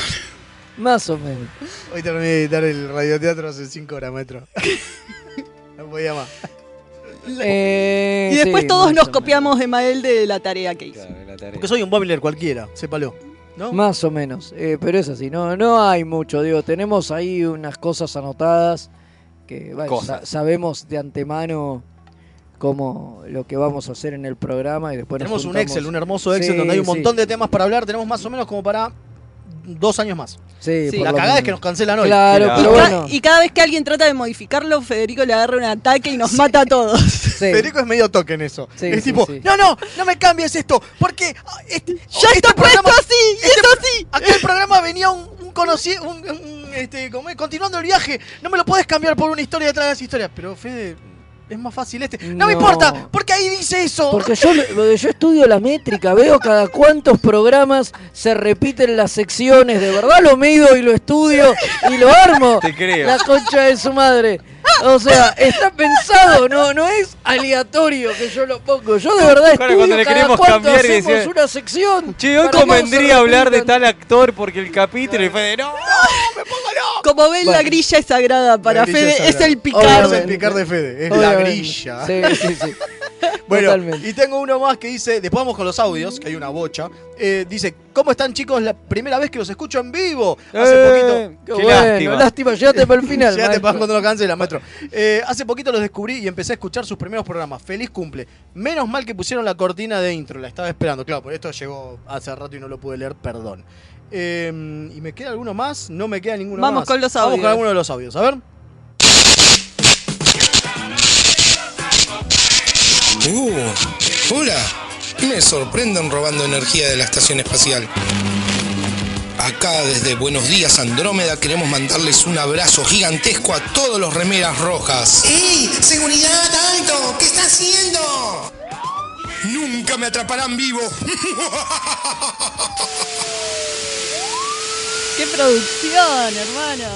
Speaker 3: Más o menos.
Speaker 2: Hoy terminé de editar el radioteatro hace 5 horas, maestro. no podía más.
Speaker 3: Eh,
Speaker 1: y después
Speaker 3: sí,
Speaker 1: todos
Speaker 3: más
Speaker 1: nos
Speaker 3: o
Speaker 1: copiamos de Mael de la tarea que hizo.
Speaker 2: Porque soy un bobler cualquiera, sépalo. ¿no?
Speaker 3: Más o menos. Eh, pero es así, no, no hay mucho. Digo, tenemos ahí unas cosas anotadas que bueno,
Speaker 4: Cosas.
Speaker 3: sa- sabemos de antemano cómo lo que vamos a hacer en el programa y después nos
Speaker 2: Tenemos un
Speaker 3: juntamos.
Speaker 2: Excel, un hermoso Excel
Speaker 3: Sí,
Speaker 2: donde hay un
Speaker 3: sí.
Speaker 2: montón de temas para hablar. Tenemos más o menos como para dos años más.
Speaker 3: Sí,
Speaker 1: Sí.
Speaker 3: por
Speaker 2: La
Speaker 3: lo
Speaker 2: cagada es
Speaker 3: menos.
Speaker 2: que nos cancelan hoy.
Speaker 3: Claro,
Speaker 1: Y,
Speaker 3: pero
Speaker 1: ca-
Speaker 3: bueno.
Speaker 1: y cada vez que alguien trata de modificarlo, Federico le agarra un ataque y nos mata a todos.
Speaker 3: Sí.
Speaker 2: Federico es medio toque en eso.
Speaker 3: Sí,
Speaker 2: es
Speaker 3: sí,
Speaker 2: tipo,
Speaker 3: sí.
Speaker 2: no, no, no me cambies esto, porque ah, este,
Speaker 1: ¡Ya
Speaker 2: este
Speaker 1: está puesto así! ¡Y
Speaker 2: este
Speaker 1: esto
Speaker 2: pro-
Speaker 1: así!
Speaker 2: acá el programa venía un, un conocido, un, un, este, como es, continuando el viaje, no me lo puedes cambiar por una historia detrás de las historias. Pero Fede, es más fácil este. No, me
Speaker 3: No.
Speaker 2: importa, porque ahí dice eso.
Speaker 3: Porque yo, lo- lo de- yo estudio la métrica, veo cada cuántos programas se repiten las secciones, de verdad lo mido y lo estudio y lo armo.
Speaker 4: Te creo.
Speaker 3: La concha de su madre. O sea, está pensado, no, no es aleatorio que yo lo pongo. Yo de verdad
Speaker 4: Claro,
Speaker 3: estudio
Speaker 4: cuando le
Speaker 3: cada
Speaker 4: queremos
Speaker 3: cuánto
Speaker 4: cambiar y
Speaker 3: hacemos
Speaker 4: decir-
Speaker 3: una sección.
Speaker 4: Che, hoy
Speaker 3: para cómo se
Speaker 4: convendría hablar de
Speaker 3: repitan.
Speaker 4: tal actor porque el capítulo y fue de no.
Speaker 1: Como ven, la
Speaker 3: Bueno.
Speaker 1: grilla es sagrada para
Speaker 2: grilla
Speaker 1: Fede,
Speaker 2: es
Speaker 1: es,
Speaker 2: sagrada.
Speaker 1: el picar.
Speaker 2: Claro, es el picar de Fede, es la
Speaker 3: Obviamente.
Speaker 2: grilla.
Speaker 3: Sí, sí, sí.
Speaker 2: Bueno,
Speaker 3: Totalmente.
Speaker 2: y tengo uno más que dice, después vamos con los audios, que hay una bocha. Eh, dice, ¿cómo están chicos? La primera vez que los escucho en vivo. Hace
Speaker 3: Eh,
Speaker 2: poquito.
Speaker 3: qué bueno, lástima. llegaste para el final.
Speaker 2: Llegate para
Speaker 3: maestro.
Speaker 2: cuando lo cancela, maestro. Eh, hace poquito los descubrí y empecé a escuchar sus primeros programas. Feliz cumple. Menos mal que pusieron la cortina de intro, la estaba esperando. Claro, por esto llegó hace rato y no lo pude leer, perdón. Eh, ¿Y me queda alguno más? No me queda ninguno
Speaker 1: Vamos
Speaker 2: más.
Speaker 1: con los
Speaker 2: Vamos con
Speaker 1: audios.
Speaker 2: alguno de los audios, a ver.
Speaker 8: Uh, hola. Me sorprenden robando energía de la estación espacial. Acá desde Buenos Días Andrómeda queremos mandarles un abrazo gigantesco a todos los remeras rojas.
Speaker 22: ¡Ey! ¡Seguridad alto! ¿Qué está haciendo?
Speaker 8: Nunca me atraparán vivo.
Speaker 1: ¡Qué producción, hermano!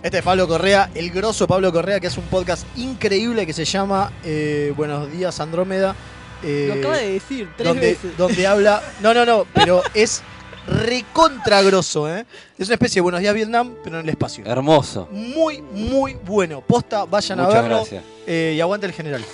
Speaker 2: Este es Pablo Correa, el grosso Pablo Correa, que hace un podcast increíble que se llama eh, Buenos días Andrómeda. eh,
Speaker 1: Lo acaba de decir tres
Speaker 2: donde,
Speaker 1: veces.
Speaker 2: donde habla. No, no, no, pero es recontra grosso, ¿eh? Es una especie de Buenos Días Vietnam, pero en el espacio.
Speaker 4: Hermoso.
Speaker 2: Muy, muy bueno. Posta, vayan a
Speaker 4: Muchas
Speaker 2: verlo.
Speaker 4: gracias.
Speaker 2: Eh, y aguante el general.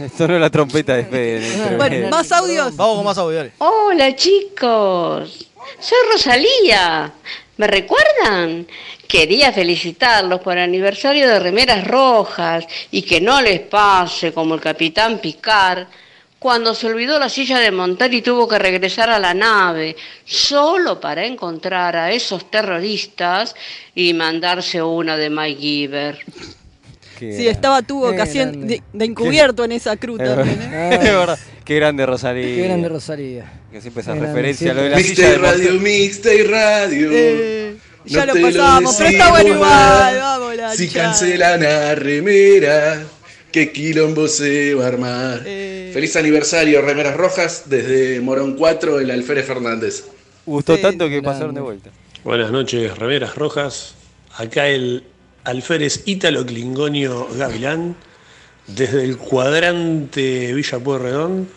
Speaker 4: Esto no es la trompeta de Fede.
Speaker 23: Bueno, más audios.
Speaker 2: Vamos con más audios, dale.
Speaker 23: Hola chicos, soy Rosalía. ¿Me recuerdan? Quería felicitarlos por el aniversario de Remeras Rojas y que no les pase como el capitán Picard cuando se olvidó la silla de montar y tuvo que regresar a la nave solo para encontrar a esos terroristas y mandarse una de Mike Giver.
Speaker 1: Sí, estaba tu
Speaker 23: Qué
Speaker 1: vocación de, de encubierto en esa cruz también. ¿eh?
Speaker 4: Es verdad. Qué grande Rosalía.
Speaker 3: Qué grande Rosalía.
Speaker 4: Que siempre esa
Speaker 3: Qué grande,
Speaker 4: referencia pues, a lo de la
Speaker 6: Mixta
Speaker 4: silla de
Speaker 6: y
Speaker 4: montar.
Speaker 6: radio, mixta y radio.
Speaker 1: Eh, ya
Speaker 6: No
Speaker 1: lo
Speaker 6: te
Speaker 1: pasábamos, pero está
Speaker 6: decimos
Speaker 1: bueno
Speaker 6: nada.
Speaker 1: igual. Vamos, la
Speaker 6: Si
Speaker 1: chao.
Speaker 6: cancelan a remera, qué quilombo se va a armar.
Speaker 1: Eh.
Speaker 6: Feliz aniversario, remeras rojas, desde Morón 4, el Alférez Fernández.
Speaker 4: Gustó tanto que pasaron de vuelta.
Speaker 9: Buenas noches, Remeras Rojas. Acá el alférez Ítalo Clingonio Gavilán, desde el cuadrante Villa Pueyrredón,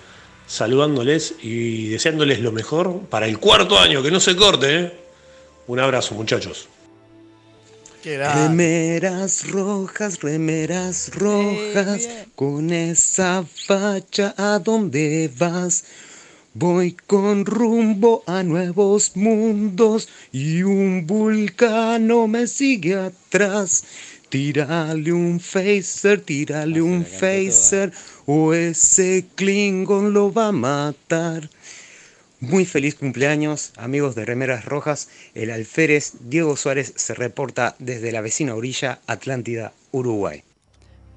Speaker 9: saludándoles y deseándoles lo mejor para el cuarto año, que no se corte. ¿eh? Un abrazo, muchachos.
Speaker 11: Remeras rojas, remeras rojas, con esa facha a dónde vas. Voy con rumbo a nuevos mundos y un vulcano me sigue atrás. Tírale un phaser, tírale un phaser, o ese Klingon lo va a matar.
Speaker 21: Muy feliz cumpleaños, amigos de Remeras Rojas. El alférez Diego Suárez se reporta desde la vecina orilla Atlántida, Uruguay.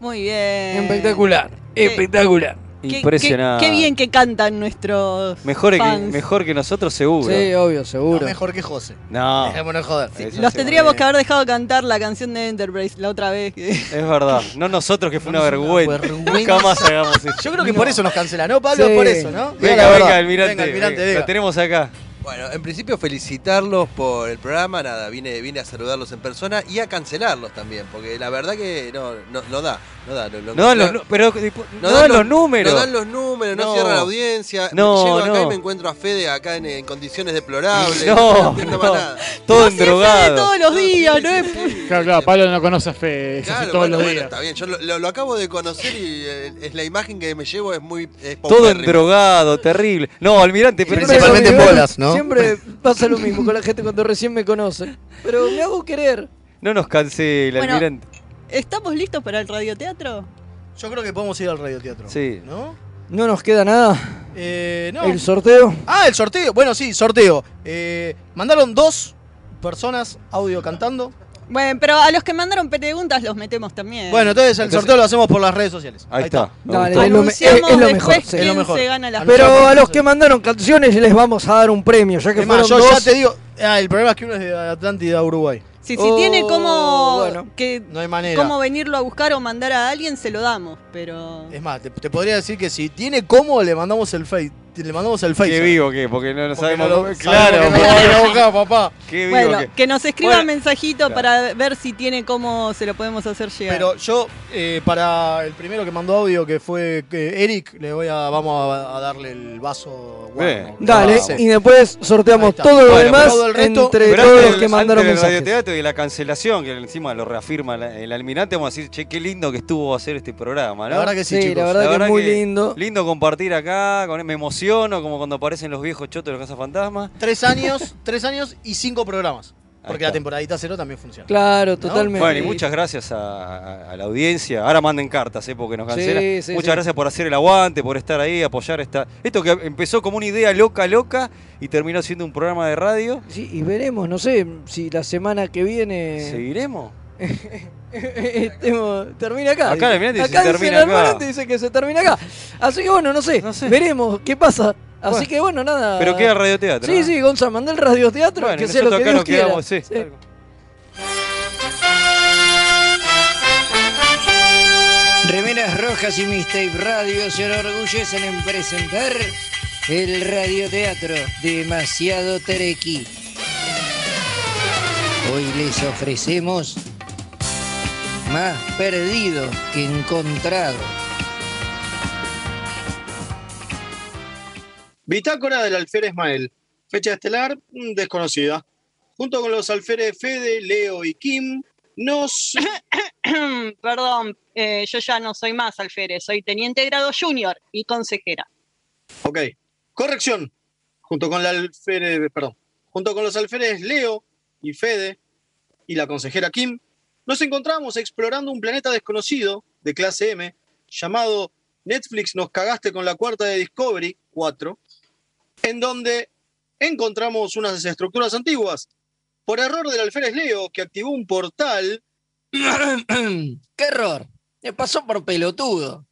Speaker 1: Muy bien.
Speaker 3: Espectacular,
Speaker 1: Qué-
Speaker 3: espectacular.
Speaker 1: qué- qué-
Speaker 4: Impresionante.
Speaker 1: Qué, bien que cantan nuestros
Speaker 4: Mejor que,
Speaker 1: fans.
Speaker 4: mejor que nosotros, seguro.
Speaker 3: Sí, obvio, seguro.
Speaker 2: mejor que José.
Speaker 4: No.
Speaker 2: Dejémonos joder.
Speaker 4: Sí,
Speaker 1: Los
Speaker 4: eh.
Speaker 1: tendríamos que haber dejado cantar la canción de Enterprise la otra vez. que-
Speaker 4: Es verdad. No nosotros, que fue una vergüenza.
Speaker 2: vergüenza.
Speaker 4: Nunca más hagamos eso.
Speaker 2: Yo creo que por eso nos cancelan, ¿no, Pablo?
Speaker 4: Sí.
Speaker 2: Por eso,
Speaker 4: Venga,
Speaker 2: ¿no? La
Speaker 4: venga,
Speaker 2: verdad.
Speaker 4: almirante,
Speaker 2: Venga, almirante,
Speaker 4: venga.
Speaker 2: venga.
Speaker 4: Lo tenemos acá.
Speaker 24: Bueno, en principio felicitarlos por el programa, nada, vine, vine a saludarlos en persona y a cancelarlos también, porque la verdad que no, no, no da, no da. lo- lo-
Speaker 4: No dan los,
Speaker 24: lo-
Speaker 4: nu- pero, eh,
Speaker 24: no
Speaker 4: no dan los
Speaker 24: No
Speaker 4: números.
Speaker 24: dan los números, no,
Speaker 4: No.
Speaker 24: cierra la audiencia.
Speaker 4: No,
Speaker 24: Llego acá
Speaker 4: no.
Speaker 24: y me encuentro a Fede acá en, en condiciones deplorables.
Speaker 4: No,
Speaker 24: entiendo
Speaker 4: no.
Speaker 24: más nada.
Speaker 4: Todo
Speaker 24: No, sí, Fede, todo-
Speaker 1: Todos los días, ¿no es?
Speaker 5: Claro, claro, Pablo no conoce a Fede, es así
Speaker 24: Claro,
Speaker 5: todos
Speaker 24: bueno,
Speaker 5: los
Speaker 24: bueno,
Speaker 5: días.
Speaker 24: está bien, yo lo, lo- lo acabo de conocer y eh, es la imagen que me llevo es muy... es
Speaker 4: Todo
Speaker 24: paupérrima.
Speaker 4: endrogado, terrible. No, almirante, pero-
Speaker 3: Siempre lo que- Siempre pasa lo mismo con la gente cuando recién me conoce. Pero me hago querer.
Speaker 4: No nos cancela,
Speaker 1: Bueno.
Speaker 4: almirante.
Speaker 1: ¿Estamos listos para el radioteatro?
Speaker 2: Yo creo que podemos ir al radioteatro.
Speaker 4: Sí.
Speaker 2: ¿No?
Speaker 3: No nos queda nada.
Speaker 2: Eh, no.
Speaker 3: El sorteo.
Speaker 2: Ah, el sorteo. Bueno, sí, sorteo. Eh, mandaron dos personas audio cantando.
Speaker 1: Bueno, pero a los que mandaron preguntas los metemos también.
Speaker 2: Bueno, entonces el sorteo lo hacemos por las redes sociales.
Speaker 4: Ahí está.
Speaker 3: Dale,
Speaker 1: gustó.
Speaker 3: es lo, me- es- es lo
Speaker 1: Anunciamos
Speaker 3: mejor.
Speaker 1: después quién se gana la
Speaker 3: Pero
Speaker 1: copa.
Speaker 3: a los que mandaron canciones les vamos a dar un premio, ya que
Speaker 2: Es más, yo
Speaker 3: fueron
Speaker 2: ya
Speaker 3: dos.
Speaker 2: te digo. ah, el problema es que uno es de Atlántida, Uruguay.
Speaker 1: Si, si tiene
Speaker 3: Oh,
Speaker 1: cómo, que,
Speaker 2: Oh, No hay manera.
Speaker 1: cómo venirlo a buscar o mandar a alguien, se lo damos. Pero.
Speaker 2: Es más, te, te podría decir que si tiene cómo, le mandamos el Face. Le mandamos el Face.
Speaker 4: Qué vivo que, porque no lo sabemos.
Speaker 2: no lo-
Speaker 4: cómo-
Speaker 2: sabemos
Speaker 4: claro,
Speaker 2: que no lo
Speaker 4: porque-
Speaker 2: van a buscar, papá.
Speaker 4: Qué vivo
Speaker 1: Bueno,
Speaker 4: que-
Speaker 1: que nos escriba
Speaker 2: Bueno,
Speaker 1: un mensajito
Speaker 2: claro.
Speaker 1: para ver si tiene cómo se lo podemos hacer llegar.
Speaker 2: Pero yo, eh, para el primero que mandó audio, que fue eh, Eric, le voy a, vamos a, a darle el vaso.
Speaker 4: Bien.
Speaker 3: Dale,
Speaker 2: Sí.
Speaker 3: y después sorteamos todo lo
Speaker 4: Bueno,
Speaker 3: demás
Speaker 4: pero-
Speaker 3: entre
Speaker 4: pero
Speaker 3: todos
Speaker 4: antes
Speaker 3: los que
Speaker 4: del-
Speaker 3: mandaron
Speaker 4: antes del
Speaker 3: mensajes.
Speaker 4: radioteatro y la cancelación, que encima lo reafirma la- el almirante, vamos a decir, che, qué lindo que estuvo hacer este programa, ¿no?
Speaker 3: La verdad que sí, Sí, chicos. la verdad que es muy lindo.
Speaker 4: Lindo compartir acá, con, me emociono, como cuando aparecen los viejos chotos de los cazafantasmas.
Speaker 2: Tres años, tres años y cinco programas. Porque
Speaker 4: está.
Speaker 2: la temporadita cero también funciona. ¿No?
Speaker 4: Bueno, y muchas gracias a, a- a la audiencia. Ahora manden cartas, ¿eh? porque nos
Speaker 2: Sí,
Speaker 4: cancelan.
Speaker 2: sí,
Speaker 4: muchas
Speaker 2: sí.
Speaker 4: gracias por hacer el aguante, por estar ahí, apoyar esta. Esto que empezó como una idea loca, loca, y terminó siendo un programa de radio.
Speaker 3: Sí, y veremos, no sé, si la semana que viene...
Speaker 4: ¿Seguiremos?
Speaker 3: Estemos- termina acá.
Speaker 4: Acá el almirante dice,
Speaker 3: dice,
Speaker 4: termina
Speaker 3: el
Speaker 4: acá.
Speaker 3: almirante dice que se termina acá. Así que bueno, no sé, veremos qué pasa. Así
Speaker 4: Bueno.
Speaker 3: que bueno, nada.
Speaker 4: Pero queda radioteatro,
Speaker 3: Sí,
Speaker 4: ¿no?
Speaker 3: sí, Gonza, mandá el radioteatro,
Speaker 4: Bueno,
Speaker 3: que sea lo
Speaker 4: nosotros
Speaker 3: que
Speaker 4: acá
Speaker 3: Dios
Speaker 4: nos
Speaker 3: quiera.
Speaker 4: quedamos, sí.
Speaker 21: Remeras Rojas y Mixtape Radio se enorgullecen en presentar el radioteatro Demasiado Terequi. Hoy les ofrecemos más perdido que encontrado.
Speaker 2: Bitácora del alférez Mael. Fecha estelar mm, desconocida. Junto con los alférez Fede, Leo y Kim, nos...
Speaker 1: Perdón, eh, yo ya no soy más alférez, soy teniente grado junior y consejera.
Speaker 2: Ok. Corrección. Junto con la alférez, perdón. Junto con los alférez Leo y Fede y la consejera Kim, nos encontramos explorando un planeta desconocido de clase M llamado Netflix nos cagaste con la cuarta de Discovery 4, en donde encontramos unas estructuras antiguas. Por error del alférez Leo, que activó un portal... Mm.
Speaker 3: ¡Qué error! Me pasó por pelotudo.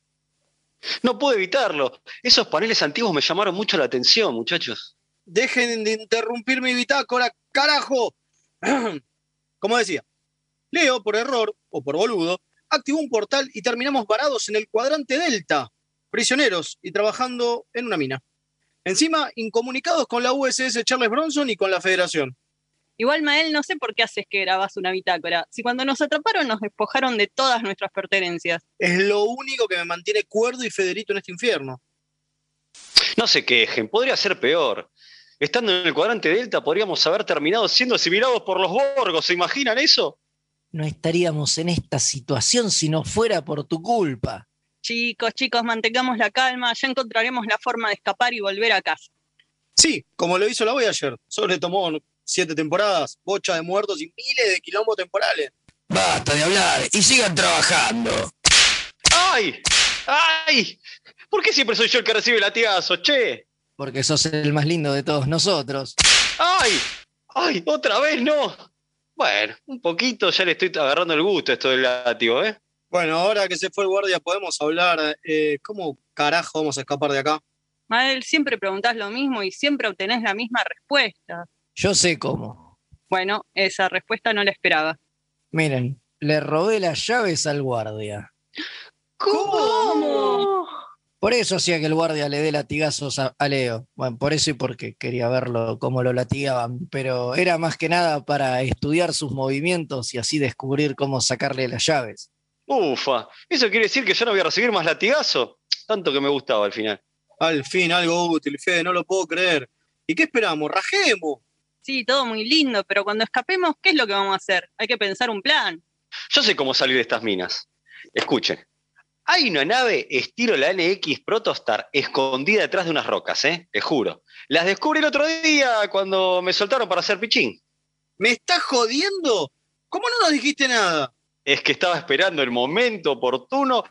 Speaker 12: No puedo evitarlo. Esos paneles antiguos me llamaron mucho la atención, muchachos.
Speaker 2: Dejen de interrumpir mi bitácora, carajo. Como decía, Leo, por error o por boludo, activó un portal y terminamos varados en el cuadrante Delta, prisioneros y trabajando en una mina. Encima, incomunicados con la USS Charles Bronson y con la Federación.
Speaker 1: Igual, Mael, no sé por qué haces que grabas una bitácora. Si cuando nos atraparon nos despojaron de todas nuestras pertenencias.
Speaker 2: Es lo único que me mantiene cuerdo y Federito en este infierno.
Speaker 12: No se quejen, podría ser peor. Estando en el cuadrante Delta podríamos haber terminado siendo asimilados por los Borgos, ¿se imaginan eso?
Speaker 3: No estaríamos en esta situación si no fuera por tu culpa.
Speaker 1: Chicos, chicos, mantengamos la calma, ya encontraremos la forma de escapar y volver a casa.
Speaker 2: Sí, como lo hizo la Voyager. Solo le tomó siete temporadas, bocha de muertos y miles de quilombos temporales.
Speaker 22: Basta de hablar y sigan trabajando.
Speaker 12: ¡Ay! ¡Ay! ¿Por qué siempre soy yo el que recibe el latigazo, che?
Speaker 3: Porque sos el más lindo de todos nosotros.
Speaker 12: ¡Ay! ¡Ay! ¡Otra vez no! Bueno, un poquito ya le estoy agarrando el gusto a esto del látigo, ¿eh?
Speaker 2: Bueno, ahora que se fue el guardia podemos hablar. eh, ¿Cómo carajo vamos a escapar de acá?
Speaker 1: Mael, siempre preguntás lo mismo y siempre obtenés la misma respuesta.
Speaker 3: Yo sé cómo.
Speaker 1: Bueno, esa respuesta no la esperaba.
Speaker 3: Miren, le robé las llaves al guardia.
Speaker 1: ¿Cómo?
Speaker 3: Por eso hacía que el guardia le dé latigazos a, a Leo. Bueno, por eso y porque quería verlo cómo lo latigaban, pero era más que nada para estudiar sus movimientos y así descubrir cómo sacarle las llaves.
Speaker 12: Ufa, eso quiere decir que yo no voy a recibir más latigazo. Tanto que me gustaba al final.
Speaker 2: Al fin, algo útil, Fede, no lo puedo creer. ¿Y qué esperamos? ¡Rajemos!
Speaker 1: Sí, todo muy lindo, pero cuando escapemos, ¿qué es lo que vamos a hacer? Hay que pensar un plan.
Speaker 12: Yo sé cómo salir de estas minas. Escuchen. Hay una nave estilo la NX Protostar escondida detrás de unas rocas, ¿eh? Te juro. Las descubrí el otro día cuando me soltaron para hacer pichín.
Speaker 2: ¿Me estás jodiendo? ¿Cómo no nos dijiste nada?
Speaker 12: Es que estaba esperando el momento oportuno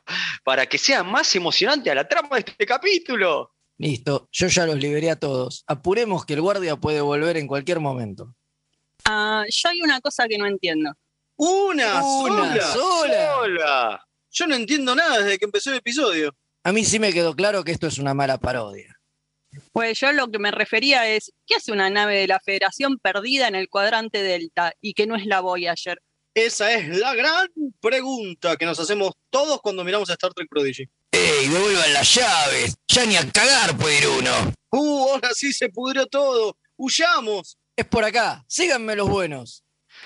Speaker 12: para que sea más emocionante a la trama de este capítulo.
Speaker 3: Listo, yo ya los liberé a todos. Apuremos que el guardia puede volver en cualquier momento.
Speaker 1: Ah, yo hay una cosa que no entiendo.
Speaker 2: ¡Una,
Speaker 3: Una sola.
Speaker 12: ¡Hola!
Speaker 2: Yo no entiendo nada desde que empezó el episodio.
Speaker 3: A mí sí me quedó claro que esto es una mala parodia.
Speaker 1: Pues yo lo que me refería es, ¿qué hace una nave de la Federación perdida en el cuadrante Delta y que no es la Voyager?
Speaker 2: Esa es la gran pregunta que nos hacemos todos cuando miramos a Star Trek Prodigy.
Speaker 22: ¡Ey, devuelvan las llaves! ¡Ya ni a cagar puede ir uno!
Speaker 2: ¡Uh, ahora sí se pudrió todo! ¡Huyamos!
Speaker 3: Es por acá, síganme los buenos.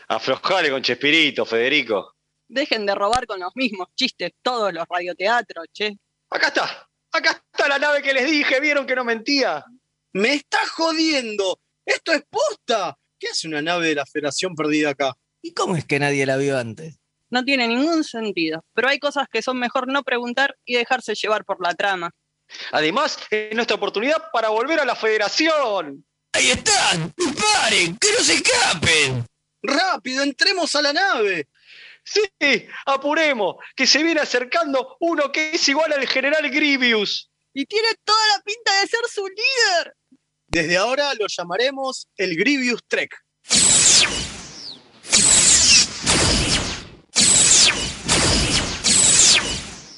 Speaker 12: Aflojale con Chespirito, Federico.
Speaker 1: Dejen de robar con los mismos chistes todos los radioteatros, che.
Speaker 12: Acá está, acá está la nave que les dije, vieron que no mentía.
Speaker 2: ¡Me está jodiendo! ¡Esto es posta! ¿Qué hace una nave de la Federación perdida acá?
Speaker 3: ¿Y cómo es que nadie la vio antes?
Speaker 1: No tiene ningún sentido, pero hay cosas que son mejor no preguntar y dejarse llevar por la trama.
Speaker 12: Además, es nuestra oportunidad para volver a la Federación.
Speaker 22: ¡Ahí están! ¡Disparen! ¡Que no se escapen!
Speaker 2: ¡Rápido, entremos a la nave!
Speaker 12: Sí, apuremos, que se viene acercando uno que es igual al general Grievous.
Speaker 1: Y tiene toda la pinta de ser su líder.
Speaker 2: Desde ahora lo llamaremos el Grievous Trek.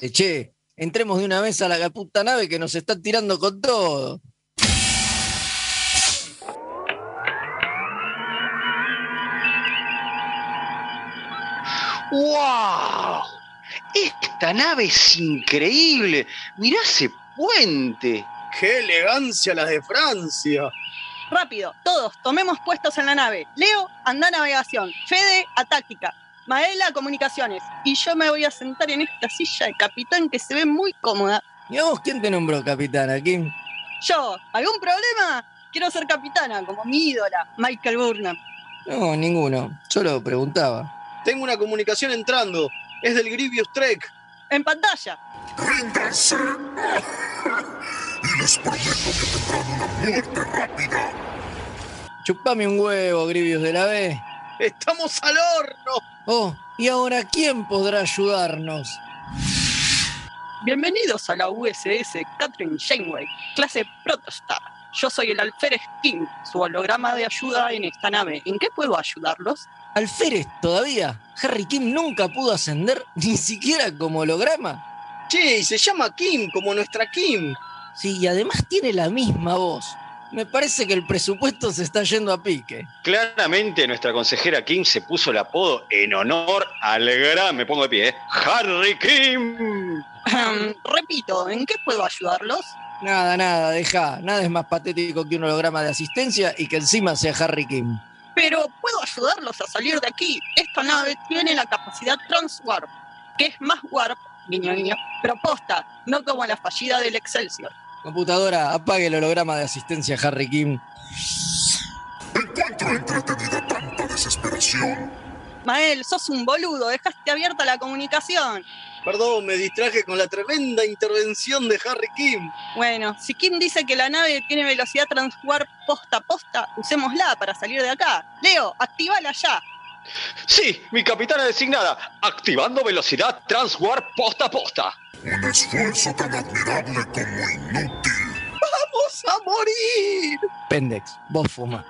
Speaker 3: Eh, Che, entremos de una vez a la puta nave que nos está tirando con todo.
Speaker 12: ¡Wow! Esta nave es increíble. Mirá ese puente.
Speaker 2: ¡Qué elegancia la de Francia!
Speaker 1: Rápido, todos, tomemos puestos en la nave. Leo, anda a navegación. Fede, a táctica. Maela, a comunicaciones. Y yo me voy a sentar en esta silla de capitán que se ve muy cómoda.
Speaker 3: Digamos, ¿quién te nombró capitana, Kim?
Speaker 1: Yo, ¿algún problema? Quiero ser capitana, como mi ídola, Michael Burnham.
Speaker 2: No, ninguno. Solo preguntaba. Tengo una comunicación entrando. Es del Grievous Trek.
Speaker 1: En pantalla.
Speaker 7: ¡Ríndanse! Y les prometo que tendrán una muerte rápida.
Speaker 3: Chupame un huevo, Grievous de la B.
Speaker 2: ¡Estamos al horno!
Speaker 3: Oh, ¿y ahora quién podrá ayudarnos?
Speaker 1: Bienvenidos a la USS Catherine Janeway, clase Protostar. Yo soy el alférez King, su holograma de ayuda en esta nave. ¿En qué puedo ayudarlos?
Speaker 3: Alférez, todavía. Harry Kim nunca pudo ascender, ni siquiera como holograma.
Speaker 2: Che, y se llama Kim, como nuestra Kim.
Speaker 3: Sí, y además tiene la misma voz. Me parece que el presupuesto se está yendo a pique.
Speaker 12: Claramente nuestra consejera Kim se puso el apodo en honor al gran, me pongo de pie, ¿eh? Harry Kim.
Speaker 1: Repito, ¿en qué puedo ayudarlos?
Speaker 3: Nada, nada, deja. Nada es más patético que un holograma de asistencia y que encima sea Harry Kim.
Speaker 1: Pero puedo ayudarlos a salir de aquí. Esta nave tiene la capacidad transwarp, que es más warp, guiño guiño, proposta, no como la fallida del Excelsior.
Speaker 3: Computadora, apague el holograma de asistencia Harry Kim.
Speaker 7: Encuentro entretenida tanta desesperación.
Speaker 1: Mael, sos un boludo, dejaste abierta la comunicación.
Speaker 2: Perdón, me distraje con la tremenda intervención de Harry Kim.
Speaker 1: Bueno, si Kim dice que la nave tiene velocidad transwarp posta a posta, usémosla para salir de acá. Leo, activala ya.
Speaker 12: Sí, mi capitana designada, activando velocidad transwarp posta a posta.
Speaker 7: Un esfuerzo tan admirable como inútil.
Speaker 2: ¡Vamos a morir!
Speaker 3: Pendex, vos fuma.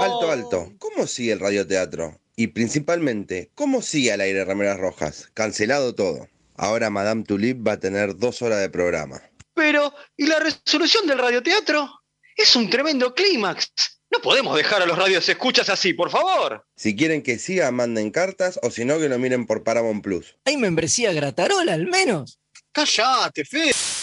Speaker 25: Alto, alto. ¿Cómo sigue el radioteatro? Y principalmente, ¿cómo sigue al aire Remeras Rojas? Cancelado todo. Ahora Madame Tulip va a tener dos horas de programa.
Speaker 12: Pero, ¿y la resolución del radioteatro? Es un tremendo clímax. No podemos dejar a los radios escuchas así, por favor.
Speaker 25: Si quieren que siga, manden cartas o si no, que lo miren por Paramount Plus.
Speaker 3: Hay membresía gratarola al menos.
Speaker 2: ¡Cállate, fe!